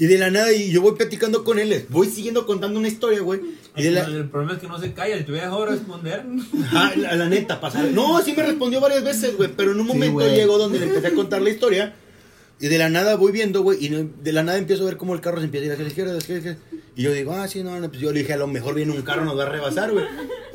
[SPEAKER 2] Y de la nada, y yo voy platicando con él, les voy siguiendo contando una historia, güey. Y de la,
[SPEAKER 3] El problema es que no se calla, le te hubiera dejado responder.
[SPEAKER 2] Ah, la, la neta, pasar. No, sí me respondió varias veces, güey, pero en un momento
[SPEAKER 9] güey.
[SPEAKER 2] llegó donde le empecé a contar la historia. Y de la nada voy viendo, güey, y no- de la nada empiezo a ver cómo el carro se empieza a ir hacia la izquierda, hacia la izquierda. Y yo digo, ah, sí, no, no, pues yo le dije, a lo mejor viene un carro, nos va a rebasar, güey.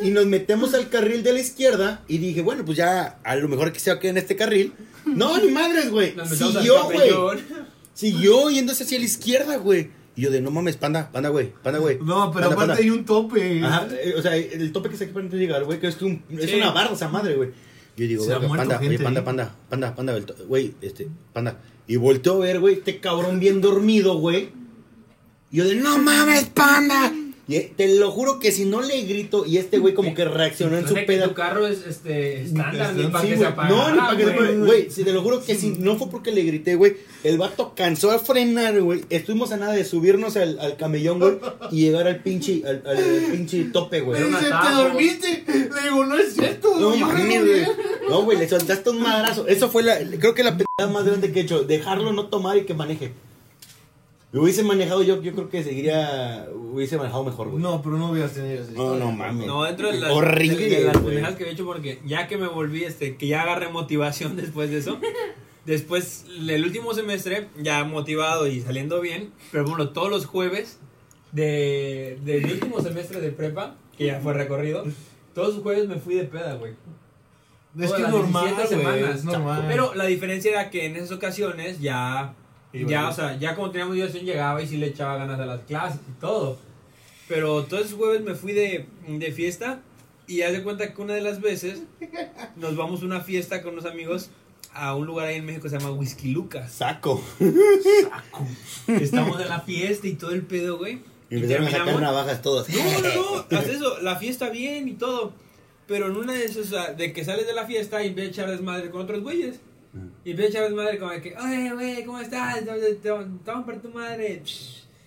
[SPEAKER 2] Y nos metemos al carril de la izquierda y dije, bueno, pues ya, a lo mejor que se va a quedar en este carril. No, ni madres, güey.
[SPEAKER 3] Nos metemos al
[SPEAKER 2] Siguió, güey.
[SPEAKER 3] papellón.
[SPEAKER 2] Siguió yéndose hacia la izquierda, güey. Y yo de, no mames, panda, panda, güey, panda, güey.
[SPEAKER 1] No, pero
[SPEAKER 2] panda,
[SPEAKER 1] aparte
[SPEAKER 2] panda".
[SPEAKER 1] hay un tope.
[SPEAKER 2] Ajá, eh, o sea, el tope que se aquí para antes de llegar, güey, que es, un- es
[SPEAKER 3] Sí.
[SPEAKER 2] una barra esa madre, güey. Yo digo,
[SPEAKER 9] Se ha
[SPEAKER 2] verga,
[SPEAKER 9] muerto
[SPEAKER 2] panda, oye,
[SPEAKER 9] gente,
[SPEAKER 2] panda,
[SPEAKER 9] ¿eh?
[SPEAKER 2] panda, panda, panda, el to- güey, este, panda. Y volteó a ver, güey, este cabrón bien dormido, güey. Y yo de, no mames, panda. Y eh, te lo juro que si no le grito, y este güey como que reaccionó en su
[SPEAKER 3] Parece que
[SPEAKER 2] peda.
[SPEAKER 3] Tu carro es este, estándar,
[SPEAKER 2] Sí,
[SPEAKER 3] ni para que
[SPEAKER 2] güey.
[SPEAKER 3] se apagara.
[SPEAKER 2] No, ni para que se
[SPEAKER 3] güey.
[SPEAKER 2] apagara. Güey, si te lo juro que si no fue porque le grité, güey. El vato cansó a frenar, güey. Estuvimos a nada de subirnos al, al camellón, güey. Y llegar al pinche, al, al pinche tope, güey.
[SPEAKER 1] Me
[SPEAKER 3] Era una
[SPEAKER 1] dice, ¿te
[SPEAKER 3] tabla,
[SPEAKER 1] dormiste? Le digo, no es cierto.
[SPEAKER 2] Pues, No
[SPEAKER 1] yo
[SPEAKER 2] mames,
[SPEAKER 1] vengo
[SPEAKER 2] güey.
[SPEAKER 1] bien.
[SPEAKER 2] No, güey, le soltaste un madrazo. Eso fue la, creo que la pendejada más grande que he hecho. Dejarlo no tomar y que maneje. Lo hubiese manejado yo, yo creo que seguiría, hubiese manejado mejor, güey.
[SPEAKER 9] No, pero no hubieras tenido esa
[SPEAKER 2] no,
[SPEAKER 9] historia.
[SPEAKER 2] no mames.
[SPEAKER 3] No, dentro de las,
[SPEAKER 2] Horrible,
[SPEAKER 3] de, de las
[SPEAKER 2] güey.
[SPEAKER 3] pendejadas que había hecho, porque ya que me volví, este, que ya agarré motivación después de eso. Después, el último semestre, ya motivado y saliendo bien, pero bueno, todos los jueves de, del último semestre de prepa, que ya fue recorrido, todos los jueves me fui de peda, güey.
[SPEAKER 9] Es que es
[SPEAKER 3] Todas las
[SPEAKER 9] normal,
[SPEAKER 3] 17
[SPEAKER 9] güey.
[SPEAKER 3] semanas.
[SPEAKER 9] Es normal.
[SPEAKER 3] Pero la diferencia era que en esas ocasiones ya,
[SPEAKER 9] Iba
[SPEAKER 3] ya,
[SPEAKER 9] yo.
[SPEAKER 3] o sea, ya como teníamos diversión llegaba y sí le echaba ganas a las clases y todo. Pero todos esos jueves me fui de, de fiesta y haz de cuenta que una de las veces nos vamos a una fiesta con unos amigos a un lugar ahí en México que se llama Whisky Lucas.
[SPEAKER 10] Saco.
[SPEAKER 3] Estamos en la fiesta y todo el pedo, güey.
[SPEAKER 10] Y empezaron a sacar
[SPEAKER 3] terminamos-
[SPEAKER 10] navajas todos.
[SPEAKER 3] no, no, no, haz eso, la fiesta bien y todo. Pero en una de esas, o sea, de que sales de la fiesta y empiezas a echar desmadre con otros güeyes. Y empiezas a echar desmadre como de que, oye, güey, ¿cómo estás? Estamos para tu madre.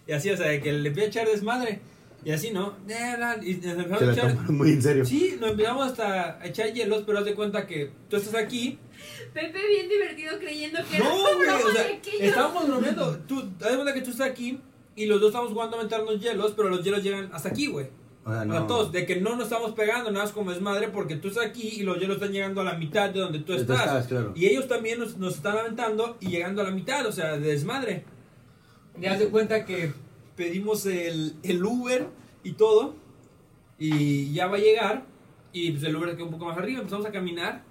[SPEAKER 3] Y así, o sea, de que le empiezas a echar desmadre. Y así, ¿no? Eh, bla, Y nos empezamos
[SPEAKER 2] Se
[SPEAKER 3] a
[SPEAKER 2] la
[SPEAKER 3] echar.
[SPEAKER 2] tomaron muy en serio.
[SPEAKER 3] Sí, nos empezamos hasta a echar hielos, pero haz de cuenta que tú estás aquí.
[SPEAKER 4] Pepe bien divertido creyendo que era
[SPEAKER 3] No,
[SPEAKER 4] una
[SPEAKER 3] güey,
[SPEAKER 4] broma
[SPEAKER 3] o sea,
[SPEAKER 4] de aquellos.
[SPEAKER 3] estábamos bromeando. Tú, haz de cuenta que tú estás aquí y los dos estamos jugando a aventarnos hielos, pero los hielos llegan hasta aquí, güey.
[SPEAKER 2] O sea,
[SPEAKER 3] A todos, de que no nos estamos pegando, nada más como es madre, porque tú estás aquí y los hielos están llegando a la mitad de donde tú
[SPEAKER 2] Tú
[SPEAKER 3] estás.
[SPEAKER 2] estabas, claro.
[SPEAKER 3] Y ellos también nos, nos están aventando y llegando a la mitad, o sea, de desmadre. Ya haz de cuenta que pedimos el, el Uber y todo, y ya va a llegar, y pues el Uber quedó un poco más arriba, empezamos a caminar,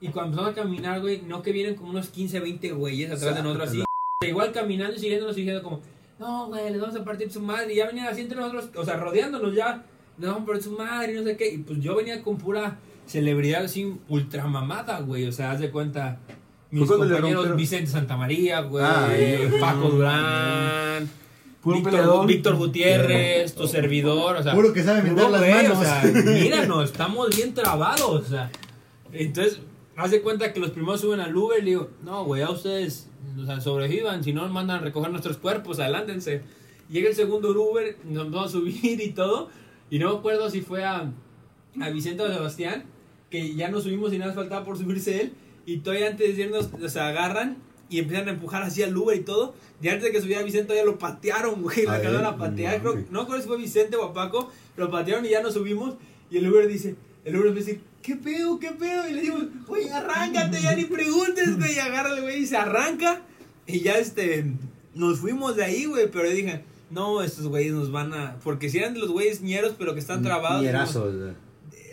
[SPEAKER 3] y cuando empezamos a caminar, güey, no que vienen como unos 15, 20 güeyes atrás de nosotros así, igual caminando y siguiéndonos y diciendo como, no, güey, les vamos a partir su madre, y ya venían así entre nosotros, o sea, rodeándonos ya, les vamos a partir su madre, y no sé qué, y pues yo venía con pura celebridad así ultramamada, güey, o sea, haz de cuenta... Mis
[SPEAKER 2] cuando le
[SPEAKER 3] compañeros
[SPEAKER 2] rompieron?
[SPEAKER 3] Vicente Santamaría, güey,
[SPEAKER 2] Ay,
[SPEAKER 3] Paco Durán,
[SPEAKER 1] Puro
[SPEAKER 3] Víctor,
[SPEAKER 1] peleador.
[SPEAKER 3] Víctor Gutiérrez, tu servidor, o sea,
[SPEAKER 1] Juro que sabe meter
[SPEAKER 3] puro
[SPEAKER 1] las
[SPEAKER 3] güey,
[SPEAKER 1] manos.
[SPEAKER 3] o sea, míranos, estamos bien trabados, o sea. Entonces, hace cuenta que los primeros suben al Uber y le digo, no, güey, a ustedes, o sea, sobrevivan, si no nos mandan a recoger nuestros cuerpos, adelántense. Llega el segundo Uber, nos vamos a subir y todo, y no me acuerdo si fue a, a Vicente o a Sebastián, que ya nos subimos y nada más faltaba por subirse él, y todavía antes de irnos, o sea, agarran y empiezan a empujar hacia el Uber y todo. Y antes de que subiera Vicente, ya lo patearon, güey. Lo
[SPEAKER 2] Ay,
[SPEAKER 3] acabaron a patear. Creo, no creo si fue Vicente o a Paco. Lo patearon y ya nos subimos. Y el Uber dice: El Uber empieza a decir, ¿qué pedo, qué pedo? Y le digo, güey, arráncate, ya ni preguntes, güey. Y agarra el güey y se arranca. Y ya este, nos fuimos de ahí, güey. Pero dije, no, estos güeyes nos van a. Porque si eran de los güeyes ñeros, pero que están trabados. dijimos,
[SPEAKER 2] Mierazos, Mm, güey.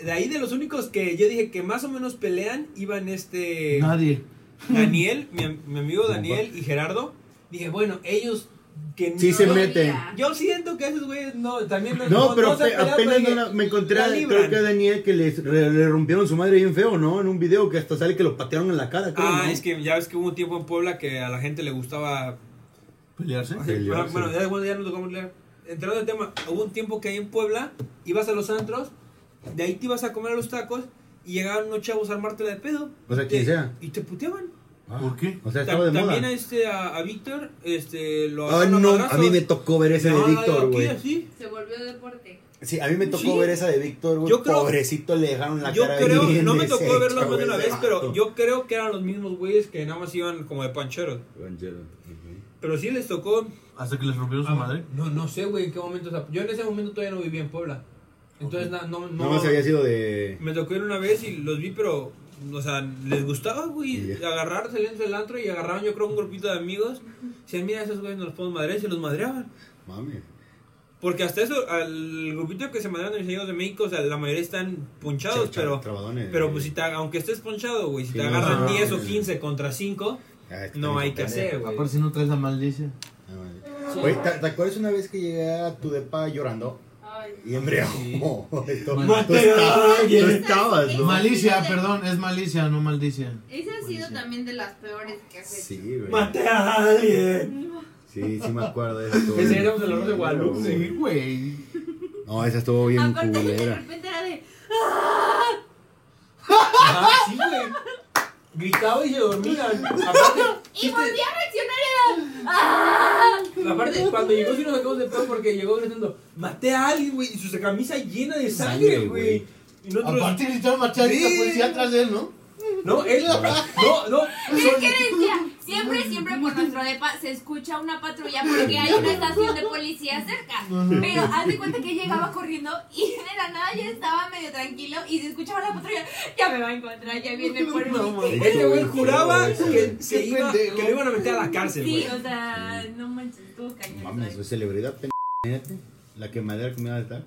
[SPEAKER 3] De ahí de los únicos que yo dije que más o menos pelean, iban este.
[SPEAKER 1] Nadie.
[SPEAKER 3] Daniel, mi, am- mi amigo Daniel y Gerardo, dije, bueno, ellos que no...
[SPEAKER 2] Sí se
[SPEAKER 4] No,
[SPEAKER 2] meten.
[SPEAKER 4] mira.
[SPEAKER 3] Yo siento que esos güeyes no, también no...
[SPEAKER 2] No, pero
[SPEAKER 3] se
[SPEAKER 2] ape-
[SPEAKER 3] pelean,
[SPEAKER 2] apenas
[SPEAKER 3] pero
[SPEAKER 2] no la-
[SPEAKER 3] dije,
[SPEAKER 2] me encontré,
[SPEAKER 3] la
[SPEAKER 2] a- creo
[SPEAKER 3] libran.
[SPEAKER 2] que a Daniel que les, re- le rompieron su madre bien feo, ¿no? En un video que hasta sale que lo patearon en la cara, creo,
[SPEAKER 3] Ah,
[SPEAKER 2] ¿no?
[SPEAKER 3] es que ya ves que hubo un tiempo en Puebla que a la gente le gustaba
[SPEAKER 1] ¿Pelearse?
[SPEAKER 3] Sí,
[SPEAKER 2] Peleó, sí.
[SPEAKER 3] pero, Ah, Bueno, ya, bueno, ya no tocamos leer. Entrando al tema, hubo un tiempo que ahí en Puebla ibas a los antros, de ahí te ibas a comer a los tacos y llegaban unos chavos a armártela de pedo.
[SPEAKER 2] O sea,
[SPEAKER 3] Te-
[SPEAKER 2] quien sea.
[SPEAKER 3] Y te puteaban.
[SPEAKER 1] ¿Por qué?
[SPEAKER 2] O sea,
[SPEAKER 3] Ta-
[SPEAKER 2] estaba de moda.
[SPEAKER 3] también a este, a, a Víctor, este, lo
[SPEAKER 2] Ay,
[SPEAKER 3] agarraron
[SPEAKER 2] Ah, no, a
[SPEAKER 3] madrazos.
[SPEAKER 2] mí me tocó ver ese de
[SPEAKER 3] No,
[SPEAKER 2] Víctor,
[SPEAKER 3] aquí,
[SPEAKER 2] güey.
[SPEAKER 3] así.
[SPEAKER 4] Se volvió deporte.
[SPEAKER 2] Sí, a mí me tocó
[SPEAKER 3] Sí.
[SPEAKER 2] ver esa de Víctor, güey.
[SPEAKER 3] Yo creo-
[SPEAKER 2] Pobrecito, le dejaron la
[SPEAKER 3] Yo
[SPEAKER 2] cara
[SPEAKER 3] creo,
[SPEAKER 2] bien
[SPEAKER 3] no me tocó
[SPEAKER 2] deshecha,
[SPEAKER 3] verlo más de
[SPEAKER 2] güey,
[SPEAKER 3] una
[SPEAKER 2] ese
[SPEAKER 3] vez, pero
[SPEAKER 2] vato.
[SPEAKER 3] yo creo que eran los mismos güeyes que nada más iban como de pancheros. Pero sí les tocó.
[SPEAKER 1] Hasta que les rompieron su
[SPEAKER 3] Ah,
[SPEAKER 1] madre.
[SPEAKER 3] No, no sé, güey, en qué momento. o sea, yo en ese momento todavía no vivía en Puebla. Entonces, na- no, no,
[SPEAKER 2] Nada más había sido de...
[SPEAKER 3] Me tocó ir una vez y los vi, pero, o sea, les gustaba, güey,
[SPEAKER 2] Sí.
[SPEAKER 3] agarrar, salían del antro y agarraban, yo creo, un grupito de amigos. Decían, mira, esos güeyes nos los podemos madrear y se los madreaban.
[SPEAKER 2] Mami.
[SPEAKER 3] Porque hasta eso, al grupito que se madrean de mis amigos de México, o sea, la mayoría están punchados,
[SPEAKER 2] Cha- cha-
[SPEAKER 3] pero,
[SPEAKER 2] trabadones.
[SPEAKER 3] pero pues si te, aunque estés punchado, güey, si
[SPEAKER 2] Sí,
[SPEAKER 3] te
[SPEAKER 2] no,
[SPEAKER 3] agarran
[SPEAKER 1] no,
[SPEAKER 3] 10
[SPEAKER 2] no,
[SPEAKER 3] o
[SPEAKER 2] no.
[SPEAKER 3] 15 contra 5,
[SPEAKER 2] Ah, es
[SPEAKER 3] no
[SPEAKER 2] también
[SPEAKER 3] hay
[SPEAKER 2] son
[SPEAKER 3] que
[SPEAKER 2] pendejos.
[SPEAKER 3] hacer, güey.
[SPEAKER 1] Aparte si no traes la maldicia.
[SPEAKER 2] Ah, madre. Güey, ¿te, te acuerdas una vez que llegué a tu depa llorando?
[SPEAKER 4] Ay.
[SPEAKER 2] Y
[SPEAKER 3] Ah,
[SPEAKER 2] embriagado. Esto- tú,
[SPEAKER 1] Mateo,
[SPEAKER 2] estabas, tú
[SPEAKER 1] alguien.
[SPEAKER 2] estabas,
[SPEAKER 4] Es-
[SPEAKER 2] ¿no?
[SPEAKER 4] Mal-
[SPEAKER 1] Malicia, perdón, es malicia, no maldicia.
[SPEAKER 4] Esa ha sido
[SPEAKER 1] Buenísimo.
[SPEAKER 4] también de las peores que has hecho.
[SPEAKER 2] Sí, güey.
[SPEAKER 3] ¡Mate a alguien!
[SPEAKER 2] Sí, sí me acuerdo de eso. estuvo
[SPEAKER 3] Ese
[SPEAKER 2] bien
[SPEAKER 3] éramos el Arroz de
[SPEAKER 2] culero,
[SPEAKER 3] Guadalupe,
[SPEAKER 2] güey.
[SPEAKER 1] güey.
[SPEAKER 2] No, esa estuvo bien
[SPEAKER 4] Aparte, de
[SPEAKER 2] culera.
[SPEAKER 4] repente era de.
[SPEAKER 3] Ajá, sí, güey. Gritaba y se dormían. Aparte,
[SPEAKER 4] Y
[SPEAKER 3] chiste-
[SPEAKER 4] volví a reaccionar y era. ¡Ah!
[SPEAKER 3] Aparte, cuando llegó, sí nos sacamos de pedo porque llegó gritando: Maté a alguien, güey. Y su camisa llena de sangre,
[SPEAKER 2] Sangre,
[SPEAKER 3] güey. Y nosotros.
[SPEAKER 11] Aparte gritaron Marcharita,
[SPEAKER 3] Sí.
[SPEAKER 1] pues,
[SPEAKER 11] policía atrás de él, ¿no?
[SPEAKER 3] No, él. No, no.
[SPEAKER 4] Es que decía, siempre, siempre por nuestro depa se escucha una patrulla porque hay una estación de policía cerca. Pero haz de cuenta que llegaba corriendo y de la nada ya estaba medio tranquilo y se escuchaba la patrulla. Ya me va a encontrar, ya viene por mí.
[SPEAKER 3] Este güey juraba que, se
[SPEAKER 11] Qué
[SPEAKER 3] iba, que
[SPEAKER 11] pendejo.
[SPEAKER 3] lo iban a meter a la cárcel, güey.
[SPEAKER 4] Sí, o sea, no manches, estuvo cañón.
[SPEAKER 2] Mames, soy celebridad, pendejo. Imagínate la quemadera que me iba a estar.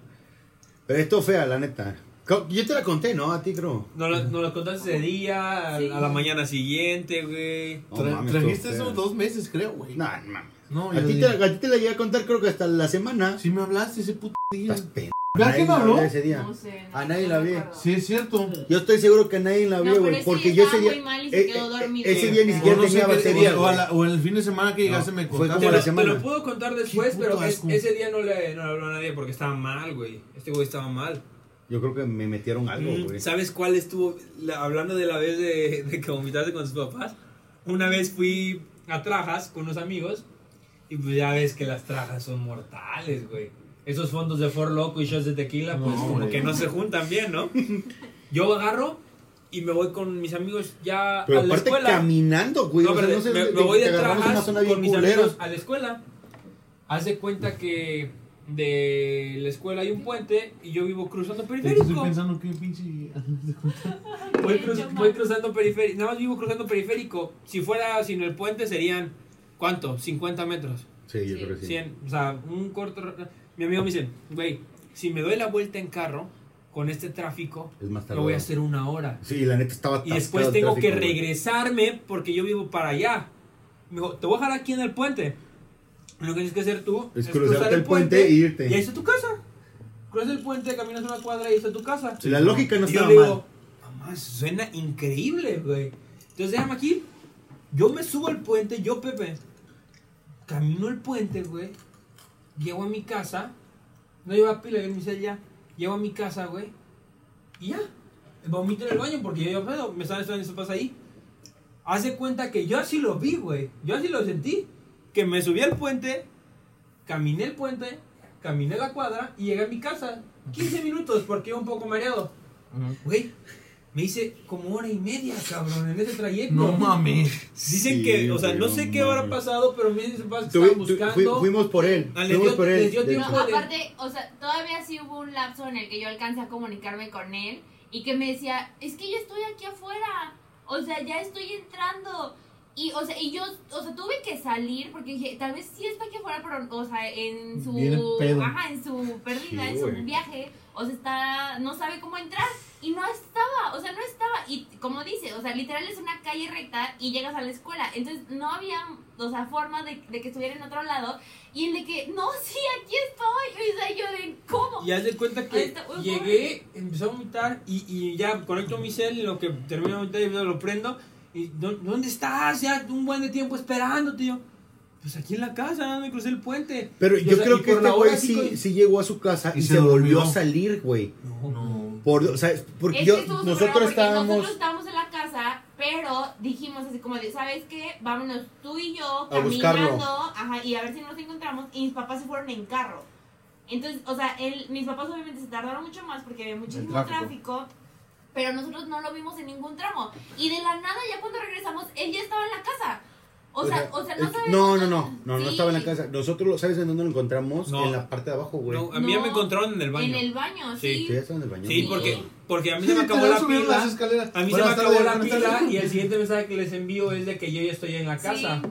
[SPEAKER 2] Pero esto fea, la neta. Co- Yo te la conté, ¿no? A ti, creo.
[SPEAKER 3] Nos lo, nos lo contaste ese día, a,
[SPEAKER 4] Sí.
[SPEAKER 3] a la mañana siguiente, güey.
[SPEAKER 2] No,
[SPEAKER 11] Tra-
[SPEAKER 2] mames,
[SPEAKER 11] trajiste
[SPEAKER 2] estuvo
[SPEAKER 11] eso
[SPEAKER 2] fea.
[SPEAKER 11] dos meses, creo, güey.
[SPEAKER 2] No, no mames.
[SPEAKER 1] No,
[SPEAKER 2] A
[SPEAKER 1] yo
[SPEAKER 2] ti,
[SPEAKER 1] sí.
[SPEAKER 2] te, a ti te la llegué a contar, creo que hasta la semana.
[SPEAKER 1] Sí me hablaste ese puto día.
[SPEAKER 2] Estás pendejo.
[SPEAKER 11] ¿Verdad que me habló?
[SPEAKER 2] Ese día.
[SPEAKER 4] No sé.
[SPEAKER 2] A nadie la vi.
[SPEAKER 1] Sí, es cierto.
[SPEAKER 2] Yo estoy seguro que nadie la
[SPEAKER 4] No,
[SPEAKER 2] vio,
[SPEAKER 4] pero
[SPEAKER 2] güey.
[SPEAKER 4] ese
[SPEAKER 2] porque
[SPEAKER 4] día
[SPEAKER 2] yo ese
[SPEAKER 4] estaba
[SPEAKER 2] día.
[SPEAKER 4] muy mal y se
[SPEAKER 2] eh,
[SPEAKER 4] quedó
[SPEAKER 2] eh,
[SPEAKER 4] dormido.
[SPEAKER 2] Ese día ni
[SPEAKER 4] O
[SPEAKER 1] O,
[SPEAKER 2] siquiera
[SPEAKER 1] no sé
[SPEAKER 2] tenía
[SPEAKER 1] qué-
[SPEAKER 2] batería.
[SPEAKER 1] o, a
[SPEAKER 2] güey.
[SPEAKER 1] la- o el fin de semana que llegaste
[SPEAKER 2] No,
[SPEAKER 1] me
[SPEAKER 2] fue
[SPEAKER 1] contaste.
[SPEAKER 2] como
[SPEAKER 3] Te
[SPEAKER 2] la
[SPEAKER 3] lo,
[SPEAKER 2] semana.
[SPEAKER 3] te lo puedo contar después,
[SPEAKER 1] Qué puto
[SPEAKER 3] pero es-
[SPEAKER 1] asco.
[SPEAKER 3] ese día no le, no le habló a nadie porque estaba mal, güey. Este güey estaba mal.
[SPEAKER 2] Yo creo que me metieron algo,
[SPEAKER 3] Mm,
[SPEAKER 2] güey.
[SPEAKER 3] ¿Sabes cuál estuvo? la- hablando de la vez de, de que vomitaste con tus papás. Una vez fui a Trajas con unos amigos y pues ya ves que las Trajas son mortales, güey. Esos fondos de For Loco y shots de tequila, pues
[SPEAKER 1] No,
[SPEAKER 3] como
[SPEAKER 1] güey.
[SPEAKER 3] que no se juntan bien, ¿no? Yo agarro y me voy con mis amigos ya
[SPEAKER 2] Pero
[SPEAKER 3] a la
[SPEAKER 2] aparte
[SPEAKER 3] escuela.
[SPEAKER 2] caminando, güey.
[SPEAKER 3] No,
[SPEAKER 2] o sea,
[SPEAKER 3] pero
[SPEAKER 2] no sé,
[SPEAKER 3] me,
[SPEAKER 2] te-
[SPEAKER 3] me voy
[SPEAKER 2] te
[SPEAKER 3] de
[SPEAKER 2] agarramos en
[SPEAKER 3] trajas
[SPEAKER 2] una zona
[SPEAKER 3] con
[SPEAKER 2] bien
[SPEAKER 3] mis
[SPEAKER 2] culera.
[SPEAKER 3] amigos a la escuela. Haz de cuenta que de la escuela hay un puente y yo vivo cruzando
[SPEAKER 1] Estoy
[SPEAKER 3] periférico.
[SPEAKER 1] pensando que pinche.
[SPEAKER 3] Voy, cruz- voy cruzando periférico. Nada más vivo cruzando periférico. Si fuera sin el puente serían, ¿cuánto? 50 metros.
[SPEAKER 2] Sí, yo creo que sí.
[SPEAKER 3] 100. O sea, un corto... ra- Mi amigo me dice, güey, si me doy la vuelta en carro con este tráfico,
[SPEAKER 2] Es más
[SPEAKER 3] lo voy
[SPEAKER 2] tardado.
[SPEAKER 3] a hacer una hora.
[SPEAKER 2] Sí, la neta estaba
[SPEAKER 3] Y
[SPEAKER 2] atascado
[SPEAKER 3] después
[SPEAKER 2] el
[SPEAKER 3] tengo que
[SPEAKER 2] tráfico, güey.
[SPEAKER 3] regresarme porque yo vivo para allá. Me dijo, te voy a dejar aquí en el puente. Lo que tienes que hacer tú
[SPEAKER 2] Es cruzarte el puente e irte.
[SPEAKER 3] Y ahí está tu casa. Cruzas el puente, caminas una cuadra y ahí está tu casa.
[SPEAKER 2] Sí, la lógica no
[SPEAKER 3] Y yo
[SPEAKER 2] estaba
[SPEAKER 3] le
[SPEAKER 2] mal.
[SPEAKER 3] digo, mamá, eso suena increíble, güey. Entonces déjame aquí. Yo me subo al puente, yo Pepe. Camino el puente, güey. Llego a mi casa. No lleva pila, yo en mi cel ya. Llego a mi casa, güey. Y ya. Vomito en el baño porque yo ya pedo. Me están esperando eso pasa ahí. Hace cuenta que yo así lo vi, güey. Yo así lo sentí. Que me subí al puente, caminé el puente, caminé la cuadra y llegué a mi casa. 15 minutos porque iba un poco mareado. Güey, me hice como hora y media, cabrón, en ese trayecto.
[SPEAKER 1] No mames.
[SPEAKER 3] Dicen
[SPEAKER 2] Sí,
[SPEAKER 3] que, o sea,
[SPEAKER 2] güey,
[SPEAKER 3] no
[SPEAKER 2] no
[SPEAKER 3] sé qué habrá
[SPEAKER 2] mames.
[SPEAKER 3] pasado, pero me dicen que
[SPEAKER 2] Tuve-
[SPEAKER 3] estaban
[SPEAKER 2] tu- fui-
[SPEAKER 3] buscando.
[SPEAKER 2] fuimos por él.
[SPEAKER 3] Ah, les
[SPEAKER 2] fuimos
[SPEAKER 3] dio-
[SPEAKER 2] por él.
[SPEAKER 3] les dio
[SPEAKER 2] de
[SPEAKER 3] tiempo
[SPEAKER 4] No,
[SPEAKER 2] hecho.
[SPEAKER 3] de-
[SPEAKER 4] aparte, o sea, todavía sí hubo un lapso en el que yo alcancé a comunicarme con él y que me decía, es que yo estoy aquí afuera, o sea, ya estoy entrando. Y, o sea, y yo, o sea, tuve que salir porque dije, tal vez sí está aquí afuera, pero, o sea, en
[SPEAKER 1] Viene
[SPEAKER 4] su,
[SPEAKER 1] pedo.
[SPEAKER 4] ajá, en su pérdida,
[SPEAKER 2] Sí,
[SPEAKER 4] en su
[SPEAKER 2] güey.
[SPEAKER 4] viaje, o sea, está, no sabe cómo entrar. Y no estaba, o sea, no estaba. Y como dice, o sea, literal es una calle recta y llegas a la escuela. Entonces no había, o sea, forma de, de que estuviera en otro lado. Y el de que, no, sí, aquí estoy. O sea, yo de, ¿cómo?
[SPEAKER 3] Y haz de cuenta
[SPEAKER 4] Ahí
[SPEAKER 3] que
[SPEAKER 4] está, uy,
[SPEAKER 3] llegué, empecé a vomitar y, y ya conecto mi cel y lo que termino de vomitar y lo prendo. Y, "¿Dó- ¿Dónde estás? Ya un buen de tiempo esperándote. y yo, Pues aquí en la casa, me crucé el puente.
[SPEAKER 2] Pero
[SPEAKER 3] Y,
[SPEAKER 2] yo
[SPEAKER 3] o sea, y
[SPEAKER 2] creo que
[SPEAKER 3] por
[SPEAKER 2] este
[SPEAKER 3] la
[SPEAKER 2] güey
[SPEAKER 3] hora
[SPEAKER 2] sí,
[SPEAKER 3] con-
[SPEAKER 2] sí llegó a su casa y,
[SPEAKER 1] Y
[SPEAKER 2] se,
[SPEAKER 1] se
[SPEAKER 2] volvió a
[SPEAKER 1] durmió.
[SPEAKER 2] salir, güey.
[SPEAKER 3] No,
[SPEAKER 1] No.
[SPEAKER 2] Por, o sea, es- porque
[SPEAKER 4] Es
[SPEAKER 2] yo,
[SPEAKER 4] que estuvo súper raro
[SPEAKER 2] nosotros
[SPEAKER 4] porque
[SPEAKER 2] estábamos
[SPEAKER 4] nosotros estábamos en la casa, pero dijimos así como de, ¿sabes qué? Vámonos tú y yo
[SPEAKER 2] A buscarlo.
[SPEAKER 4] caminando ajá, y a ver si nos encontramos. Y mis papás se fueron en carro. Entonces, o sea, él- mis papás obviamente se tardaron mucho más porque había muchísimo
[SPEAKER 1] tráfico.
[SPEAKER 4] tráfico. Pero nosotros no lo vimos en ningún tramo. Y de la nada, ya cuando regresamos, él ya estaba en la casa. O sea, o sea, no
[SPEAKER 2] es-
[SPEAKER 4] sabemos.
[SPEAKER 2] no, no, no, no, no
[SPEAKER 4] Sí,
[SPEAKER 2] estaba en la casa. Nosotros, lo- ¿sabes en dónde lo encontramos?
[SPEAKER 3] No.
[SPEAKER 2] En la parte de abajo, güey.
[SPEAKER 3] No, a mí ya
[SPEAKER 4] No,
[SPEAKER 3] me encontraron en el baño.
[SPEAKER 4] En el baño, sí.
[SPEAKER 2] Sí, ya estaba en el baño.
[SPEAKER 3] Sí,
[SPEAKER 4] Sí.
[SPEAKER 3] porque, porque a mí se me acabó la
[SPEAKER 1] subieron
[SPEAKER 3] pila.
[SPEAKER 1] las escaleras.
[SPEAKER 3] A mí se me
[SPEAKER 1] Buenas
[SPEAKER 3] acabó
[SPEAKER 1] tardes,
[SPEAKER 3] la
[SPEAKER 1] buenas
[SPEAKER 3] pila
[SPEAKER 1] tardes.
[SPEAKER 3] y el siguiente mensaje que les envío es de que yo ya estoy en la casa.
[SPEAKER 4] Sí.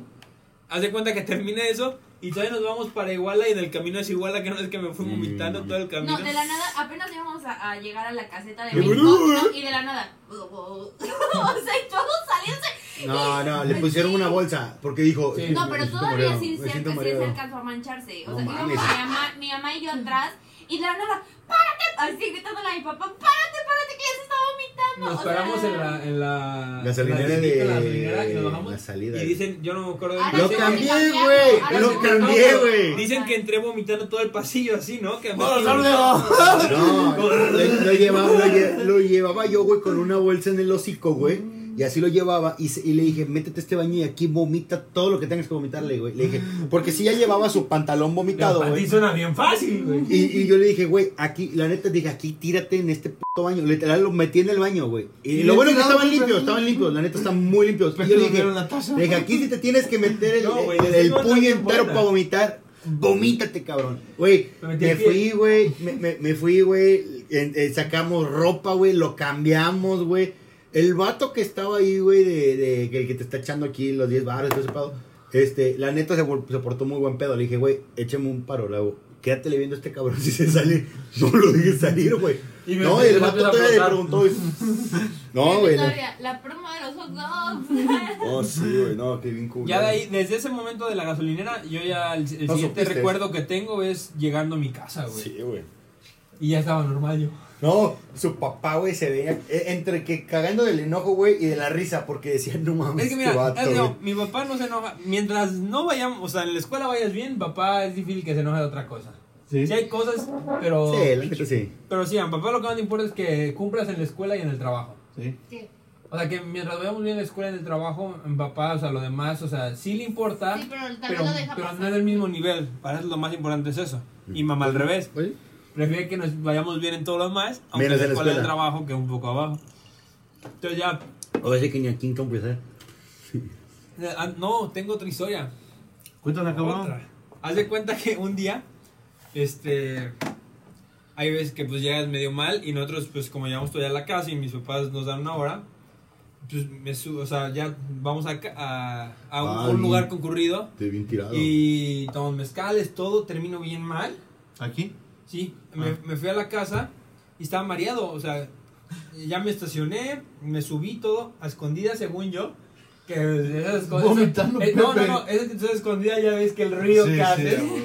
[SPEAKER 3] Haz de cuenta que termine eso y todavía nos vamos para Iguala y en el camino es Iguala que no es que me fui
[SPEAKER 2] Mm.
[SPEAKER 3] vomitando todo el camino.
[SPEAKER 4] No, de la nada, apenas íbamos a, a llegar a la caseta de
[SPEAKER 2] Qué
[SPEAKER 4] México
[SPEAKER 2] boludo,
[SPEAKER 4] no, y de la nada. o sea, y todos saliéndose.
[SPEAKER 2] No, no, le pusieron una bolsa porque dijo.
[SPEAKER 3] Sí.
[SPEAKER 2] "Me
[SPEAKER 4] No, pero
[SPEAKER 2] siento
[SPEAKER 4] todavía
[SPEAKER 2] mareado,
[SPEAKER 4] sí
[SPEAKER 2] me
[SPEAKER 4] se,
[SPEAKER 2] siento
[SPEAKER 4] sí se
[SPEAKER 2] mareado".
[SPEAKER 4] alcanzó a mancharse. O
[SPEAKER 2] No
[SPEAKER 4] sea, íbamos mi
[SPEAKER 2] mames.
[SPEAKER 4] mamá, mi mamá y yo atrás y de la nada, ¡párate! Así gritándole a mi papá, ¡párate, párate! Que ya se está vomitando.
[SPEAKER 3] Nos
[SPEAKER 4] o sea,
[SPEAKER 3] paramos en la. En la
[SPEAKER 2] Gasolinera
[SPEAKER 3] en la-
[SPEAKER 2] de-
[SPEAKER 3] en la gasolinera y nos bajamos.
[SPEAKER 2] la salida.
[SPEAKER 3] Y dicen, yo no me acuerdo de
[SPEAKER 4] ahora
[SPEAKER 2] Lo
[SPEAKER 4] sí
[SPEAKER 3] dicen-
[SPEAKER 4] está
[SPEAKER 2] cambié,
[SPEAKER 4] cambiando,
[SPEAKER 2] güey,
[SPEAKER 4] ahora
[SPEAKER 2] lo
[SPEAKER 4] sí está
[SPEAKER 2] cambié,
[SPEAKER 4] cambiando.
[SPEAKER 2] güey.
[SPEAKER 3] Dicen que entré vomitando todo el pasillo así, ¿no? Que me-
[SPEAKER 1] Buenas tardes.
[SPEAKER 2] No, lo, lo llevaba, lo, lle- lo llevaba yo, güey, con una bolsa en el hocico, güey. Y así lo llevaba y, se- y le dije, métete a este baño y aquí vomita todo lo que tengas que vomitarle, güey. Le dije, porque si ya llevaba su pantalón
[SPEAKER 3] No,
[SPEAKER 2] vomitado,
[SPEAKER 3] para ti
[SPEAKER 2] güey.
[SPEAKER 3] suena bien fácil, güey.
[SPEAKER 2] Y, y yo le dije, güey, aquí, la neta, dije, aquí tírate en este puto baño. Literal, lo metí en el baño, güey. Y
[SPEAKER 1] Y
[SPEAKER 2] lo
[SPEAKER 1] le
[SPEAKER 2] bueno es que
[SPEAKER 1] tiraron
[SPEAKER 2] estaban
[SPEAKER 1] el
[SPEAKER 2] limpios,
[SPEAKER 1] pelo.
[SPEAKER 2] estaban limpios, la neta, están muy limpios. Y
[SPEAKER 1] Pero
[SPEAKER 2] yo le
[SPEAKER 1] le
[SPEAKER 2] dije,
[SPEAKER 1] dieron la taza.
[SPEAKER 2] le dije, aquí si te tienes que meter el,
[SPEAKER 3] No, güey,
[SPEAKER 2] el-
[SPEAKER 3] les
[SPEAKER 2] el
[SPEAKER 3] digo, está
[SPEAKER 2] puño
[SPEAKER 3] bien
[SPEAKER 2] entero
[SPEAKER 3] buena.
[SPEAKER 2] para vomitar, vomítate, cabrón. Güey,
[SPEAKER 3] Me
[SPEAKER 2] me,
[SPEAKER 3] metí el pie.
[SPEAKER 2] fui, güey, me, me- me fui, güey, en- en- sacamos ropa, güey, lo cambiamos, güey. El vato que estaba ahí, güey, de, de- que, que te está echando aquí los 10 baros, todo ese pedo, este, la neta se, vol- se portó muy buen pedo. Le dije, güey, échame un paro, Lago. Quédatele viendo a este cabrón si se sale. No lo dejes salir, güey.
[SPEAKER 3] Y me
[SPEAKER 2] No,
[SPEAKER 3] empecé
[SPEAKER 2] y el
[SPEAKER 3] a
[SPEAKER 2] vato
[SPEAKER 3] empezar a
[SPEAKER 2] todavía le
[SPEAKER 3] flotar.
[SPEAKER 2] preguntó. y- No, güey. le-
[SPEAKER 4] Todavía, La promo de los hot dogs.
[SPEAKER 2] Oh, sí, güey, no, qué bien cool.
[SPEAKER 3] Ya de ahí, desde ese momento de la gasolinera, yo ya el, el
[SPEAKER 2] No
[SPEAKER 3] siguiente
[SPEAKER 2] supiste.
[SPEAKER 3] recuerdo que tengo es llegando a mi casa, güey.
[SPEAKER 2] Sí, güey.
[SPEAKER 3] Y ya estaba normal yo.
[SPEAKER 2] No, su papá, güey, se veía eh, entre que cagando del enojo, güey, y de la risa, porque decían, no mames,
[SPEAKER 3] Es que
[SPEAKER 2] este
[SPEAKER 3] mira,
[SPEAKER 2] vato,
[SPEAKER 3] es que
[SPEAKER 2] güey".
[SPEAKER 3] mi papá no se enoja. Mientras no vayamos, o sea, en la escuela vayas bien, papá es difícil que se enoje de otra cosa. Sí, hay cosas, pero.
[SPEAKER 2] Sí, la neta sí.
[SPEAKER 3] Pero sí, a papá lo que más le importa es que cumplas en la escuela y en el trabajo.
[SPEAKER 1] Sí.
[SPEAKER 4] Sí,
[SPEAKER 3] O sea, que mientras vayamos bien en la escuela y en el trabajo, en papá, o sea, lo demás, o sea, sí le importa.
[SPEAKER 4] sí, pero también
[SPEAKER 3] pero,
[SPEAKER 4] lo deja
[SPEAKER 3] pero
[SPEAKER 4] pasar.
[SPEAKER 3] no es del mismo nivel. Para eso lo más importante es eso.
[SPEAKER 2] Mm.
[SPEAKER 3] Y mamá al revés. Prefiere que nos vayamos bien en todo lo demás, aunque
[SPEAKER 2] Menos en la
[SPEAKER 3] la escuela de
[SPEAKER 2] escuela.
[SPEAKER 3] trabajo que un poco abajo. Entonces ya,
[SPEAKER 2] O sea, que ni aquí en compensar.
[SPEAKER 3] eh, ah, no, tengo otra historia.
[SPEAKER 1] Cuéntala, cabrón.
[SPEAKER 3] Otra. Haz de cuenta que un día, este, hay veces que pues llegas medio mal y nosotros pues como llegamos todavía a la casa y mis papás nos dan una hora, pues me subo, o sea, ya vamos a, ca- a, a un-
[SPEAKER 2] Ah,
[SPEAKER 3] un
[SPEAKER 2] bien.
[SPEAKER 3] lugar concurrido
[SPEAKER 2] Te bien tirado.
[SPEAKER 3] y tomamos mezcales, todo, termino bien mal.
[SPEAKER 1] ¿Aquí?
[SPEAKER 3] Sí, me, me fui a la casa y estaba mareado, o sea, ya me estacioné, me subí todo a escondida según yo. Que esas cosas.
[SPEAKER 12] Vomitando,
[SPEAKER 3] eh, no, no,
[SPEAKER 12] Pepe.
[SPEAKER 3] no, esas que tú estás escondida ya ves que el río
[SPEAKER 1] Sí,
[SPEAKER 3] que
[SPEAKER 1] sí,
[SPEAKER 3] haces.
[SPEAKER 1] güey.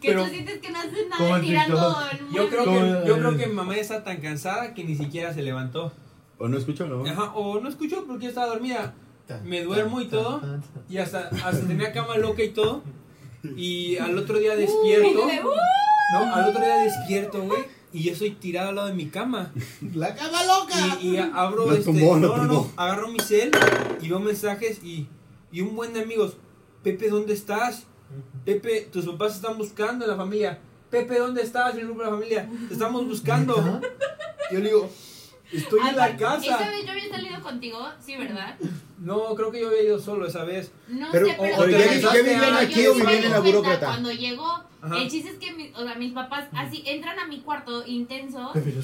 [SPEAKER 4] Que
[SPEAKER 3] pero-
[SPEAKER 4] tú sientes que no haces
[SPEAKER 1] Como
[SPEAKER 4] nada
[SPEAKER 1] el
[SPEAKER 4] tirando
[SPEAKER 1] TikTok.
[SPEAKER 4] el
[SPEAKER 3] yo,
[SPEAKER 4] mueble.
[SPEAKER 3] creo
[SPEAKER 1] Como
[SPEAKER 3] que, yo
[SPEAKER 1] el-
[SPEAKER 3] creo que mi mamá está tan cansada que ni siquiera se levantó.
[SPEAKER 2] ¿O no escucho, no?
[SPEAKER 3] Ajá, o no escuchó porque yo estaba dormida. Me duermo y todo. Y hasta, hasta tenía cama loca y todo. Y al otro día despierto.
[SPEAKER 4] de, "Uh,
[SPEAKER 3] No, al otro día despierto, güey. Y yo estoy tirado al lado de mi cama.
[SPEAKER 12] La cama loca.
[SPEAKER 3] Y, y abro
[SPEAKER 2] Lo
[SPEAKER 3] este.
[SPEAKER 2] tumbó, lo
[SPEAKER 3] no, no, no.
[SPEAKER 2] tumbó.
[SPEAKER 3] Agarro mi cel y veo mensajes y, y un buen de amigos. Pepe, ¿dónde estás? Pepe, tus papás te están buscando en la familia. Pepe, ¿dónde estás? El grupo de la familia. Te estamos buscando. Yo le digo, estoy en la
[SPEAKER 4] Aparte, Esa
[SPEAKER 3] casa.
[SPEAKER 4] vez yo había salido contigo, sí, ¿verdad?
[SPEAKER 3] No, creo que yo había ido solo esa vez.
[SPEAKER 4] No
[SPEAKER 2] Pero,
[SPEAKER 4] sé, pero.
[SPEAKER 3] o- o ya- ya
[SPEAKER 4] pero yo
[SPEAKER 3] vivían aquí
[SPEAKER 4] sí me
[SPEAKER 3] o
[SPEAKER 4] di
[SPEAKER 3] vivían en la
[SPEAKER 4] cuenta
[SPEAKER 2] burócrata.
[SPEAKER 4] Cuando llegó,
[SPEAKER 3] Ajá.
[SPEAKER 4] el chiste es que mi- o sea, mis papás así entran a mi cuarto intenso. ¿Dónde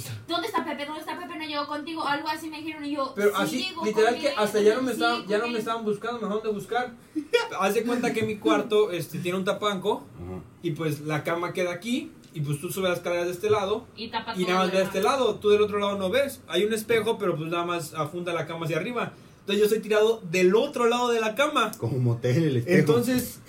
[SPEAKER 4] está Pepe? ¿Dónde está Pepe? No llegó contigo. Algo así me dijeron y yo.
[SPEAKER 3] Pero
[SPEAKER 4] sí
[SPEAKER 3] así,
[SPEAKER 4] llegó
[SPEAKER 3] literal
[SPEAKER 4] con él,
[SPEAKER 3] que hasta ya no me
[SPEAKER 4] sí,
[SPEAKER 3] estaban, ya
[SPEAKER 4] con
[SPEAKER 3] no me
[SPEAKER 4] él.
[SPEAKER 3] estaban buscando, me dejaron de buscar. Haz de cuenta que mi cuarto este, tiene un tapanco y pues la cama queda aquí y pues tú subes las escaleras de este lado
[SPEAKER 4] Y tapa
[SPEAKER 3] y
[SPEAKER 4] todo
[SPEAKER 3] nada más
[SPEAKER 4] lo
[SPEAKER 3] ve a
[SPEAKER 4] demás.
[SPEAKER 3] este lado, tú del otro lado no ves. Hay un espejo, pero pues nada más afunda la cama hacia arriba. Entonces yo estoy tirado del otro lado de la cama.
[SPEAKER 2] Como motel, el espejo.
[SPEAKER 3] Entonces,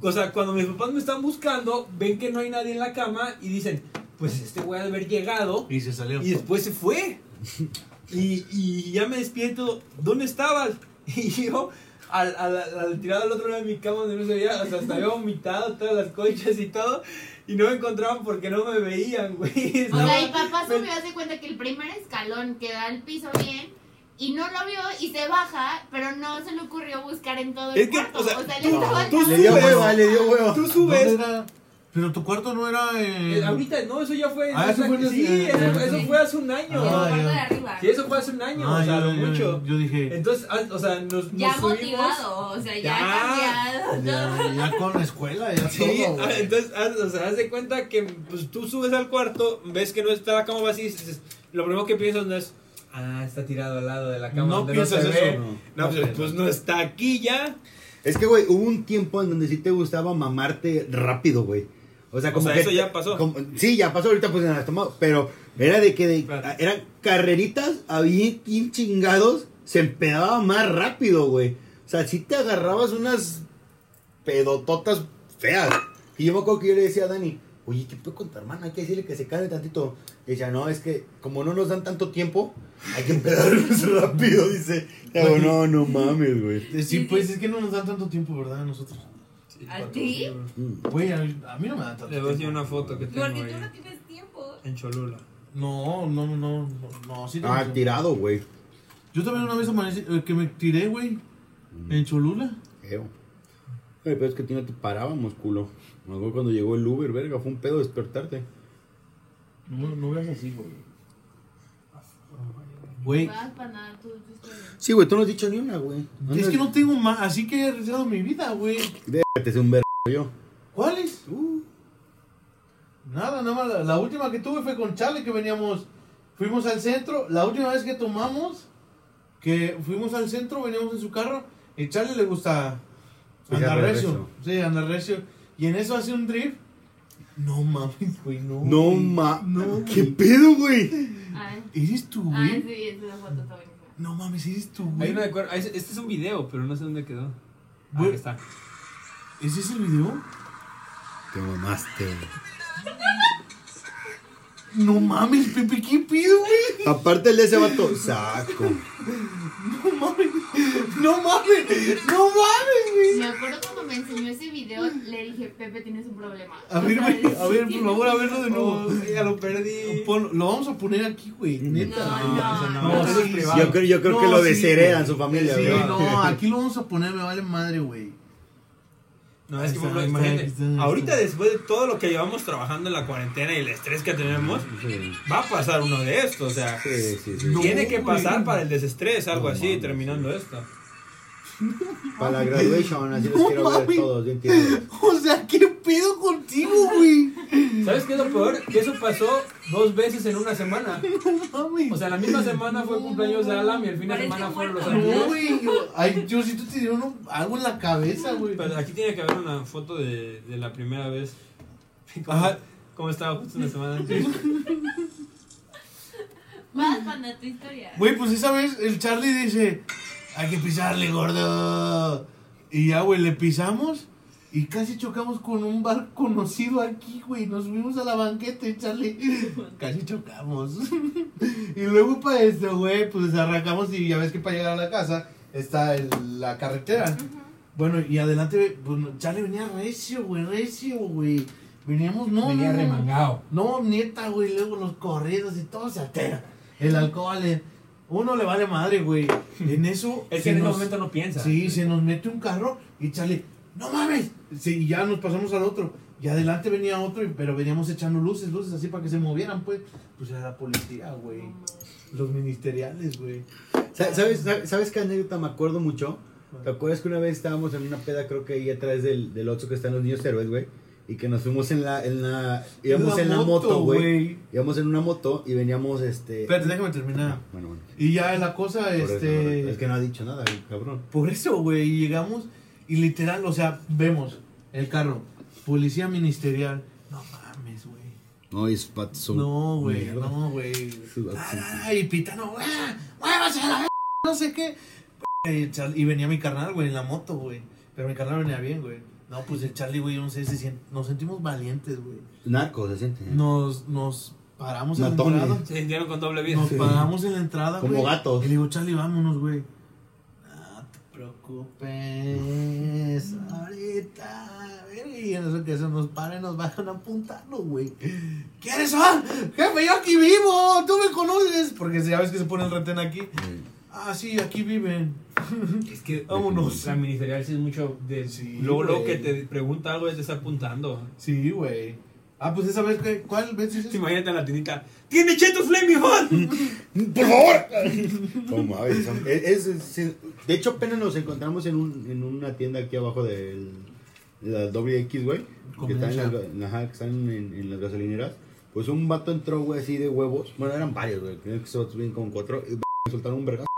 [SPEAKER 3] o sea, cuando mis papás me están buscando, ven que no hay nadie en la cama y dicen, pues este güey ha de haber llegado
[SPEAKER 1] Y se salió.
[SPEAKER 3] y después se fue. Y, y ya me despierto, ¿dónde estabas? Y yo, al, al, al tirado al otro lado de mi cama donde no se veía, o sea, hasta había vomitado todas las colchas y todo, y no me encontraban porque no me veían, güey.
[SPEAKER 4] O
[SPEAKER 3] Estaba-
[SPEAKER 4] sea, y papá se me hace cuenta que el primer escalón queda al piso bien y no lo vio y se baja, pero no se le ocurrió buscar en todo el
[SPEAKER 3] Es que,
[SPEAKER 4] cuarto.
[SPEAKER 3] o sea,
[SPEAKER 4] él estaba
[SPEAKER 3] tú
[SPEAKER 2] Le dio
[SPEAKER 3] subes,
[SPEAKER 2] hueva, le dio hueva.
[SPEAKER 3] tú
[SPEAKER 1] ¿Dónde
[SPEAKER 3] subes.
[SPEAKER 1] era? Pero tu cuarto no era. eh,
[SPEAKER 3] Eh, ahorita, no, eso ya fue.
[SPEAKER 1] Ah, eso fue en
[SPEAKER 3] sí,
[SPEAKER 1] ese-
[SPEAKER 3] eso,
[SPEAKER 1] eh,
[SPEAKER 3] eso fue hace un año.
[SPEAKER 4] en el
[SPEAKER 1] Ah,
[SPEAKER 4] cuarto de
[SPEAKER 1] ya.
[SPEAKER 4] arriba.
[SPEAKER 3] Sí, eso fue hace un año,
[SPEAKER 1] Ah,
[SPEAKER 3] o sea,
[SPEAKER 1] yo-
[SPEAKER 3] lo
[SPEAKER 1] yo-
[SPEAKER 3] mucho.
[SPEAKER 1] Yo dije.
[SPEAKER 3] Entonces, ah, o sea, nos,
[SPEAKER 4] Ya
[SPEAKER 3] nos subimos.
[SPEAKER 4] motivado, o sea, ya,
[SPEAKER 3] Ya.
[SPEAKER 4] cambiado. todo.
[SPEAKER 1] Ya, ya con la escuela, ya
[SPEAKER 3] Sí,
[SPEAKER 1] todo.
[SPEAKER 3] ah,
[SPEAKER 1] güey.
[SPEAKER 3] entonces, haz- o sea, haz de cuenta que pues, tú subes al cuarto, ves que no está la cama vacía y dices, lo primero que piensas no es, ah, está tirado al lado de la cama.
[SPEAKER 1] No
[SPEAKER 3] donde
[SPEAKER 1] piensas
[SPEAKER 3] se
[SPEAKER 1] eso,
[SPEAKER 3] ve".
[SPEAKER 1] no.
[SPEAKER 3] No,
[SPEAKER 1] No
[SPEAKER 3] pues,
[SPEAKER 1] piensas.
[SPEAKER 3] pues, no está aquí ya.
[SPEAKER 2] Es que, güey, hubo un tiempo en donde sí te gustaba mamarte rápido, güey. O sea,
[SPEAKER 3] O
[SPEAKER 2] como
[SPEAKER 3] sea,
[SPEAKER 2] que-
[SPEAKER 3] eso ya pasó.
[SPEAKER 2] como- sí, ya pasó, ahorita pues nada, has tomado. Pero era de que de,
[SPEAKER 3] Espérate.
[SPEAKER 2] eran carreritas, había quien chingados, se empedaba más rápido, güey. O sea, sí te agarrabas unas pedototas feas. Y yo me acuerdo que yo le decía a Dani, oye, ¿qué pedo con tu hermana? Hay que decirle que se calme tantito. Y ella, no, es que como no nos dan tanto tiempo, hay que empedarnos rápido, dice. Y hago, no, no mames, güey.
[SPEAKER 1] Eh, Sí, pues es que no nos dan tanto tiempo, ¿verdad? A nosotros.
[SPEAKER 4] ¿A ti?
[SPEAKER 2] Mm.
[SPEAKER 1] Güey, a, a mí no me dan tanto
[SPEAKER 3] Le voy a
[SPEAKER 1] tiempo.
[SPEAKER 3] enseñar una foto que tengo
[SPEAKER 4] Porque tú no
[SPEAKER 3] ahí,
[SPEAKER 4] tienes tiempo.
[SPEAKER 3] en Cholula.
[SPEAKER 1] No, no, no, no. no sí
[SPEAKER 2] Ah,
[SPEAKER 1] tengo-
[SPEAKER 2] tirado, güey.
[SPEAKER 1] Yo también una vez amanecí, eh, que me tiré, güey.
[SPEAKER 2] Mm.
[SPEAKER 1] En Cholula.
[SPEAKER 2] Feo. Güey, pero es que a ti no te parábamos, culo. Me acuerdo cuando llegó el Uber, verga, fue un pedo despertarte.
[SPEAKER 1] No, no veas así, güey. Ah. Güey,
[SPEAKER 4] Vas para nada, tú, tú estás bien.
[SPEAKER 2] Sí, güey, tú no has dicho ni una, güey.
[SPEAKER 1] es que no tengo más, así que he arriesgado mi vida, güey.
[SPEAKER 2] Te un verga yo.
[SPEAKER 1] ¿Cuáles?
[SPEAKER 2] Uh,
[SPEAKER 1] Nada, nada más. La, la última que tuve fue con Charlie, que veníamos. Fuimos al centro. La última vez que tomamos, que fuimos al centro, veníamos en su carro. Y Charlie le gusta andar
[SPEAKER 2] Fijarle
[SPEAKER 1] recio.
[SPEAKER 2] recio.
[SPEAKER 1] Sí, andar recio. Y en eso hace un drift. No mames, güey, no.
[SPEAKER 2] no,
[SPEAKER 1] güey.
[SPEAKER 2] ma.
[SPEAKER 1] No,
[SPEAKER 2] ¿Qué
[SPEAKER 1] güey.
[SPEAKER 2] pedo, güey?
[SPEAKER 4] Ah,
[SPEAKER 1] ¿Eres tú,
[SPEAKER 4] ah,
[SPEAKER 1] güey?
[SPEAKER 4] sí, esa foto está buenísima.
[SPEAKER 1] No mames, eres tú,
[SPEAKER 3] Hay
[SPEAKER 1] güey.
[SPEAKER 3] una de cuer- ah, Este este es un video, pero no sé dónde quedó. Ah,
[SPEAKER 1] Güey.
[SPEAKER 3] ahí está.
[SPEAKER 1] ¿Ese es el video?
[SPEAKER 2] Te mamaste, güey.
[SPEAKER 1] No mames, Pepe, ¿qué pido, güey?
[SPEAKER 2] Aparte el de ese vato, saco.
[SPEAKER 1] No mames, no mames, no mames, güey.
[SPEAKER 4] Me acuerdo cuando me enseñó ese video, le dije, Pepe, tienes un problema.
[SPEAKER 1] A ver, güey, a ver, por favor, a verlo de nuevo.
[SPEAKER 3] Oh, ya lo perdí.
[SPEAKER 1] Pon- lo vamos a poner aquí, güey,
[SPEAKER 2] Mm.
[SPEAKER 1] neta.
[SPEAKER 4] No, no,
[SPEAKER 3] eso
[SPEAKER 4] no,
[SPEAKER 3] eso
[SPEAKER 1] sí,
[SPEAKER 3] es privado.
[SPEAKER 2] Yo creo, yo creo
[SPEAKER 1] No,
[SPEAKER 2] que lo
[SPEAKER 1] sí,
[SPEAKER 2] desheredan
[SPEAKER 1] güey.
[SPEAKER 2] su familia,
[SPEAKER 1] Sí,
[SPEAKER 2] güey.
[SPEAKER 1] no, aquí lo vamos a poner, me vale madre, güey.
[SPEAKER 3] No, es que
[SPEAKER 1] Ahí está,
[SPEAKER 3] por ejemplo,
[SPEAKER 1] ahí está, ahí está, ahí
[SPEAKER 3] imagínate,
[SPEAKER 1] está.
[SPEAKER 3] ahorita después de todo lo que llevamos trabajando en la cuarentena y el estrés que tenemos, va a pasar uno de estos, o sea,
[SPEAKER 2] Sí, sí, sí.
[SPEAKER 1] No,
[SPEAKER 3] tiene que
[SPEAKER 1] güey.
[SPEAKER 3] pasar para el desestrés, algo
[SPEAKER 2] No
[SPEAKER 3] así,
[SPEAKER 2] mames,
[SPEAKER 3] terminando esto.
[SPEAKER 2] Para la graduation, así los
[SPEAKER 1] No
[SPEAKER 2] quiero ver
[SPEAKER 1] mames.
[SPEAKER 2] todos, bien tirados.
[SPEAKER 1] O sea, ¿qué pedo contigo, güey?
[SPEAKER 3] ¿Sabes qué es lo peor? Que eso pasó dos veces en una semana.
[SPEAKER 1] No mames.
[SPEAKER 3] O sea, la misma semana fue el cumpleaños de Alam y el fin de
[SPEAKER 4] Parece
[SPEAKER 3] semana fueron los
[SPEAKER 4] muerto, ¿no?
[SPEAKER 1] no,
[SPEAKER 3] amigos.
[SPEAKER 1] güey, yo, ay, yo siento que te dieron un- algo en la cabeza, güey.
[SPEAKER 3] Pero aquí tiene que haber una foto de, de la primera vez. ¿Cómo,
[SPEAKER 1] Ajá.
[SPEAKER 3] cómo estaba justo una semana antes?
[SPEAKER 4] Vas para tu historia.
[SPEAKER 1] Güey, pues esa vez el Charlie dice, hay que pisarle, gordo. Y ya, güey, le pisamos y casi chocamos con un bar conocido aquí, güey. Nos subimos a la banqueta, y Charlie. Casi chocamos. y luego para esto, güey, pues arrancamos y ya ves que para llegar a la casa está el- la carretera. Bueno, y adelante, pues, Charlie venía recio, güey, recio, güey. Veníamos, no, no, no. No, neta, güey, luego los corridos y todo se altera. El alcohol, eh, uno le vale madre, güey. En eso.
[SPEAKER 3] Es
[SPEAKER 1] se
[SPEAKER 3] que en ese
[SPEAKER 1] nos-
[SPEAKER 3] momento no piensa.
[SPEAKER 1] Sí, se nos mete un carro y chale, ¡no mames! Sí, y ya nos pasamos al otro. Y adelante venía otro, y- pero veníamos echando luces, luces así para que se movieran, pues. Pues era la policía, güey. Los ministeriales, güey.
[SPEAKER 2] Sa- ¿Sabes, sabes, sabes qué anécdota me acuerdo mucho? ¿Te acuerdas que una vez estábamos en una peda, creo que ahí atrás del, del Oxxo que están los niños héroes, güey? Y que nos fuimos en la, en la, íbamos en la moto, güey. Íbamos en una moto y veníamos, este...
[SPEAKER 1] Espérate, déjame terminar.
[SPEAKER 2] Bueno, bueno.
[SPEAKER 1] Y ya la cosa,
[SPEAKER 2] por eso,
[SPEAKER 1] este.
[SPEAKER 2] es que no ha dicho nada, güey, cabrón.
[SPEAKER 1] Por eso, güey, y llegamos y literal, o sea, vemos el carro, policía ministerial. No mames, güey.
[SPEAKER 2] No, y sus patos son...
[SPEAKER 1] No, güey,
[SPEAKER 2] mierda.
[SPEAKER 1] no, güey.
[SPEAKER 2] Sus patos son-
[SPEAKER 1] Ay, pitano, ¡ah! ¡Muévase a la verga! No sé qué. Eh, Char- Y venía mi carnal, güey, en la moto, güey. Pero mi carnal venía bien, güey. No, pues el Charlie, güey, no sé, se sient- nos sentimos valientes, güey.
[SPEAKER 2] Narco, se siente.
[SPEAKER 1] Nos, nos paramos en la
[SPEAKER 2] Matones.
[SPEAKER 1] entrada.
[SPEAKER 3] Se sintieron con doble vida.
[SPEAKER 1] Nos paramos en la entrada,
[SPEAKER 2] Como
[SPEAKER 1] güey.
[SPEAKER 2] gatos.
[SPEAKER 1] Y le digo, Charlie, vámonos, güey. Ah, preocupes. Ahorita. verga, Y en eso que se nos para y nos bajan apuntando, güey. ¿Quiénes son? Jefe, yo aquí vivo. Tú me conoces. Porque ya ves que se pone el retén aquí.
[SPEAKER 2] Eh.
[SPEAKER 1] Ah, sí, aquí viven.
[SPEAKER 3] Es que
[SPEAKER 1] Vámonos.
[SPEAKER 3] La ministerial sí es mucho de.
[SPEAKER 1] Sí,
[SPEAKER 3] luego, luego que
[SPEAKER 1] güey.
[SPEAKER 3] te pregunta algo, ya te está apuntando.
[SPEAKER 1] Sí, güey. Ah, pues esa vez, que- ¿cuál vez es
[SPEAKER 3] Sí,
[SPEAKER 1] esa?
[SPEAKER 3] Imagínate a la tiendita. ¡Tiene Chetos Flaming Hot!
[SPEAKER 13] ¡Por favor!
[SPEAKER 2] ¿Cómo? A ver, son- e, es- es- es- de hecho, apenas nos encontramos en, un- en una tienda aquí abajo del, de la WX, güey. Que están, en, las ga- en- ajá, que están en- en las gasolineras. Pues un vato entró, güey, así de huevos. Bueno, eran varios, güey. Creo que son bien como cuatro. Y me soltaron un vergazo. güey.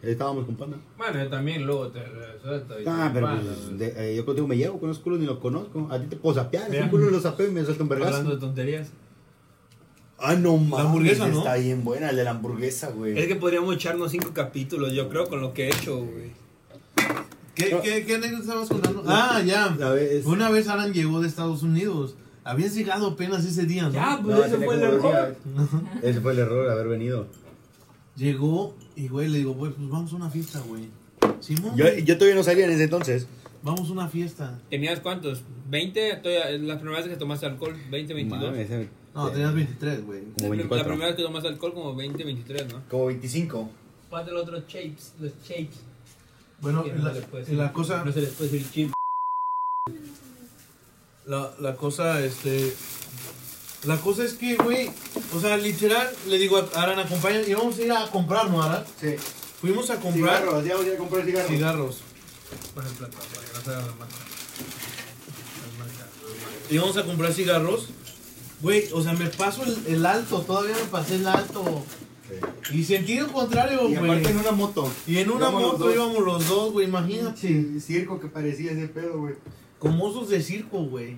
[SPEAKER 2] Estábamos con panda.
[SPEAKER 3] Bueno, yo también luego te suelto y
[SPEAKER 2] Ah,
[SPEAKER 3] te
[SPEAKER 2] pero
[SPEAKER 3] palo,
[SPEAKER 2] pues,
[SPEAKER 3] güey.
[SPEAKER 2] de- eh, yo contigo me llevo con esos culos ni los conozco. A ti te puedo sapear.
[SPEAKER 3] Mira.
[SPEAKER 2] Ese culo lo sapeo y me suelta un
[SPEAKER 3] Hablando
[SPEAKER 2] vergazo.
[SPEAKER 3] de tonterías.
[SPEAKER 13] Ah, no mames.
[SPEAKER 1] hamburguesa, ¿no?
[SPEAKER 13] Está bien buena, el de la hamburguesa, güey.
[SPEAKER 3] Es que podríamos echarnos cinco capítulos, yo creo, con lo que he hecho, güey.
[SPEAKER 1] ¿Qué, qué, qué anécdota estabas contando? Ah, ya.
[SPEAKER 2] La vez-
[SPEAKER 1] Una vez Alan llegó de Estados Unidos. Habías llegado apenas ese día, ¿no?
[SPEAKER 3] Ya,
[SPEAKER 2] No,
[SPEAKER 3] pues ese
[SPEAKER 2] tenía
[SPEAKER 3] fue el
[SPEAKER 2] como dos
[SPEAKER 3] error.
[SPEAKER 2] días. Ese fue el error, haber venido.
[SPEAKER 1] Llegó y, güey, le digo, güey, pues vamos a una fiesta, güey. Simón,
[SPEAKER 13] Yo, yo todavía no salía en ese entonces.
[SPEAKER 1] vamos a una fiesta.
[SPEAKER 3] ¿Tenías cuántos? ¿20? Todavía- es La primera vez que tomaste alcohol, ¿20, 22?
[SPEAKER 2] Mames, ese-
[SPEAKER 1] No, tenías 23, güey.
[SPEAKER 2] como
[SPEAKER 3] La
[SPEAKER 2] 24.
[SPEAKER 3] primera vez que tomaste alcohol, como 20, 23, ¿no?
[SPEAKER 13] Como 25.
[SPEAKER 3] Pásate los otros shapes, los shapes.
[SPEAKER 1] Bueno,
[SPEAKER 3] Que
[SPEAKER 1] la,
[SPEAKER 3] se les puede
[SPEAKER 1] la
[SPEAKER 3] decir-
[SPEAKER 1] cosa,
[SPEAKER 3] No se les puede decir chip.
[SPEAKER 1] la, la cosa, este, la cosa es que, güey, o sea, literal, le digo a Aran, acompaña, y vamos a ir a comprar, ¿no, Aran?
[SPEAKER 13] Sí.
[SPEAKER 1] Fuimos a comprar
[SPEAKER 13] Cigarros, ya voy a comprar cigarros.
[SPEAKER 1] cigarros.
[SPEAKER 3] Por ejemplo, acá, para que no se haga la marca.
[SPEAKER 1] íbamos a comprar cigarros. Güey, o sea, me paso el, el alto, todavía me pasé el alto. Y sentido contrario,
[SPEAKER 13] Y
[SPEAKER 1] güey.
[SPEAKER 13] aparte en una moto.
[SPEAKER 1] Y en una
[SPEAKER 13] íbamos los
[SPEAKER 1] moto
[SPEAKER 13] dos.
[SPEAKER 1] íbamos los dos, güey, imagínate.
[SPEAKER 13] Pinche circo que parecía ese pedo, güey.
[SPEAKER 1] Como osos de circo, güey.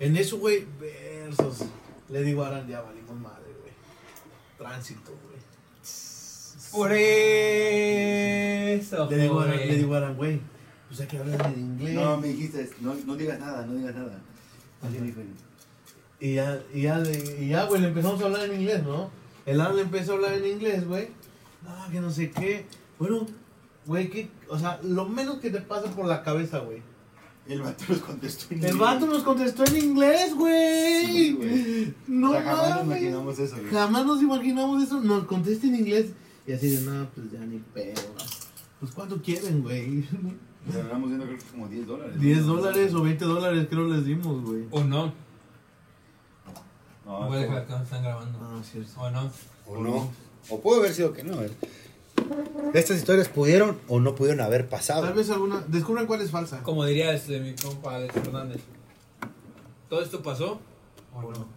[SPEAKER 1] En eso, güey, versos. Le digo a Aran, ya valimos madre, güey. Tránsito, güey.
[SPEAKER 3] Por eso.
[SPEAKER 1] Le digo a Aran,
[SPEAKER 3] joven.
[SPEAKER 1] le digo a Aran, güey. Pues hay que hablar en inglés.
[SPEAKER 13] No, me dijiste, no, no digas nada, no digas nada. Así me dijo él.
[SPEAKER 1] Y ya, y ya, de- y ya, güey, le empezamos a hablar en inglés, ¿no? El Alan le empezó a hablar en inglés, güey. No, que no sé qué. Bueno, güey, que, o sea, lo menos que te pasa por la cabeza, güey.
[SPEAKER 13] El vato nos contestó. en
[SPEAKER 1] El
[SPEAKER 13] inglés.
[SPEAKER 1] vato nos contestó en inglés, güey.
[SPEAKER 13] Sí, güey.
[SPEAKER 1] No
[SPEAKER 13] o sea, jamás nos
[SPEAKER 1] mames.
[SPEAKER 13] imaginamos eso, güey.
[SPEAKER 1] Jamás nos imaginamos eso. Nos contesta en inglés. Y así de, no, pues ya ni pedo. Pues cuánto quieren, güey.
[SPEAKER 13] Le hablamos viendo creo que como 10 dólares.
[SPEAKER 1] 10 dólares o 20 dólares creo les dimos, güey.
[SPEAKER 3] O no.
[SPEAKER 13] No,
[SPEAKER 3] Voy a
[SPEAKER 13] como-
[SPEAKER 3] dejar que no están grabando.
[SPEAKER 1] No, es Ah, cierto.
[SPEAKER 3] O no.
[SPEAKER 13] o no.
[SPEAKER 2] O pudo haber sido que no. eh. Estas historias pudieron o no pudieron haber
[SPEAKER 13] Ah,
[SPEAKER 2] pasado.
[SPEAKER 1] Tal vez alguna. Descubran cuál es falsa.
[SPEAKER 3] Como diría este mi compa Alex Fernández. ¿Todo esto pasó? ¿O no?
[SPEAKER 2] O no.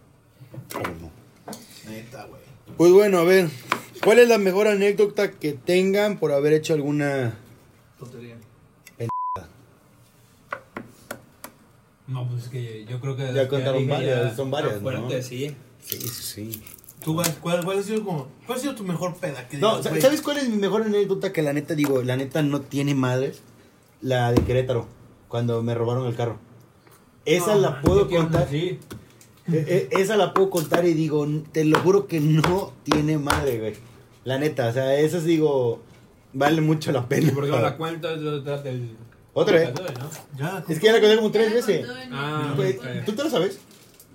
[SPEAKER 1] Neta, güey.
[SPEAKER 13] Pues bueno, a ver. ¿Cuál es la mejor anécdota que tengan por haber hecho alguna.
[SPEAKER 1] Tontería.
[SPEAKER 3] No, pues es que yo creo que. las
[SPEAKER 2] Ya
[SPEAKER 3] que
[SPEAKER 2] contaron
[SPEAKER 3] dije
[SPEAKER 2] varias,
[SPEAKER 3] ya
[SPEAKER 2] son varias,
[SPEAKER 3] están fuertes,
[SPEAKER 2] ¿no?
[SPEAKER 3] sí.
[SPEAKER 2] Sí, sí, sí.
[SPEAKER 1] ¿Tú, vas- cuál, cuál ha sido como, cuál ha sido tu mejor peda? Que
[SPEAKER 2] No,
[SPEAKER 1] digas,
[SPEAKER 2] sa-
[SPEAKER 1] güey,
[SPEAKER 2] ¿sabes cuál es mi mejor anécdota que la neta digo? La neta no tiene madres. La de Querétaro, cuando me robaron el carro. Esa
[SPEAKER 3] No,
[SPEAKER 2] la
[SPEAKER 3] man,
[SPEAKER 2] puedo
[SPEAKER 3] yo quiero una
[SPEAKER 2] contar.
[SPEAKER 3] así.
[SPEAKER 2] E- e- Esa la puedo contar y digo, te lo juro que no tiene madre, güey. La neta, o sea, esas digo, vale mucho la
[SPEAKER 3] Y
[SPEAKER 2] pena.
[SPEAKER 3] porque no la cuento, yo trate el.
[SPEAKER 2] Otra, ¿eh?
[SPEAKER 3] ¿no?
[SPEAKER 1] Ya,
[SPEAKER 2] Es que ya la conté como tres
[SPEAKER 14] Ya la
[SPEAKER 2] veces.
[SPEAKER 14] contó en-
[SPEAKER 3] Ah,
[SPEAKER 14] en-
[SPEAKER 2] Pues,
[SPEAKER 3] ok.
[SPEAKER 2] ¿Tú te lo sabes?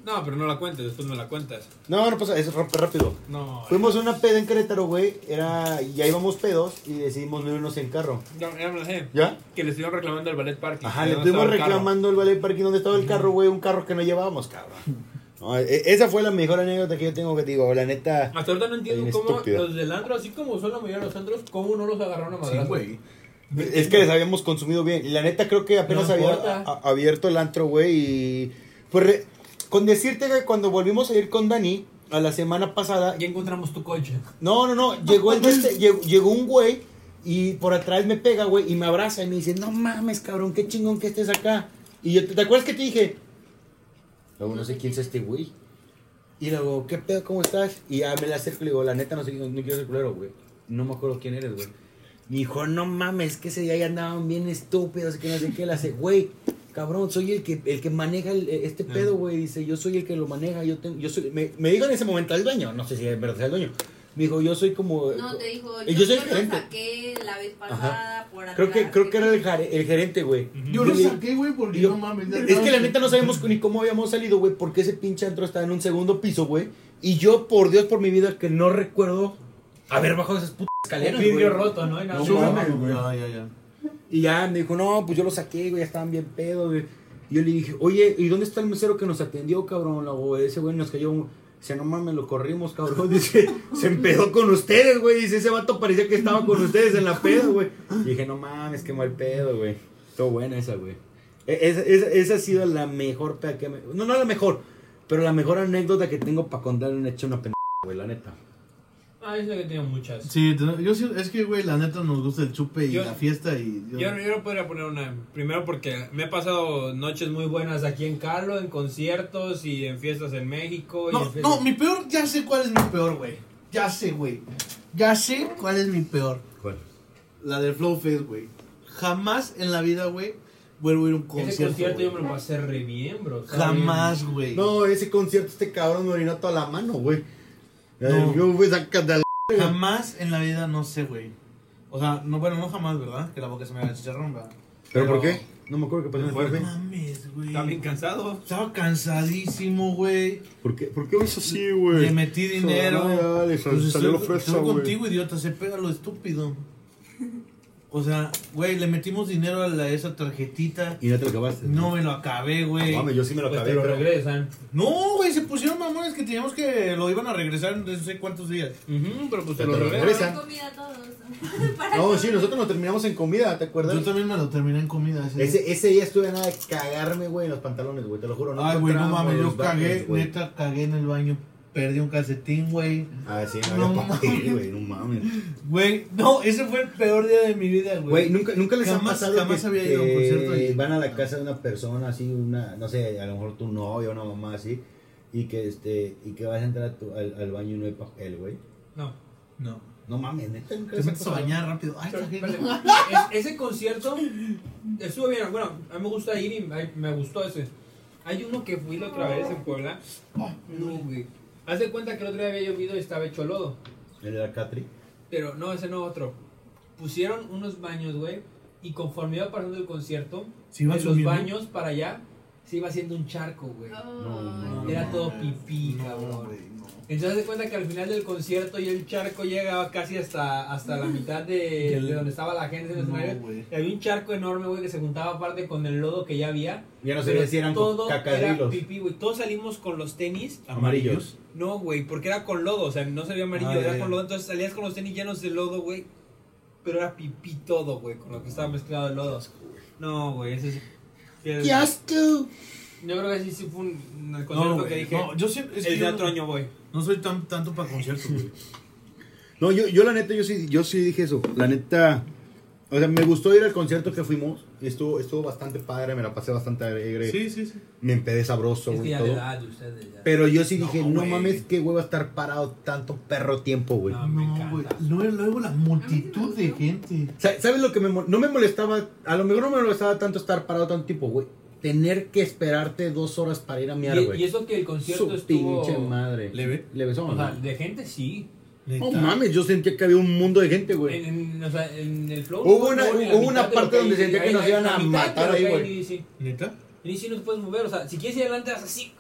[SPEAKER 3] No, pero no la cuentes, después me la cuentas.
[SPEAKER 2] No, no pasa, es rap- rápido.
[SPEAKER 3] No.
[SPEAKER 2] Fuimos a una peda en Querétaro, güey. Era, ya íbamos pedos y decidimos venirnos en carro.
[SPEAKER 3] Ya, ya me la sé.
[SPEAKER 2] ¿Ya?
[SPEAKER 3] Que le estuvieron reclamando al ballet parking.
[SPEAKER 2] Ajá,
[SPEAKER 3] que
[SPEAKER 2] le
[SPEAKER 3] no
[SPEAKER 2] estuvimos
[SPEAKER 3] estaba el carro.
[SPEAKER 2] reclamando el ballet parking donde estaba el carro, güey. Un carro que no llevábamos, cabrón. No, e- esa fue la mejor anécdota que yo tengo que digo, la neta.
[SPEAKER 3] Hasta ahorita no entiendo
[SPEAKER 2] Bien
[SPEAKER 3] cómo
[SPEAKER 2] estúpido.
[SPEAKER 3] los del antro, así como son la mayoría de los antros, cómo no los agarraron a
[SPEAKER 1] sí,
[SPEAKER 3] madrazos.
[SPEAKER 1] güey.
[SPEAKER 2] Es que les habíamos consumido bien. La neta creo que apenas
[SPEAKER 3] No
[SPEAKER 2] había
[SPEAKER 3] importa.
[SPEAKER 2] a- abierto el antro, güey. Y pues re- con decirte que cuando volvimos a ir con Dani a la semana pasada,
[SPEAKER 3] Ya encontramos tu coche.
[SPEAKER 2] no, no, no, llegó el de este- llegó, llegó un güey y por atrás me pega, güey, y me abraza y me dice, "No mames, cabrón, qué chingón que estés acá." Y yo, ¿te, te acuerdas que te dije? Luego no sé quién es este güey. Y luego, ¿qué pedo? ¿Cómo estás? Y ya me la acerco y le digo, la neta no sé, quién- no quiero ser culero, güey. No me acuerdo quién eres, güey. Me dijo, no mames, que ese día ya andaban bien estúpidos, que no sé qué. Le hace, güey, cabrón, soy el que, el que maneja el- este pedo, güey. Dice, yo soy el que lo maneja, yo tengo, yo soy, me, me dijo en ese momento al dueño, no sé si es verdad sea el dueño. Me dijo, yo soy como...
[SPEAKER 14] No, te dijo,
[SPEAKER 2] Eh,
[SPEAKER 14] yo,
[SPEAKER 2] yo soy
[SPEAKER 14] yo lo
[SPEAKER 2] gerente.
[SPEAKER 14] saqué la
[SPEAKER 4] la vez pasada, por atrás.
[SPEAKER 2] Creo que, creo que era el, jare- el gerente, güey.
[SPEAKER 1] Yo lo saqué, güey, porque
[SPEAKER 2] Yo-
[SPEAKER 1] no mames. ya
[SPEAKER 2] Es que la
[SPEAKER 1] no-
[SPEAKER 2] neta no sabemos ni cómo habíamos salido, güey, porque ese pinche antro está en un segundo piso, güey. Y yo, por Dios, por mi vida, que no recuerdo haber bajado esas putas escaleras,
[SPEAKER 3] Un vidrio
[SPEAKER 2] güey.
[SPEAKER 3] roto, ¿no? Era
[SPEAKER 1] No
[SPEAKER 3] un-
[SPEAKER 1] mames, güey. Ah, Ya, ya, ya.
[SPEAKER 2] Y ya me dijo, no, pues yo lo saqué, güey, ya estaban bien pedo, güey. Y yo le dije, oye, ¿y dónde está el mesero que nos atendió, cabrón? La güey, ese güey nos cayó. un- Dice, no mames, lo corrimos, cabrón. Dice, se empedó con ustedes, güey. Dice, ese vato parecía que estaba con ustedes en la pedo, güey. Y dije, no mames, qué mal pedo, güey. Estuvo buena esa, güey. E- Esa, esa, esa ha sido la mejor peda que me- No, no la mejor, pero la mejor anécdota que tengo para contar un hecho una pendeja, güey, la neta.
[SPEAKER 3] Ah, yo sé que tengo muchas.
[SPEAKER 1] Sí, te- yo sí, es que, güey, la neta nos gusta el chupe y
[SPEAKER 3] Yo-
[SPEAKER 1] la fiesta y... yo-
[SPEAKER 3] Yo, no- yo no podría poner una. Primero porque me he pasado noches muy buenas aquí en Carlo, en conciertos y en fiestas en México. y en
[SPEAKER 1] No,
[SPEAKER 3] fiestas-
[SPEAKER 1] no, mi peor, ya sé cuál es mi peor, güey. Ya sé, güey. Ya sé cuál es mi peor.
[SPEAKER 2] ¿Cuál?
[SPEAKER 1] La del Flow Fest, güey. Jamás en la vida, güey, vuelvo a ir a un
[SPEAKER 3] Ese
[SPEAKER 1] concierto.
[SPEAKER 3] concierto
[SPEAKER 1] güey.
[SPEAKER 3] yo me lo pasé re bien, bro. Está
[SPEAKER 1] Jamás, güey.
[SPEAKER 2] No, ese concierto, este cabrón me orinó toda la mano, güey.
[SPEAKER 1] No.
[SPEAKER 2] Yo, güey, sácate a la
[SPEAKER 1] Jamás en la vida, no sé, güey. O sea, no, bueno, no jamás, ¿verdad? Que la boca se me haga chicharrón, ¿verdad?
[SPEAKER 2] ¿Pero por
[SPEAKER 3] Pero-
[SPEAKER 2] qué? No me acuerdo qué pasó en el
[SPEAKER 1] No
[SPEAKER 2] profe.
[SPEAKER 1] mames, güey.
[SPEAKER 3] bien. Está bien cansado.
[SPEAKER 1] Estaba cansadísimo, güey.
[SPEAKER 2] ¿Por qué? ¿Por qué me hizo así,
[SPEAKER 1] Le
[SPEAKER 2] güey?
[SPEAKER 1] metí dinero.
[SPEAKER 2] Ay, dale, sal-
[SPEAKER 1] Pues
[SPEAKER 2] salió
[SPEAKER 1] estoy-
[SPEAKER 2] la fresa,
[SPEAKER 1] estoy
[SPEAKER 2] güey.
[SPEAKER 1] contigo, idiota, se pega lo estúpido. O sea, güey, le metimos dinero a la- esa tarjetita.
[SPEAKER 2] Y no te lo acabaste.
[SPEAKER 1] No me lo acabé, güey.
[SPEAKER 2] Mames, yo sí me lo
[SPEAKER 3] Pues
[SPEAKER 2] acabé.
[SPEAKER 3] te lo
[SPEAKER 2] pero-
[SPEAKER 3] regresan.
[SPEAKER 1] No, güey, se pusieron mamones que teníamos que lo iban a regresar en no sé cuántos días.
[SPEAKER 3] Ujú, pero pues te
[SPEAKER 2] Pero
[SPEAKER 3] lo
[SPEAKER 2] te lo regresan.
[SPEAKER 3] regresan.
[SPEAKER 4] Para
[SPEAKER 2] Esa.
[SPEAKER 4] comida a todos.
[SPEAKER 2] No, sí, nosotros nos terminamos en comida, ¿te
[SPEAKER 1] Yo
[SPEAKER 2] acuerdas?
[SPEAKER 1] también me lo terminé en comida. Ese día.
[SPEAKER 2] Ese, ese día estuve a nada de cagarme, güey, en los pantalones, güey, te lo juro.
[SPEAKER 1] Ay, güey, no
[SPEAKER 2] encontramos
[SPEAKER 1] mames,
[SPEAKER 2] los
[SPEAKER 1] yo cagué,
[SPEAKER 2] baños, güey.
[SPEAKER 1] neta, cagué en el baño. Perdí un calcetín, güey.
[SPEAKER 2] Ah, sí, no,
[SPEAKER 1] No
[SPEAKER 2] había pa' qué,
[SPEAKER 1] mames.
[SPEAKER 2] güey, no mames.
[SPEAKER 1] Güey, no, ese fue el peor día de mi vida,
[SPEAKER 2] Güey,
[SPEAKER 1] güey.
[SPEAKER 2] nunca, nunca les ha
[SPEAKER 1] Jamás-
[SPEAKER 2] pasado
[SPEAKER 1] jamás
[SPEAKER 2] que,
[SPEAKER 1] había ido a un
[SPEAKER 2] que
[SPEAKER 1] concierto Ah. y-
[SPEAKER 2] van a la casa de una persona así, una, no sé, a lo mejor tu novia, una mamá así, y que este, y que vas a entrar a tu- al, al baño y no hay papel, güey.
[SPEAKER 3] No.
[SPEAKER 1] No.
[SPEAKER 2] No mames, neta, nunca
[SPEAKER 1] Te
[SPEAKER 2] les ha
[SPEAKER 1] metes a
[SPEAKER 2] pasado.
[SPEAKER 1] bañar rápido. Ay,
[SPEAKER 3] Pero,
[SPEAKER 1] cagué.
[SPEAKER 3] espérate. Es- ese concierto estuvo bien. Bueno, a mí me gusta ir y ay, me gustó ese. Hay uno que fui la otra vez en Puebla.
[SPEAKER 1] Ah,
[SPEAKER 3] No, güey. Haz de cuenta que el otro día había llovido y estaba hecho lodo.
[SPEAKER 2] El de la Catri.
[SPEAKER 3] Pero no, ese no otro. Pusieron unos baños, güey. Y conforme iba pasando el concierto,
[SPEAKER 1] Se iba
[SPEAKER 3] de los
[SPEAKER 1] subiendo.
[SPEAKER 3] baños para allá se iba haciendo un charco, güey.
[SPEAKER 4] No,
[SPEAKER 3] Era todo pipí,
[SPEAKER 1] No,
[SPEAKER 3] cabrón.
[SPEAKER 1] güey, no.
[SPEAKER 3] Entonces se cuenta que al final del concierto y el charco llegaba casi hasta, hasta la mitad de,
[SPEAKER 1] Del-
[SPEAKER 3] de donde estaba la gente en el
[SPEAKER 1] No,
[SPEAKER 3] escenario.
[SPEAKER 1] güey.
[SPEAKER 3] Y había un charco enorme, güey, que se juntaba aparte con el lodo que ya había.
[SPEAKER 2] Ya no
[SPEAKER 3] Pero
[SPEAKER 2] sabía si eran
[SPEAKER 3] todo era
[SPEAKER 2] cacadrilos.
[SPEAKER 3] pipí, güey. Todos salimos con los tenis.
[SPEAKER 2] Amarillos.
[SPEAKER 3] No, güey, porque era con lodo, o sea, no se veía amarillo,
[SPEAKER 1] Ah,
[SPEAKER 3] era
[SPEAKER 1] ya, ya.
[SPEAKER 3] con lodo. Entonces salías con los tenis llenos de lodo, güey. Pero era pipí todo, güey, con lo que estaba mezclado el lodo. No, güey, ese es...
[SPEAKER 2] ¡Qué asco!
[SPEAKER 3] Yo creo que sí, sí fue un el
[SPEAKER 1] No,
[SPEAKER 3] concierto que
[SPEAKER 1] güey,
[SPEAKER 3] dije.
[SPEAKER 1] no, yo siempre. es que
[SPEAKER 3] el de
[SPEAKER 1] yo
[SPEAKER 3] otro
[SPEAKER 1] no-
[SPEAKER 3] año voy.
[SPEAKER 1] No soy tan, tanto para conciertos, güey.
[SPEAKER 2] No, yo, yo la neta, yo sí, yo sí dije eso. La neta, o sea, me gustó ir al concierto que fuimos. Estuvo, estuvo bastante padre, me la pasé bastante alegre.
[SPEAKER 1] Sí, sí, sí.
[SPEAKER 2] Me empedé sabroso,
[SPEAKER 3] Es que
[SPEAKER 2] güey.
[SPEAKER 3] ya
[SPEAKER 2] todo.
[SPEAKER 3] de edad, ustedes ya.
[SPEAKER 2] Pero yo sí
[SPEAKER 1] No,
[SPEAKER 2] dije, no
[SPEAKER 1] güey.
[SPEAKER 2] mames, qué huevo estar parado tanto perro tiempo, güey.
[SPEAKER 3] No, Ah, me
[SPEAKER 1] No, güey.
[SPEAKER 3] encanta.
[SPEAKER 1] Luego, luego la multitud de
[SPEAKER 4] gustó.
[SPEAKER 1] gente.
[SPEAKER 2] Sa- ¿Sabes lo que me mol- No me molestaba, a lo mejor no me molestaba tanto estar parado tanto tiempo, güey. Tener que esperarte dos horas para ir a miar,
[SPEAKER 3] Y, e-,
[SPEAKER 2] güey.
[SPEAKER 3] y eso que el concierto
[SPEAKER 2] Su
[SPEAKER 3] estuvo.
[SPEAKER 2] pinche madre.
[SPEAKER 1] ¿Leve?
[SPEAKER 2] Le besó,
[SPEAKER 3] O sea,
[SPEAKER 2] No
[SPEAKER 3] de gente sí.
[SPEAKER 2] Oh, mames, yo sentía que había un mundo de gente, güey.
[SPEAKER 3] En, en- o sea, en el flow.
[SPEAKER 2] Hubo
[SPEAKER 3] no,
[SPEAKER 2] una-
[SPEAKER 3] no, ni la
[SPEAKER 2] hubo
[SPEAKER 3] mitad
[SPEAKER 2] una
[SPEAKER 3] de lo
[SPEAKER 2] parte
[SPEAKER 3] que hay,
[SPEAKER 2] donde sentía
[SPEAKER 3] hay-
[SPEAKER 2] que nos
[SPEAKER 3] hay
[SPEAKER 2] iban
[SPEAKER 3] la
[SPEAKER 2] a
[SPEAKER 3] mitad de
[SPEAKER 2] matar
[SPEAKER 3] lo que
[SPEAKER 2] ahí,
[SPEAKER 3] hay,
[SPEAKER 2] güey.
[SPEAKER 3] ni si-
[SPEAKER 1] ¿Neta?
[SPEAKER 3] ni si no te puedes mover. O sea, si quieres ir adelante, vas así.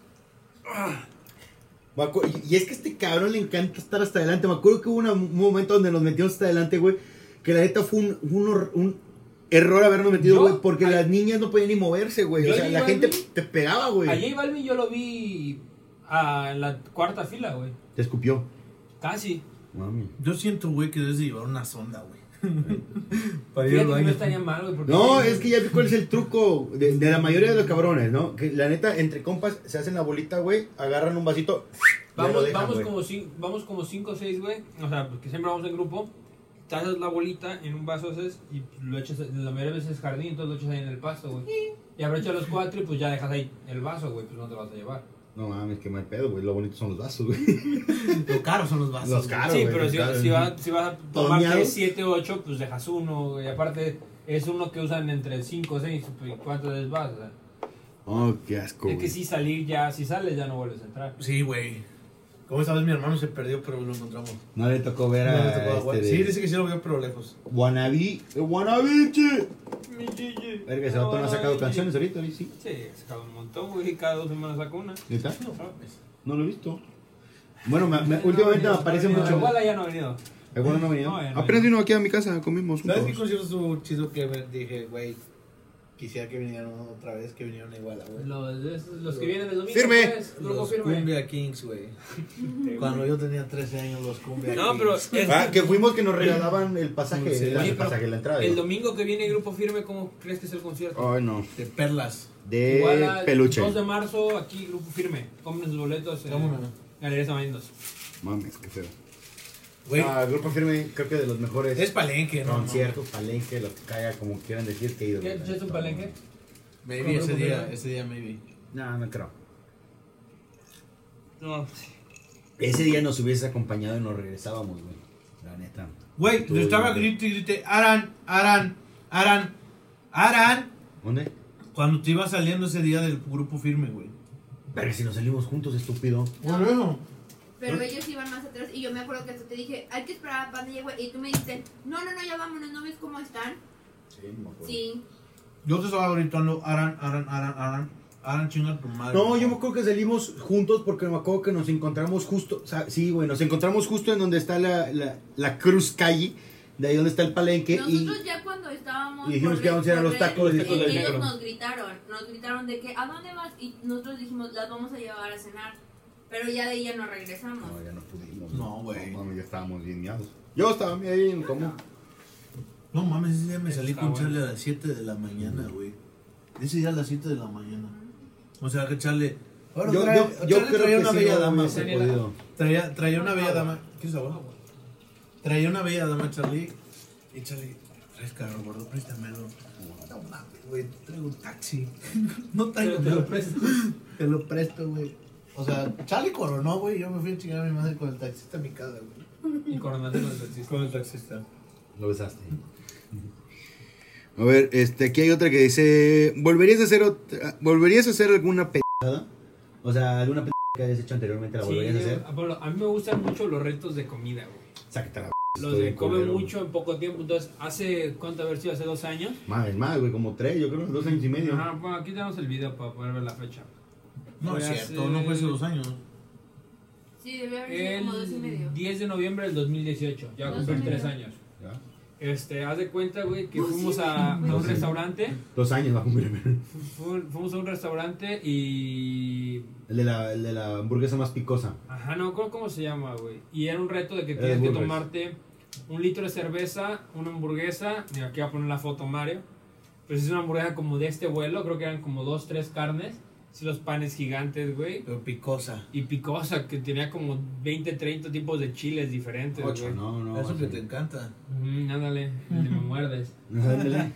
[SPEAKER 2] Me acu- Y y es que a este cabrón le encanta estar hasta adelante. Me acuerdo que hubo una- un momento donde nos metimos hasta adelante, güey. Que la neta fue un, un hor- un error habernos metido,
[SPEAKER 3] Yo-
[SPEAKER 2] güey. Porque
[SPEAKER 3] ay-
[SPEAKER 2] las niñas no podían ni moverse, güey.
[SPEAKER 3] Yo
[SPEAKER 2] O sea,
[SPEAKER 3] le
[SPEAKER 2] la
[SPEAKER 3] iba a
[SPEAKER 2] gente
[SPEAKER 3] mí-
[SPEAKER 2] te pegaba,
[SPEAKER 3] A
[SPEAKER 2] güey.
[SPEAKER 3] J Balvin yo lo vi a la cuarta fila, güey.
[SPEAKER 2] Te escupió.
[SPEAKER 3] Casi.
[SPEAKER 2] Mami.
[SPEAKER 1] Yo siento, güey, que debes de llevar una sonda, güey. Para ir
[SPEAKER 3] Fíjate
[SPEAKER 1] al
[SPEAKER 3] que
[SPEAKER 1] baño.
[SPEAKER 3] no estaría mal, güey. porque-
[SPEAKER 2] No, es que ya vi cuál es el truco de, de la mayoría de los cabrones, ¿no? Que la neta, entre compas, se hacen la bolita, güey, agarran un vasito. ya lo
[SPEAKER 3] Vamos,
[SPEAKER 2] dejan,
[SPEAKER 3] vamos,
[SPEAKER 2] güey.
[SPEAKER 3] como cinco, vamos como cinco o seis, güey. O sea, porque siempre vamos en grupo. Tazas la bolita en un vaso haces y lo echas, la mayoría de veces es jardín, entonces lo echas ahí en el pasto, güey. Y abrochas los cuatro y pues ya dejas ahí el vaso, güey, pues no te lo vas a llevar.
[SPEAKER 2] No mames, qué mal pedo, güey. Lo bonito son los vasos, güey.
[SPEAKER 1] Lo caros son los vasos.
[SPEAKER 2] Los
[SPEAKER 1] güey.
[SPEAKER 2] caros.
[SPEAKER 3] sí,
[SPEAKER 2] güey,
[SPEAKER 3] pero si,
[SPEAKER 2] claro.
[SPEAKER 3] si, vas- si vas a tomarte
[SPEAKER 2] Toneados.
[SPEAKER 3] siete o ocho, pues dejas uno, güey. Aparte, es uno que usan entre cinco o seis, pues cuántas veces vas, o sea.
[SPEAKER 2] Oh, qué asco,
[SPEAKER 3] Es
[SPEAKER 2] güey.
[SPEAKER 3] que si salir ya, si sales ya no vuelves a entrar.
[SPEAKER 1] Sí, güey. Como esta vez mi hermano se perdió, pero lo encontramos.
[SPEAKER 2] No le tocó ver
[SPEAKER 1] No
[SPEAKER 2] a.
[SPEAKER 1] le tocó agua.
[SPEAKER 2] este
[SPEAKER 1] Sí,
[SPEAKER 2] de-
[SPEAKER 1] dice que sí lo vio, pero lejos.
[SPEAKER 2] Wannabe. eh, Wannabiche.
[SPEAKER 3] Mi Gigi.
[SPEAKER 2] Verga, ese vato no ha sacado canciones ahorita, ¿sí?
[SPEAKER 3] Sí, he sacado un montón, güey. Cada dos semanas saco una.
[SPEAKER 2] ¿Neta?
[SPEAKER 3] mames.
[SPEAKER 2] No lo he visto. Bueno, me- me- últimamente me aparece
[SPEAKER 3] No,
[SPEAKER 2] mucho.
[SPEAKER 3] Igual ya no ha venido.
[SPEAKER 2] ¿Alguno no ha venido?
[SPEAKER 3] No, ya no ha
[SPEAKER 15] Apenas vino aquí a mi casa, comimos
[SPEAKER 1] ¿Sabes qué
[SPEAKER 15] juntos.
[SPEAKER 1] concierto estuvo chido que me- dije, güey? Quisiera que vinieran otra vez, que vinieron igual, güey.
[SPEAKER 3] Los, los, que vienen el domingo.
[SPEAKER 15] Firme.
[SPEAKER 3] pues, grupo
[SPEAKER 1] Los
[SPEAKER 3] firme.
[SPEAKER 1] Cumbia Kings, güey. Cuando yo tenía 13 años, los Cumbia
[SPEAKER 3] No,
[SPEAKER 1] Kings.
[SPEAKER 3] pero es que
[SPEAKER 2] Ah, que fuimos que nos regalaban el pasaje,
[SPEAKER 1] Sí,
[SPEAKER 2] el
[SPEAKER 3] pero
[SPEAKER 2] pasaje, la entrada.
[SPEAKER 3] el
[SPEAKER 2] digo.
[SPEAKER 3] domingo que viene grupo firme, ¿cómo crees que es el concierto?
[SPEAKER 15] Ay, no.
[SPEAKER 1] De perlas.
[SPEAKER 3] Igual
[SPEAKER 2] De
[SPEAKER 3] al
[SPEAKER 15] peluche.
[SPEAKER 3] 2 de marzo, aquí grupo firme. Compren sus boletos. en
[SPEAKER 1] Vámonos.
[SPEAKER 3] Galería Sabandos.
[SPEAKER 15] Mames, qué feo.
[SPEAKER 1] Güey,
[SPEAKER 2] Ah, Grupo Firme, creo que de los mejores
[SPEAKER 1] es palenque, ¿no?
[SPEAKER 2] conciertos, palenque, lo que caiga, como quieran decir, que he ido.
[SPEAKER 3] ¿Qué? ¿Ya es un palenque?
[SPEAKER 1] Maybe ese día, ese día, maybe.
[SPEAKER 2] No, no creo.
[SPEAKER 3] No.
[SPEAKER 2] Ese día nos hubieses acompañado y nos regresábamos, güey. La neta.
[SPEAKER 1] Güey,
[SPEAKER 2] Tú,
[SPEAKER 1] yo estaba
[SPEAKER 2] güey.
[SPEAKER 1] grite y grite, Aran, Aran, Aran, Aran.
[SPEAKER 2] ¿Dónde?
[SPEAKER 1] Cuando te ibas saliendo ese día del grupo firme, güey.
[SPEAKER 2] Pero si nos salimos juntos, estúpido.
[SPEAKER 1] Por eso.
[SPEAKER 14] Pero ellos iban más atrás y yo me acuerdo que hasta te dije, hay que esperar a Panda y güey. Y tú me dijiste, no, no, no, ya vámonos, ¿no ves cómo están?
[SPEAKER 2] Sí, no me acuerdo.
[SPEAKER 14] Sí.
[SPEAKER 1] Yo te estaba gritando, Aran, Aran, Aran, Aran. Aran, chinga tu madre.
[SPEAKER 2] No, yo me acuerdo que salimos juntos porque me acuerdo que nos encontramos justo, o sea, sí, güey, nos encontramos justo en donde está la, la, la Cruz Calle, de ahí donde está el palenque
[SPEAKER 14] Nosotros ya cuando estábamos.
[SPEAKER 2] y dijimos
[SPEAKER 14] por
[SPEAKER 2] que íbamos a ir a los
[SPEAKER 14] recorrer,
[SPEAKER 2] tacos,
[SPEAKER 14] eh,
[SPEAKER 2] tacos
[SPEAKER 3] del
[SPEAKER 14] Ellos
[SPEAKER 3] negro.
[SPEAKER 14] nos gritaron, nos gritaron de que, ¿a dónde vas? Y nosotros dijimos, las vamos a llevar a cenar. Pero ya de ella nos regresamos.
[SPEAKER 15] No, ya no pudimos.
[SPEAKER 1] No, güey.
[SPEAKER 15] mames, ya estábamos bien miados. Yo estaba bien, ¿cómo?
[SPEAKER 1] No mames, ese día me salí
[SPEAKER 3] Está
[SPEAKER 1] con
[SPEAKER 3] bueno.
[SPEAKER 1] Charlie a las 7 de la mañana, güey. Ese día a las 7 de la mañana. O sea, que Charlie. Ahora
[SPEAKER 2] y yo,
[SPEAKER 1] trae-
[SPEAKER 2] yo, yo
[SPEAKER 1] Charlie
[SPEAKER 2] creo
[SPEAKER 1] traía
[SPEAKER 2] que
[SPEAKER 1] una
[SPEAKER 2] sí
[SPEAKER 1] bella
[SPEAKER 2] no
[SPEAKER 1] dama,
[SPEAKER 2] hubiese
[SPEAKER 1] güey.
[SPEAKER 2] podido.
[SPEAKER 1] Traía, traía una bella dama. ¿Qué sabor? Traía una bella dama, Charlie. Y Charlie, traes carro, gordo, préstamelo. No mames, güey, traigo un taxi. no traigo,
[SPEAKER 3] Pero te lo
[SPEAKER 1] nada. Te lo presto, güey. O sea, Charlie coronó, güey. Yo me fui a chingar a mi madre con el taxista a mi casa, güey.
[SPEAKER 3] Y coronaste con el taxista.
[SPEAKER 1] Con el taxista.
[SPEAKER 2] Lo besaste.
[SPEAKER 15] A ver, este, aquí hay otra que dice, ¿volverías a hacer, ot- ¿volverías a hacer alguna p...
[SPEAKER 2] O sea, alguna p que hayas hecho anteriormente la
[SPEAKER 3] Sí,
[SPEAKER 2] volverías a
[SPEAKER 3] yo-
[SPEAKER 2] hacer.
[SPEAKER 3] Pablo, a mí me gustan mucho los retos de comida, güey.
[SPEAKER 2] Sácate la p.
[SPEAKER 3] Los
[SPEAKER 2] estoy
[SPEAKER 3] de come
[SPEAKER 2] culero, güey.
[SPEAKER 3] mucho en poco tiempo. Entonces, hace, ¿cuánto haber sido? Hace dos años.
[SPEAKER 2] Más, más, güey, como tres, yo creo, dos años y medio.
[SPEAKER 3] Ajá, bueno, aquí tenemos el video para poder ver la fecha.
[SPEAKER 1] No es
[SPEAKER 3] Fue
[SPEAKER 1] cierto,
[SPEAKER 3] hace-
[SPEAKER 1] no fue hace dos años.
[SPEAKER 14] Sí, debió haber sido como dos y medio.
[SPEAKER 3] El 10 de noviembre del 2018, ya
[SPEAKER 14] Dos
[SPEAKER 3] cumplí
[SPEAKER 14] y medio.
[SPEAKER 3] tres años.
[SPEAKER 2] Ya.
[SPEAKER 3] Este, haz de cuenta, güey, que
[SPEAKER 14] Dos y
[SPEAKER 3] fuimos
[SPEAKER 14] medio,
[SPEAKER 3] a, a
[SPEAKER 14] güey.
[SPEAKER 3] un restaurante.
[SPEAKER 2] Dos años va a cumplir.
[SPEAKER 3] Fu- Fuimos a un restaurante y.
[SPEAKER 2] El de la, el de la hamburguesa más picosa.
[SPEAKER 3] Ajá, no me acuerdo cómo se llama, güey. Y era un reto de que
[SPEAKER 2] Era
[SPEAKER 3] tienes
[SPEAKER 2] de
[SPEAKER 3] que
[SPEAKER 2] burgers.
[SPEAKER 3] tomarte un litro de cerveza, una hamburguesa. Mira, aquí va a poner la foto Mario. Pues es una hamburguesa como de este vuelo, creo que eran como dos, tres carnes. Sí, los panes gigantes, güey.
[SPEAKER 1] Pero picosa.
[SPEAKER 3] Y picosa, que tenía como 20, 30 tipos de chiles diferentes,
[SPEAKER 2] Ocho,
[SPEAKER 3] güey.
[SPEAKER 2] no, no.
[SPEAKER 1] Eso que te
[SPEAKER 2] así.
[SPEAKER 1] encanta.
[SPEAKER 3] Mm, ándale, el de me muerdes.
[SPEAKER 2] Ándale.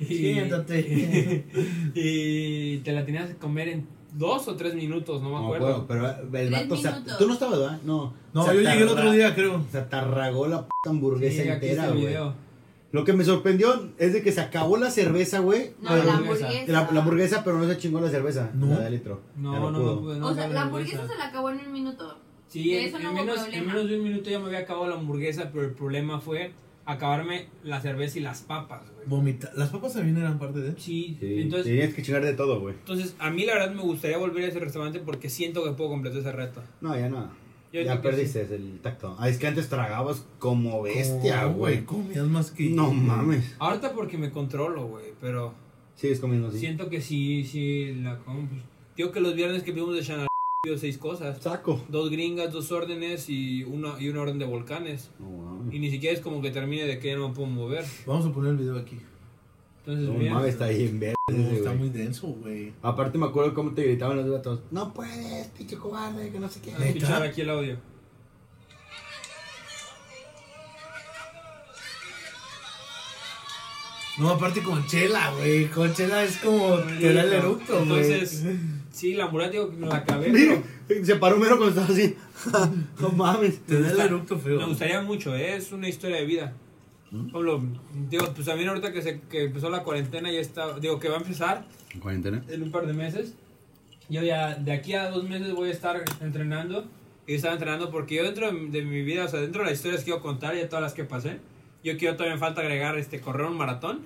[SPEAKER 3] Y,
[SPEAKER 1] Siéntate.
[SPEAKER 3] y te la tenías que comer en dos o tres minutos, no me
[SPEAKER 2] No me
[SPEAKER 3] acuerdo.
[SPEAKER 2] acuerdo, pero eh, el vato. se-
[SPEAKER 14] minutos.
[SPEAKER 2] Tú no estabas, ¿verdad? No.
[SPEAKER 1] No,
[SPEAKER 2] Se
[SPEAKER 1] yo llegué el
[SPEAKER 2] atarra-
[SPEAKER 1] otro día, creo.
[SPEAKER 2] Se atarragó la puta hamburguesa
[SPEAKER 3] Sí, aquí está
[SPEAKER 2] entera,
[SPEAKER 3] el
[SPEAKER 2] güey.
[SPEAKER 3] video.
[SPEAKER 2] Lo que me sorprendió es de que se acabó la cerveza, güey.
[SPEAKER 14] No,
[SPEAKER 3] Pero
[SPEAKER 14] la
[SPEAKER 3] la
[SPEAKER 14] hamburguesa.
[SPEAKER 2] La, la hamburguesa, pero no se chingó la cerveza.
[SPEAKER 1] No.
[SPEAKER 2] La de litro.
[SPEAKER 3] No,
[SPEAKER 2] Ya
[SPEAKER 3] no,
[SPEAKER 2] pudo.
[SPEAKER 3] me pude, no
[SPEAKER 14] O sea,
[SPEAKER 3] me
[SPEAKER 14] la
[SPEAKER 3] da
[SPEAKER 14] hamburguesa
[SPEAKER 3] vergüenza.
[SPEAKER 14] se la acabó en un minuto.
[SPEAKER 3] Sí,
[SPEAKER 14] De
[SPEAKER 3] en,
[SPEAKER 14] eso
[SPEAKER 3] en
[SPEAKER 14] no hubo
[SPEAKER 3] menos, en
[SPEAKER 14] problema.
[SPEAKER 3] menos de un minuto ya me había acabado la hamburguesa, pero el problema fue acabarme la cerveza y las papas, güey.
[SPEAKER 1] Vomita. Las papas también eran parte de.
[SPEAKER 3] Sí,
[SPEAKER 2] Sí,
[SPEAKER 3] entonces,
[SPEAKER 2] tenías que chingar de todo, güey.
[SPEAKER 3] entonces a mí la verdad me gustaría volver a ese restaurante porque siento que puedo completar ese reto.
[SPEAKER 2] No, ya no.
[SPEAKER 3] Yo
[SPEAKER 2] ya
[SPEAKER 3] digo que
[SPEAKER 2] perdiste el tacto. Ah, es que antes tragabas como bestia, güey.
[SPEAKER 1] Comías más que.
[SPEAKER 2] No mames.
[SPEAKER 3] Ahorita porque me controlo, güey, pero
[SPEAKER 2] Sigues comiendo así.
[SPEAKER 3] siento que sí, sí la como. pues. Digo que los viernes que vimos de Chanel pidió seis cosas.
[SPEAKER 2] Saco.
[SPEAKER 3] Dos gringas, dos órdenes y una, y una orden de volcanes.
[SPEAKER 2] No mames.
[SPEAKER 3] Y ni siquiera es como que termine de que ya no me puedo mover.
[SPEAKER 1] Vamos a poner el video aquí.
[SPEAKER 3] Entonces,
[SPEAKER 2] No
[SPEAKER 3] bien.
[SPEAKER 2] mames, está ahí en verde.
[SPEAKER 1] No,
[SPEAKER 2] ese,
[SPEAKER 1] está
[SPEAKER 2] güey.
[SPEAKER 1] muy denso, güey.
[SPEAKER 2] Aparte me acuerdo cómo te gritaban los gatos. No puedes, pinche cobarde, que no sé qué.
[SPEAKER 3] Vamos a escuchar aquí el audio.
[SPEAKER 1] No, aparte con chela, güey. Con chela es como te da el eructo, güey.
[SPEAKER 3] Entonces, sí, la muralla digo que me la acabé.
[SPEAKER 2] Mira,
[SPEAKER 3] pero
[SPEAKER 2] se paró mero cuando estaba así. no mames.
[SPEAKER 1] te da el eructo feo.
[SPEAKER 3] Me gustaría mucho, ¿eh? es una historia de vida. Pablo, digo, pues también ahorita que, se, que empezó la cuarentena, ya está, digo que va a empezar
[SPEAKER 15] ¿En cuarentena?
[SPEAKER 3] en un par de meses. Yo ya de aquí a dos meses voy a estar entrenando. Y yo estaba entrenando porque yo dentro de, de mi vida, o sea, dentro de las historias que quiero contar y de todas las que pasé, yo quiero todavía me falta agregar este correr un maratón.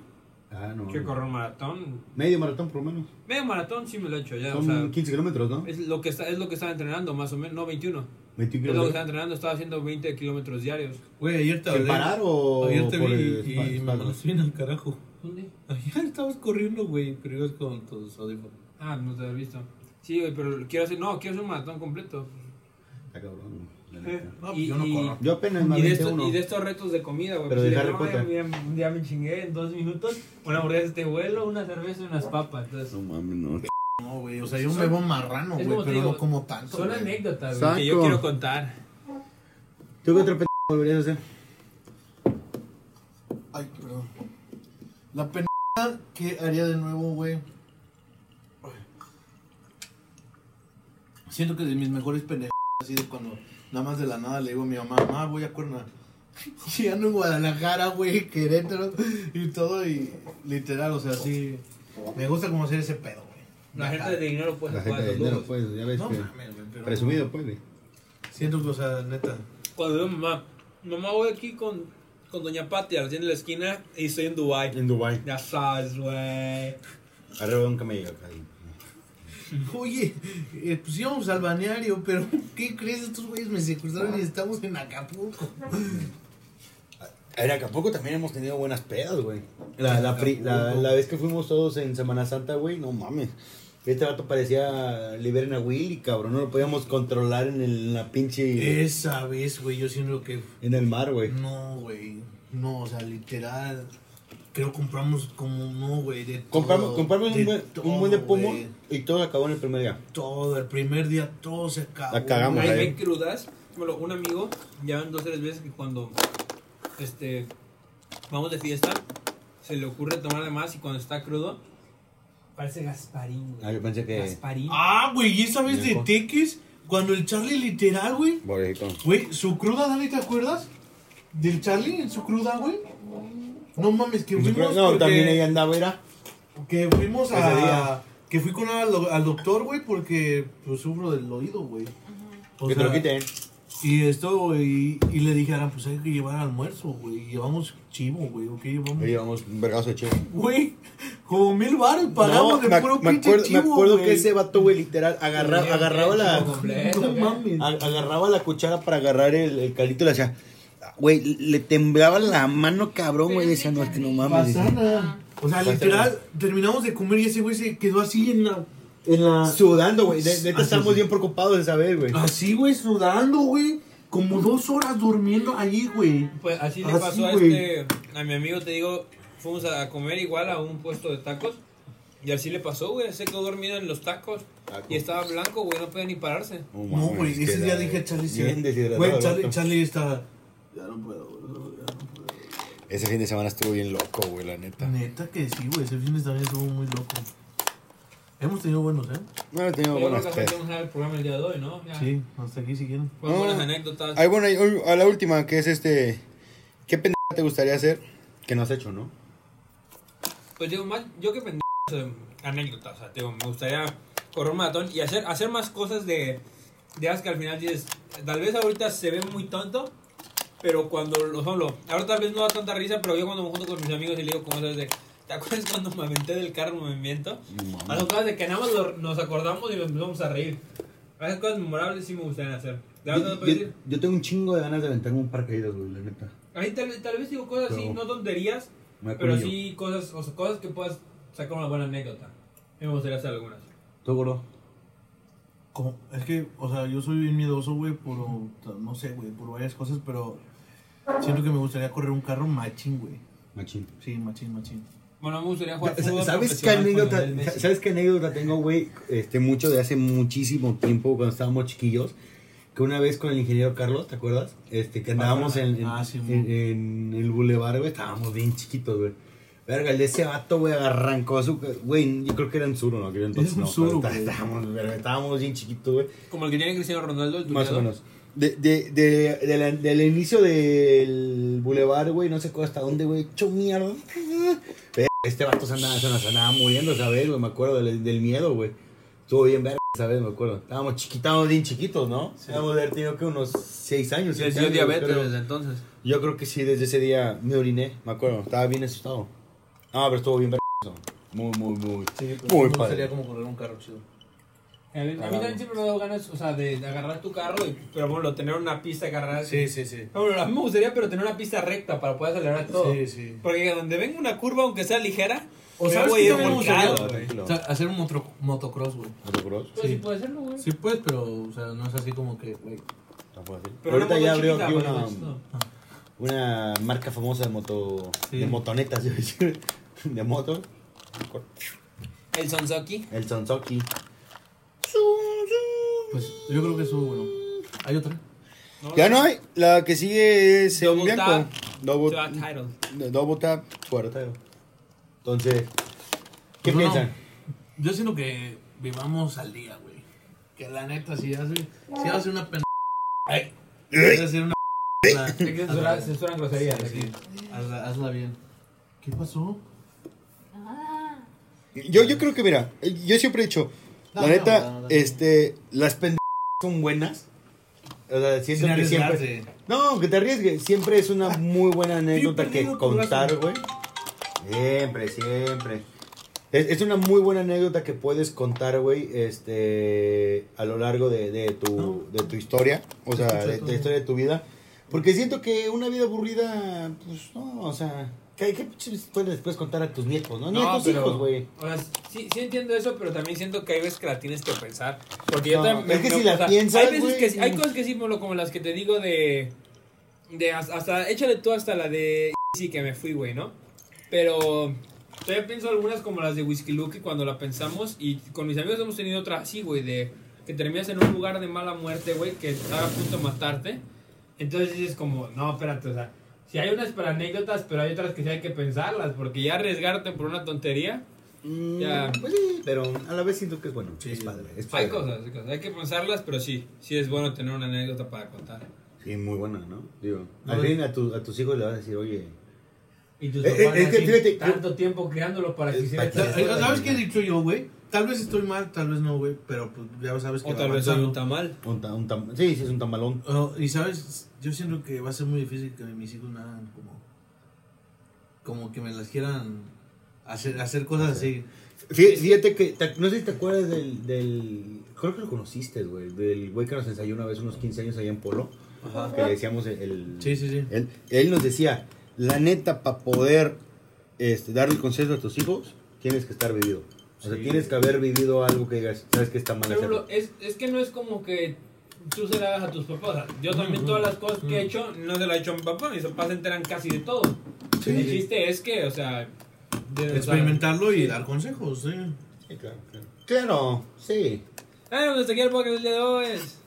[SPEAKER 2] Ah, no.
[SPEAKER 3] Quiero correr un maratón.
[SPEAKER 2] Medio maratón por lo menos.
[SPEAKER 3] Medio maratón sí me lo he hecho ya,
[SPEAKER 2] Son
[SPEAKER 3] o sea,
[SPEAKER 2] 15 kilómetros, ¿no?
[SPEAKER 3] es lo que está, es lo que estaba entrenando más o menos, no 21.
[SPEAKER 2] 21
[SPEAKER 3] Es lo que estaba
[SPEAKER 2] kilómetros.
[SPEAKER 3] entrenando, estaba haciendo 20 kilómetros diarios.
[SPEAKER 16] Güey, ayer te
[SPEAKER 2] ¿Sin
[SPEAKER 16] hablé.
[SPEAKER 2] parar o
[SPEAKER 16] Ayer te
[SPEAKER 2] por el
[SPEAKER 16] vi y,
[SPEAKER 2] espal-
[SPEAKER 16] me
[SPEAKER 2] espalda?
[SPEAKER 16] mandaste bien al carajo.
[SPEAKER 3] ¿Dónde?
[SPEAKER 16] Ayer estabas corriendo, güey, pero ibas con tus audífonos.
[SPEAKER 3] Ah, no te has visto. Sí, güey, pero quiero hacer, no, quiero hacer un maratón completo.
[SPEAKER 2] Está cabrón, la neta.
[SPEAKER 16] Eh, No, pues yo no corro.
[SPEAKER 2] Yo apenas me
[SPEAKER 3] Y de,
[SPEAKER 2] aventé
[SPEAKER 3] estos,
[SPEAKER 2] uno.
[SPEAKER 3] y de estos retos de comida, güey.
[SPEAKER 2] Pero
[SPEAKER 3] pues,
[SPEAKER 2] de
[SPEAKER 3] si
[SPEAKER 2] Harry
[SPEAKER 3] no,
[SPEAKER 2] Potter.
[SPEAKER 3] mira, un día me chingué en dos minutos. Una hamburguesa de este vuelo, una cerveza y unas papas. Entonces,
[SPEAKER 17] No mames, no.
[SPEAKER 1] No, güey, o sea, yo me veo marrano, güey,
[SPEAKER 3] es como te
[SPEAKER 1] pero
[SPEAKER 3] digo,
[SPEAKER 1] no como tanto.
[SPEAKER 3] son
[SPEAKER 1] güey.
[SPEAKER 3] anécdotas, güey,
[SPEAKER 17] Saco.
[SPEAKER 3] que yo quiero contar.
[SPEAKER 2] ¿Tú qué otro pendejo volverías a hacer?
[SPEAKER 1] Ay, perdón. La pena que haría de nuevo, güey. Siento que de mis mejores pendejadas ha sido cuando nada más de la nada le digo a mi mamá, mamá, voy a Cuerna. Y ando en Guadalajara, güey, Querétaro y todo, y literal, o sea, sí. Me gusta como hacer ese pedo, güey.
[SPEAKER 3] La gente de dinero puede
[SPEAKER 2] La
[SPEAKER 3] jugar
[SPEAKER 2] gente
[SPEAKER 3] a
[SPEAKER 2] de
[SPEAKER 3] los
[SPEAKER 2] dinero,
[SPEAKER 3] lujos.
[SPEAKER 2] pues, ya ves
[SPEAKER 1] No
[SPEAKER 2] que...
[SPEAKER 1] mames, güey, pero.
[SPEAKER 2] Presumido, pues, güey.
[SPEAKER 1] Siento que, o sea, neta.
[SPEAKER 3] Cuando digo, mamá, mamá, voy aquí con, con Doña Patti, así en la esquina, y estoy en Dubai.
[SPEAKER 2] En Dubai.
[SPEAKER 3] Ya sabes, güey.
[SPEAKER 2] Arriba un camello acá. ahí.
[SPEAKER 1] Oye, eh, pues íbamos al balneario, pero ¿qué crees? Estos güeyes me secuestraron y estamos en Acapulco.
[SPEAKER 2] En Acapulco también hemos tenido buenas pedas, güey. La, la, pri- la, la vez que fuimos todos en Semana Santa, güey, no mames. Este vato parecía liberen a Willy, cabrón. No lo podíamos controlar en, el- en la pinche.
[SPEAKER 1] Esa vez, güey, yo siento que.
[SPEAKER 2] En el mar,
[SPEAKER 3] Mm.
[SPEAKER 2] güey.
[SPEAKER 1] No, güey. No, o sea, literal. Creo compramos como. No, güey. de
[SPEAKER 2] Compramos,
[SPEAKER 1] todo,
[SPEAKER 2] compramos un,
[SPEAKER 1] de
[SPEAKER 2] buen,
[SPEAKER 1] todo,
[SPEAKER 2] un buen de pomo
[SPEAKER 1] güey.
[SPEAKER 2] y todo acabó en el primer día.
[SPEAKER 1] Todo, el primer día todo se acabó.
[SPEAKER 2] La cagamos,
[SPEAKER 1] güey.
[SPEAKER 3] Hay
[SPEAKER 2] ahí.
[SPEAKER 3] bien crudas. Bueno, un amigo, ya van dos o tres veces que cuando este, vamos de fiesta, se le ocurre tomar de más y cuando está crudo, parece Gasparín. güey.
[SPEAKER 2] Ah, yo pensé que-
[SPEAKER 3] Gasparín.
[SPEAKER 1] Ah, güey, ¿y esa vez de
[SPEAKER 2] Ñeco.
[SPEAKER 1] Teques? Cuando el Charlie, literal, güey.
[SPEAKER 2] Pobrecito.
[SPEAKER 1] Güey, su cruda, Dani, ¿te acuerdas? Del Charlie en su cruda, güey. No mames, que fuimos.
[SPEAKER 2] No,
[SPEAKER 1] porque-
[SPEAKER 2] también ella andaba, era.
[SPEAKER 1] Que fuimos
[SPEAKER 2] Ese
[SPEAKER 1] a.
[SPEAKER 2] día.
[SPEAKER 1] Que fui con al, al doctor, güey, porque pues, sufro del oído, güey. O
[SPEAKER 2] Que te lo
[SPEAKER 1] sea,
[SPEAKER 2] quiten.
[SPEAKER 1] Y esto, güey, y le dijeron, pues hay que llevar almuerzo, güey. Llevamos chivo, güey, ¿o qué llevamos?
[SPEAKER 2] Ahí llevamos un vergazo de chivo.
[SPEAKER 1] Güey, como mil baros pagamos
[SPEAKER 2] No,
[SPEAKER 1] de puro
[SPEAKER 2] me
[SPEAKER 1] pinche
[SPEAKER 2] acuerdo, me
[SPEAKER 1] chivo,
[SPEAKER 2] acuerdo
[SPEAKER 1] güey.
[SPEAKER 2] que ese vato, güey, literal, agarra-
[SPEAKER 3] Tenía
[SPEAKER 2] agarraba
[SPEAKER 3] un
[SPEAKER 2] la.
[SPEAKER 3] chivo completo,
[SPEAKER 1] No
[SPEAKER 3] güey.
[SPEAKER 1] mames.
[SPEAKER 2] A- agarraba la cuchara para agarrar el, el calito y le hacía. Güey, le temblaba la mano cabrón, güey. Decía, no, es que no mames. dice.
[SPEAKER 1] Pasada. O sea, literal, terminamos de comer y ese güey se quedó así en la... En la...
[SPEAKER 2] Sudando, güey. De-
[SPEAKER 1] Ah, sí,
[SPEAKER 2] Neta, estamos
[SPEAKER 1] sí. Ah,
[SPEAKER 2] bien preocupados de saber, güey.
[SPEAKER 1] Así, güey, sudando, güey. Como dos horas durmiendo allí, güey.
[SPEAKER 3] Pues así le
[SPEAKER 1] Así,
[SPEAKER 3] pasó a
[SPEAKER 1] Ah, güey.
[SPEAKER 3] este, a mi amigo, te digo, fuimos a comer igual a un puesto de tacos. Y así le pasó, güey, se quedó dormido en los tacos.
[SPEAKER 2] Taco.
[SPEAKER 3] Y estaba blanco, güey, no podía ni pararse.
[SPEAKER 1] No, güey, ese día dije, Charlie, sí.
[SPEAKER 2] Bien deshidratado
[SPEAKER 1] Güey,
[SPEAKER 2] el
[SPEAKER 1] Charlie,
[SPEAKER 2] vato.
[SPEAKER 1] Charlie está... Ya no puedo, güey, ya no puedo.
[SPEAKER 17] Ese fin de semana estuvo bien loco, güey, la neta.
[SPEAKER 1] Neta que sí, güey. Ese fin de semana estuvo muy loco. Hemos tenido buenos, ¿eh?
[SPEAKER 17] Bueno, he tenido
[SPEAKER 3] Pero yo
[SPEAKER 17] buenas
[SPEAKER 3] creo que así
[SPEAKER 17] pedas.
[SPEAKER 3] vamos a ver el programa el día de hoy, ¿no? Ya.
[SPEAKER 1] Sí, hasta aquí si quieren.
[SPEAKER 3] Fueron buenas
[SPEAKER 17] No.
[SPEAKER 3] anécdotas.
[SPEAKER 17] Ay, bueno, y, uy, a la última, que es este. ¿Qué pendeja te gustaría hacer?
[SPEAKER 2] Que no has hecho, ¿no?
[SPEAKER 3] Pues digo, más, yo que pendejo, eh, anécdotas, o sea, digo, me gustaría correr un maratón y hacer, hacer más cosas de, de las que al final dices, tal vez ahorita se ve muy tonto, pero cuando lo solo, ahora tal vez no da tanta risa, pero yo cuando me junto con mis amigos y le digo, como sabes de, ¿te acuerdas cuando me aventé del carro en movimiento? A las cosas de que nada más lo- nos acordamos y nos empezamos a reír. A esas cosas memorables sí me gustaría hacer. La verdad no puedo
[SPEAKER 2] Yo,
[SPEAKER 3] decir.
[SPEAKER 2] yo tengo un chingo de ganas de aventarme un paracaídas, güey, la neta.
[SPEAKER 3] Ahí tal, tal vez digo cosas así,
[SPEAKER 2] Pero-
[SPEAKER 3] no tonterías,
[SPEAKER 2] Me da
[SPEAKER 3] pero
[SPEAKER 2] culo.
[SPEAKER 3] sí cosas, o sea, cosas que puedas sacar una buena anécdota. A mí Me gustaría hacer algunas.
[SPEAKER 2] ¿Tú, gordo?
[SPEAKER 1] Como- Es que, o sea, yo soy bien miedoso, güey, por, no sé, güey, por varias cosas, pero siento que me gustaría correr un carro machín, güey.
[SPEAKER 2] Machín.
[SPEAKER 1] Sí, machín, machín.
[SPEAKER 3] Bueno, me gustaría jugar
[SPEAKER 2] Sa-
[SPEAKER 3] fútbol
[SPEAKER 2] ¿Sabes qué,
[SPEAKER 3] profesional con
[SPEAKER 2] anécdota,
[SPEAKER 3] Lionel Messi.
[SPEAKER 2] ¿Sabes qué anécdota tengo, güey? Este, mucho de hace muchísimo tiempo, cuando estábamos chiquillos, que una vez con el ingeniero Carlos, ¿te acuerdas? Este, que andábamos en, en,
[SPEAKER 1] Ah, sí,
[SPEAKER 2] en- en el bulevar, güey, estábamos bien chiquitos, güey. Verga, el de ese vato, güey, arrancó su... Güey, yo creo que era en Zuru, ¿no? Que era entonces,
[SPEAKER 1] Es un
[SPEAKER 2] no,
[SPEAKER 1] Zuru,
[SPEAKER 2] pero
[SPEAKER 1] güey.
[SPEAKER 2] Estábamos, verga, estábamos bien chiquitos, güey.
[SPEAKER 3] Como el que tiene Cristiano Ronaldo, el
[SPEAKER 2] Más o
[SPEAKER 3] tuneado.
[SPEAKER 2] menos. De, de, de, de la- del inicio del bulevar, güey, no sé cu- hasta dónde, güey, hecho mierda. Este vato se andaba, se nos andaba muriendo, ¿sabes? Güey, me acuerdo del, del miedo, güey. Estuvo bien verga, esa vez, me acuerdo. Estábamos chiquitos, estábamos bien chiquitos, ¿no? Estábamos de haber tenido que unos 6 años. siete
[SPEAKER 3] Les dio
[SPEAKER 2] años,
[SPEAKER 3] diabetes
[SPEAKER 2] creo.
[SPEAKER 3] desde entonces.
[SPEAKER 2] Yo creo que sí, desde ese día me oriné, me acuerdo. Estaba bien asustado. No, pero estuvo bien ver. Muy, muy, muy. Muy
[SPEAKER 5] pues, me
[SPEAKER 2] padre.
[SPEAKER 5] gustaría como correr un carro chido.
[SPEAKER 3] A mí a mí también siempre me ha dado ganas, o sea, de, de agarrar tu carro, y, pero bueno, tener una pista agarrar.
[SPEAKER 5] Sí, sí, sí.
[SPEAKER 3] No, bueno, a mí me gustaría, pero tener una pista recta para poder acelerar todo.
[SPEAKER 5] Sí, sí.
[SPEAKER 3] Porque donde venga una curva, aunque sea ligera,
[SPEAKER 5] O
[SPEAKER 3] me
[SPEAKER 5] sabes
[SPEAKER 3] voy a
[SPEAKER 5] que
[SPEAKER 3] ir
[SPEAKER 5] también me gustaría
[SPEAKER 3] volcado, güey.
[SPEAKER 2] tranquilo.
[SPEAKER 5] o sea, hacer un motro- motocross, güey.
[SPEAKER 2] ¿Motocross?
[SPEAKER 3] Pues
[SPEAKER 5] Sí.
[SPEAKER 3] sí puede serlo, güey.
[SPEAKER 5] Sí, pues, pero o sea, no es así como que, güey.
[SPEAKER 2] No puedo decir.
[SPEAKER 3] Pero
[SPEAKER 2] Ahorita
[SPEAKER 3] una
[SPEAKER 2] ya
[SPEAKER 3] moto
[SPEAKER 2] abrió
[SPEAKER 3] chiquita,
[SPEAKER 2] aquí
[SPEAKER 3] güey,
[SPEAKER 2] una,
[SPEAKER 3] no.
[SPEAKER 2] una marca famosa de moto.
[SPEAKER 5] Sí.
[SPEAKER 2] De motonetas, yo iba a decir. De moto.
[SPEAKER 3] El Sonsoki.
[SPEAKER 2] El Sonsoki.
[SPEAKER 5] Pues yo creo que eso, bueno. Hay otra.
[SPEAKER 2] Ya no hay. La que sigue es en
[SPEAKER 3] Double
[SPEAKER 2] blanco.
[SPEAKER 3] tap.
[SPEAKER 2] Double,
[SPEAKER 3] Toda title.
[SPEAKER 2] double tap. Cuartero. Entonces, ¿qué
[SPEAKER 5] Pues, bueno,
[SPEAKER 2] piensan?
[SPEAKER 5] Yo siento que vivamos al día, güey. Que la neta, si hace, si hace una pendeja. Ay, si hace una
[SPEAKER 3] Hay que censurar- censuran groserías
[SPEAKER 5] Sí,
[SPEAKER 3] aquí.
[SPEAKER 5] sí. Hazla, hazla bien. ¿Qué pasó?
[SPEAKER 4] Ah.
[SPEAKER 2] Yo, yo creo que, mira, yo siempre he dicho,
[SPEAKER 5] No,
[SPEAKER 2] la
[SPEAKER 5] no,
[SPEAKER 2] neta,
[SPEAKER 5] no, no, no.
[SPEAKER 2] este, las pendejas son buenas. O sea, siento que siempre. No, que te arriesgues, siempre es una muy buena anécdota que
[SPEAKER 5] perdido con
[SPEAKER 2] contar,
[SPEAKER 5] razón.
[SPEAKER 2] güey. Siempre, siempre. Es, es una muy buena anécdota que puedes contar, güey, este, a lo largo de, de tu, de tu historia, o sea, de, de la historia de tu vida. Porque siento que una vida aburrida, pues no, o sea, ¿qué, qué pinches puedes después contar a tus nietos, no? Ni a tus hijos, güey.
[SPEAKER 3] O sea, sí, sí entiendo eso, pero también siento que hay veces que la tienes que pensar. Porque yo
[SPEAKER 2] No,
[SPEAKER 3] también.
[SPEAKER 2] es
[SPEAKER 3] me-
[SPEAKER 2] que
[SPEAKER 3] me-
[SPEAKER 2] si la
[SPEAKER 3] o sea,
[SPEAKER 2] piensas,
[SPEAKER 3] Hay, veces
[SPEAKER 2] güey,
[SPEAKER 3] que, sí- hay
[SPEAKER 2] mm.
[SPEAKER 3] cosas que sí, por lo- como las que te digo de. de has- hasta, échale tú hasta la de. Sí, que me fui, güey, ¿no? Pero. Todavía pienso algunas como las de Whisky Luke cuando la pensamos. Y con mis amigos hemos tenido otra así, güey, de. Que terminas en un lugar de mala muerte, güey, que está a punto de matarte. Entonces dices como, no, espérate, o sea, si hay unas para anécdotas, pero hay otras que sí hay que pensarlas, porque ya arriesgarte por una tontería,
[SPEAKER 2] Mm,
[SPEAKER 3] Ya.
[SPEAKER 2] Pues sí, pero a la vez siento que es bueno. es padre. Es padre.
[SPEAKER 3] hay cosas, hay cosas, hay que pensarlas, pero sí, sí es bueno tener una anécdota para contar.
[SPEAKER 2] Sí, muy buena, ¿no? Digo, al fin a, tu- a tus hijos le vas a decir, oye,
[SPEAKER 3] Y tus
[SPEAKER 2] Eh,
[SPEAKER 3] papás
[SPEAKER 2] eh, es que
[SPEAKER 3] así,
[SPEAKER 2] fíjate, yo-
[SPEAKER 3] tanto tiempo criándolo para que
[SPEAKER 2] Es
[SPEAKER 3] hiciera
[SPEAKER 2] para que-
[SPEAKER 3] estas cosas.
[SPEAKER 1] ¿Sabes qué he dicho yo, güey? Tal vez estoy mal, tal vez no, güey, pero pues ya sabes que
[SPEAKER 3] O
[SPEAKER 1] va
[SPEAKER 3] tal vez soy
[SPEAKER 1] avanzando.
[SPEAKER 3] un tamal.
[SPEAKER 2] un, ta- un tam- sí, sí, es un tamalón.
[SPEAKER 1] Oh, y sabes, yo siento que va a ser muy difícil que mis hijos me hagan como. Como que me las quieran hacer, hacer cosas así.
[SPEAKER 2] Fí- Fíjate que, te- no sé si te acuerdas del, del creo que lo conociste, güey, del güey que nos ensayó una vez unos 15 años allá en Polo, que le decíamos el... el-
[SPEAKER 1] Sí, sí, sí.
[SPEAKER 2] Él, él nos decía, la neta, para poder este, darle consejo a tus hijos, tienes que estar vivido. O sea, tienes que haber vivido algo que digas, sabes que está mal
[SPEAKER 3] Pero
[SPEAKER 2] hacerlo.
[SPEAKER 3] lo- es, es que no es como que tú se la hagas a tus papás. o sea, Yo también todas las cosas que he hecho no se las he hecho a mi papá, mis papás se enteran casi de todo. El chiste es que, o sea... de- o sea,
[SPEAKER 1] Experimentarlo y
[SPEAKER 3] sí.
[SPEAKER 1] dar consejos, sí.
[SPEAKER 2] Sí, claro, claro. Claro, sí.
[SPEAKER 3] Ah, pues aquí el podcast del día de hoy es...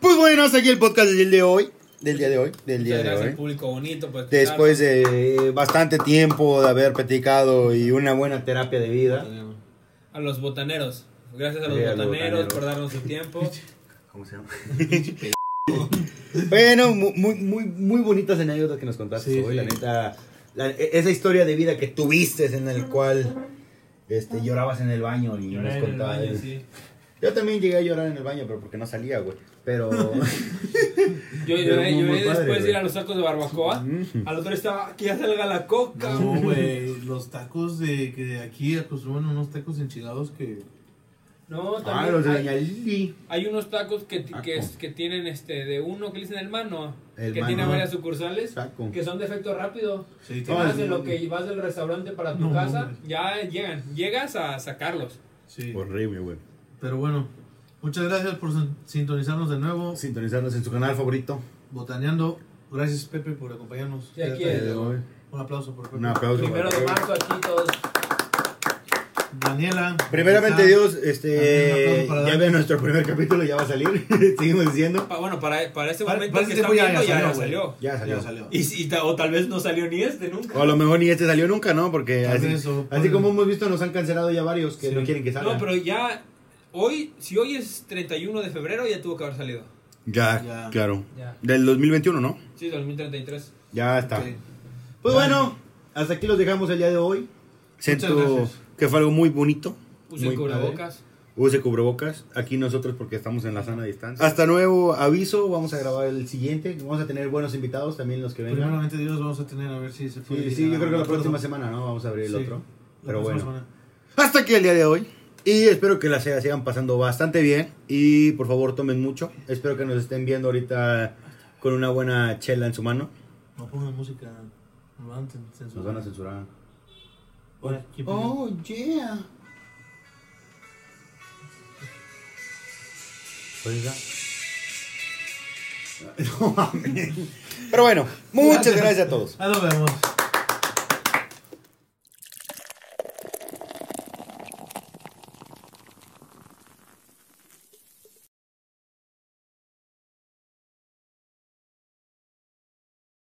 [SPEAKER 2] Pues bueno, hasta aquí el podcast del día de hoy. Del día de hoy. Del día de
[SPEAKER 3] Muchas gracias al
[SPEAKER 2] hoy.
[SPEAKER 3] público bonito. Pues,
[SPEAKER 2] Después de bastante tiempo de haber platicado y una buena terapia de vida.
[SPEAKER 3] A los botaneros. Gracias a los
[SPEAKER 2] Sí, a los
[SPEAKER 3] botaneros,
[SPEAKER 2] botaneros.
[SPEAKER 3] por darnos su tiempo.
[SPEAKER 2] ¿Cómo se llama? bueno, mu- muy, muy, muy bonitas anécdotas que nos contaste
[SPEAKER 1] Sí,
[SPEAKER 2] hoy, la
[SPEAKER 1] sí.
[SPEAKER 2] neta. la- e- esa historia de vida que tuviste en el cual este, llorabas en el baño y
[SPEAKER 3] Lloré
[SPEAKER 2] nos
[SPEAKER 3] en el
[SPEAKER 2] contabas.
[SPEAKER 3] baño, sí.
[SPEAKER 2] Yo también llegué a llorar en el baño, pero porque no salía, güey. Pero.
[SPEAKER 3] Yo
[SPEAKER 2] Pero
[SPEAKER 3] lloré,
[SPEAKER 2] muy, muy
[SPEAKER 3] lloré
[SPEAKER 2] padre,
[SPEAKER 3] después de
[SPEAKER 2] güey.
[SPEAKER 3] ir a los tacos de barbacoa. Al otro estaba, que ya salga la coca.
[SPEAKER 1] No, güey, los tacos de que aquí acostumbran unos tacos enchilados que.
[SPEAKER 3] No,
[SPEAKER 2] ah,
[SPEAKER 3] también
[SPEAKER 2] los de
[SPEAKER 3] hay,
[SPEAKER 2] Doña Lili.
[SPEAKER 3] hay unos tacos que, ti- que,
[SPEAKER 2] Taco.
[SPEAKER 3] que tienen este de uno que le dicen el mano.
[SPEAKER 2] El
[SPEAKER 3] que
[SPEAKER 2] mano. Ah,
[SPEAKER 3] tiene varias sucursales.
[SPEAKER 2] Taco.
[SPEAKER 3] Que son de efecto rápido.
[SPEAKER 1] Ah, Sí,
[SPEAKER 3] Que
[SPEAKER 1] tienen-
[SPEAKER 3] vas de lo que vas del restaurante para tu
[SPEAKER 1] No,
[SPEAKER 3] casa,
[SPEAKER 1] hombre.
[SPEAKER 3] ya llegan. Llegas a sacarlos.
[SPEAKER 1] sí.
[SPEAKER 2] Horrible, güey.
[SPEAKER 1] Pero bueno, muchas gracias por sin- sintonizarnos de nuevo.
[SPEAKER 2] Sintonizarnos en su canal favorito.
[SPEAKER 1] Botaneando. Gracias, Pepe, por acompañarnos.
[SPEAKER 3] Sí, aquí
[SPEAKER 1] Fíjate,
[SPEAKER 3] es.
[SPEAKER 1] Un aplauso por Pepe.
[SPEAKER 2] Eh, Un aplauso.
[SPEAKER 3] Primero de
[SPEAKER 2] para-
[SPEAKER 3] marzo aquí todos.
[SPEAKER 1] Daniela.
[SPEAKER 2] Primeramente
[SPEAKER 1] Rosa,
[SPEAKER 2] Dios,
[SPEAKER 1] También un
[SPEAKER 2] este
[SPEAKER 1] aplauso para
[SPEAKER 2] ya
[SPEAKER 1] Dan.
[SPEAKER 2] ve nuestro primer capítulo, ya va a salir, seguimos diciendo.
[SPEAKER 3] Pa- bueno, para, para este
[SPEAKER 1] Para-
[SPEAKER 3] momento
[SPEAKER 1] para
[SPEAKER 3] que
[SPEAKER 1] este
[SPEAKER 3] están
[SPEAKER 1] tiempo ya-
[SPEAKER 3] viendo,
[SPEAKER 1] ya salió,
[SPEAKER 3] ya, ya
[SPEAKER 1] güey.
[SPEAKER 3] salió.
[SPEAKER 2] Ya salió.
[SPEAKER 1] Ya salió.
[SPEAKER 3] Y, si- y ta- o tal vez no salió ni este nunca.
[SPEAKER 2] O a lo mejor ni este salió nunca, ¿no? Porque
[SPEAKER 1] Tal
[SPEAKER 2] así,
[SPEAKER 1] vez, o-
[SPEAKER 2] así como hemos visto nos han cancelado ya varios que
[SPEAKER 1] Sí.
[SPEAKER 2] no quieren que salga.
[SPEAKER 3] No, pero ya hoy, si hoy es 31 de febrero, ya tuvo que haber salido.
[SPEAKER 2] ya,
[SPEAKER 1] Ya.
[SPEAKER 2] claro.
[SPEAKER 3] Ya.
[SPEAKER 2] Del 2021, ¿no?
[SPEAKER 3] Sí, 2033.
[SPEAKER 2] Ya está.
[SPEAKER 1] Sí.
[SPEAKER 2] Pues bueno, hasta aquí los dejamos el día de hoy. Siento
[SPEAKER 1] gracias.
[SPEAKER 2] que fue algo muy bonito.
[SPEAKER 3] Puse
[SPEAKER 2] muy
[SPEAKER 3] el
[SPEAKER 2] padre.
[SPEAKER 3] cubrebocas.
[SPEAKER 2] Use cubrebocas. Aquí nosotros porque estamos en la sana distancia. Hasta nuevo aviso. Vamos a grabar el siguiente. Vamos a tener buenos invitados también los que vengan.
[SPEAKER 1] Primeramente Dios, vamos a tener a ver si se puede.
[SPEAKER 17] Sí, sí, yo creo que la próxima semana, ¿no? Vamos a abrir el otro. Pero bueno.
[SPEAKER 2] Hasta aquí el día de hoy. Y espero que las sigas- sigan pasando bastante bien. Y por favor tomen mucho. Espero que nos estén viendo ahorita con una buena chela en su mano.
[SPEAKER 1] No pongan música. Nos van a
[SPEAKER 2] Nos van a censurar.
[SPEAKER 1] Oh,
[SPEAKER 2] yeah. Oiga. No mames. Pero bueno, muchas gracias a todos.
[SPEAKER 1] Ah, nos vemos.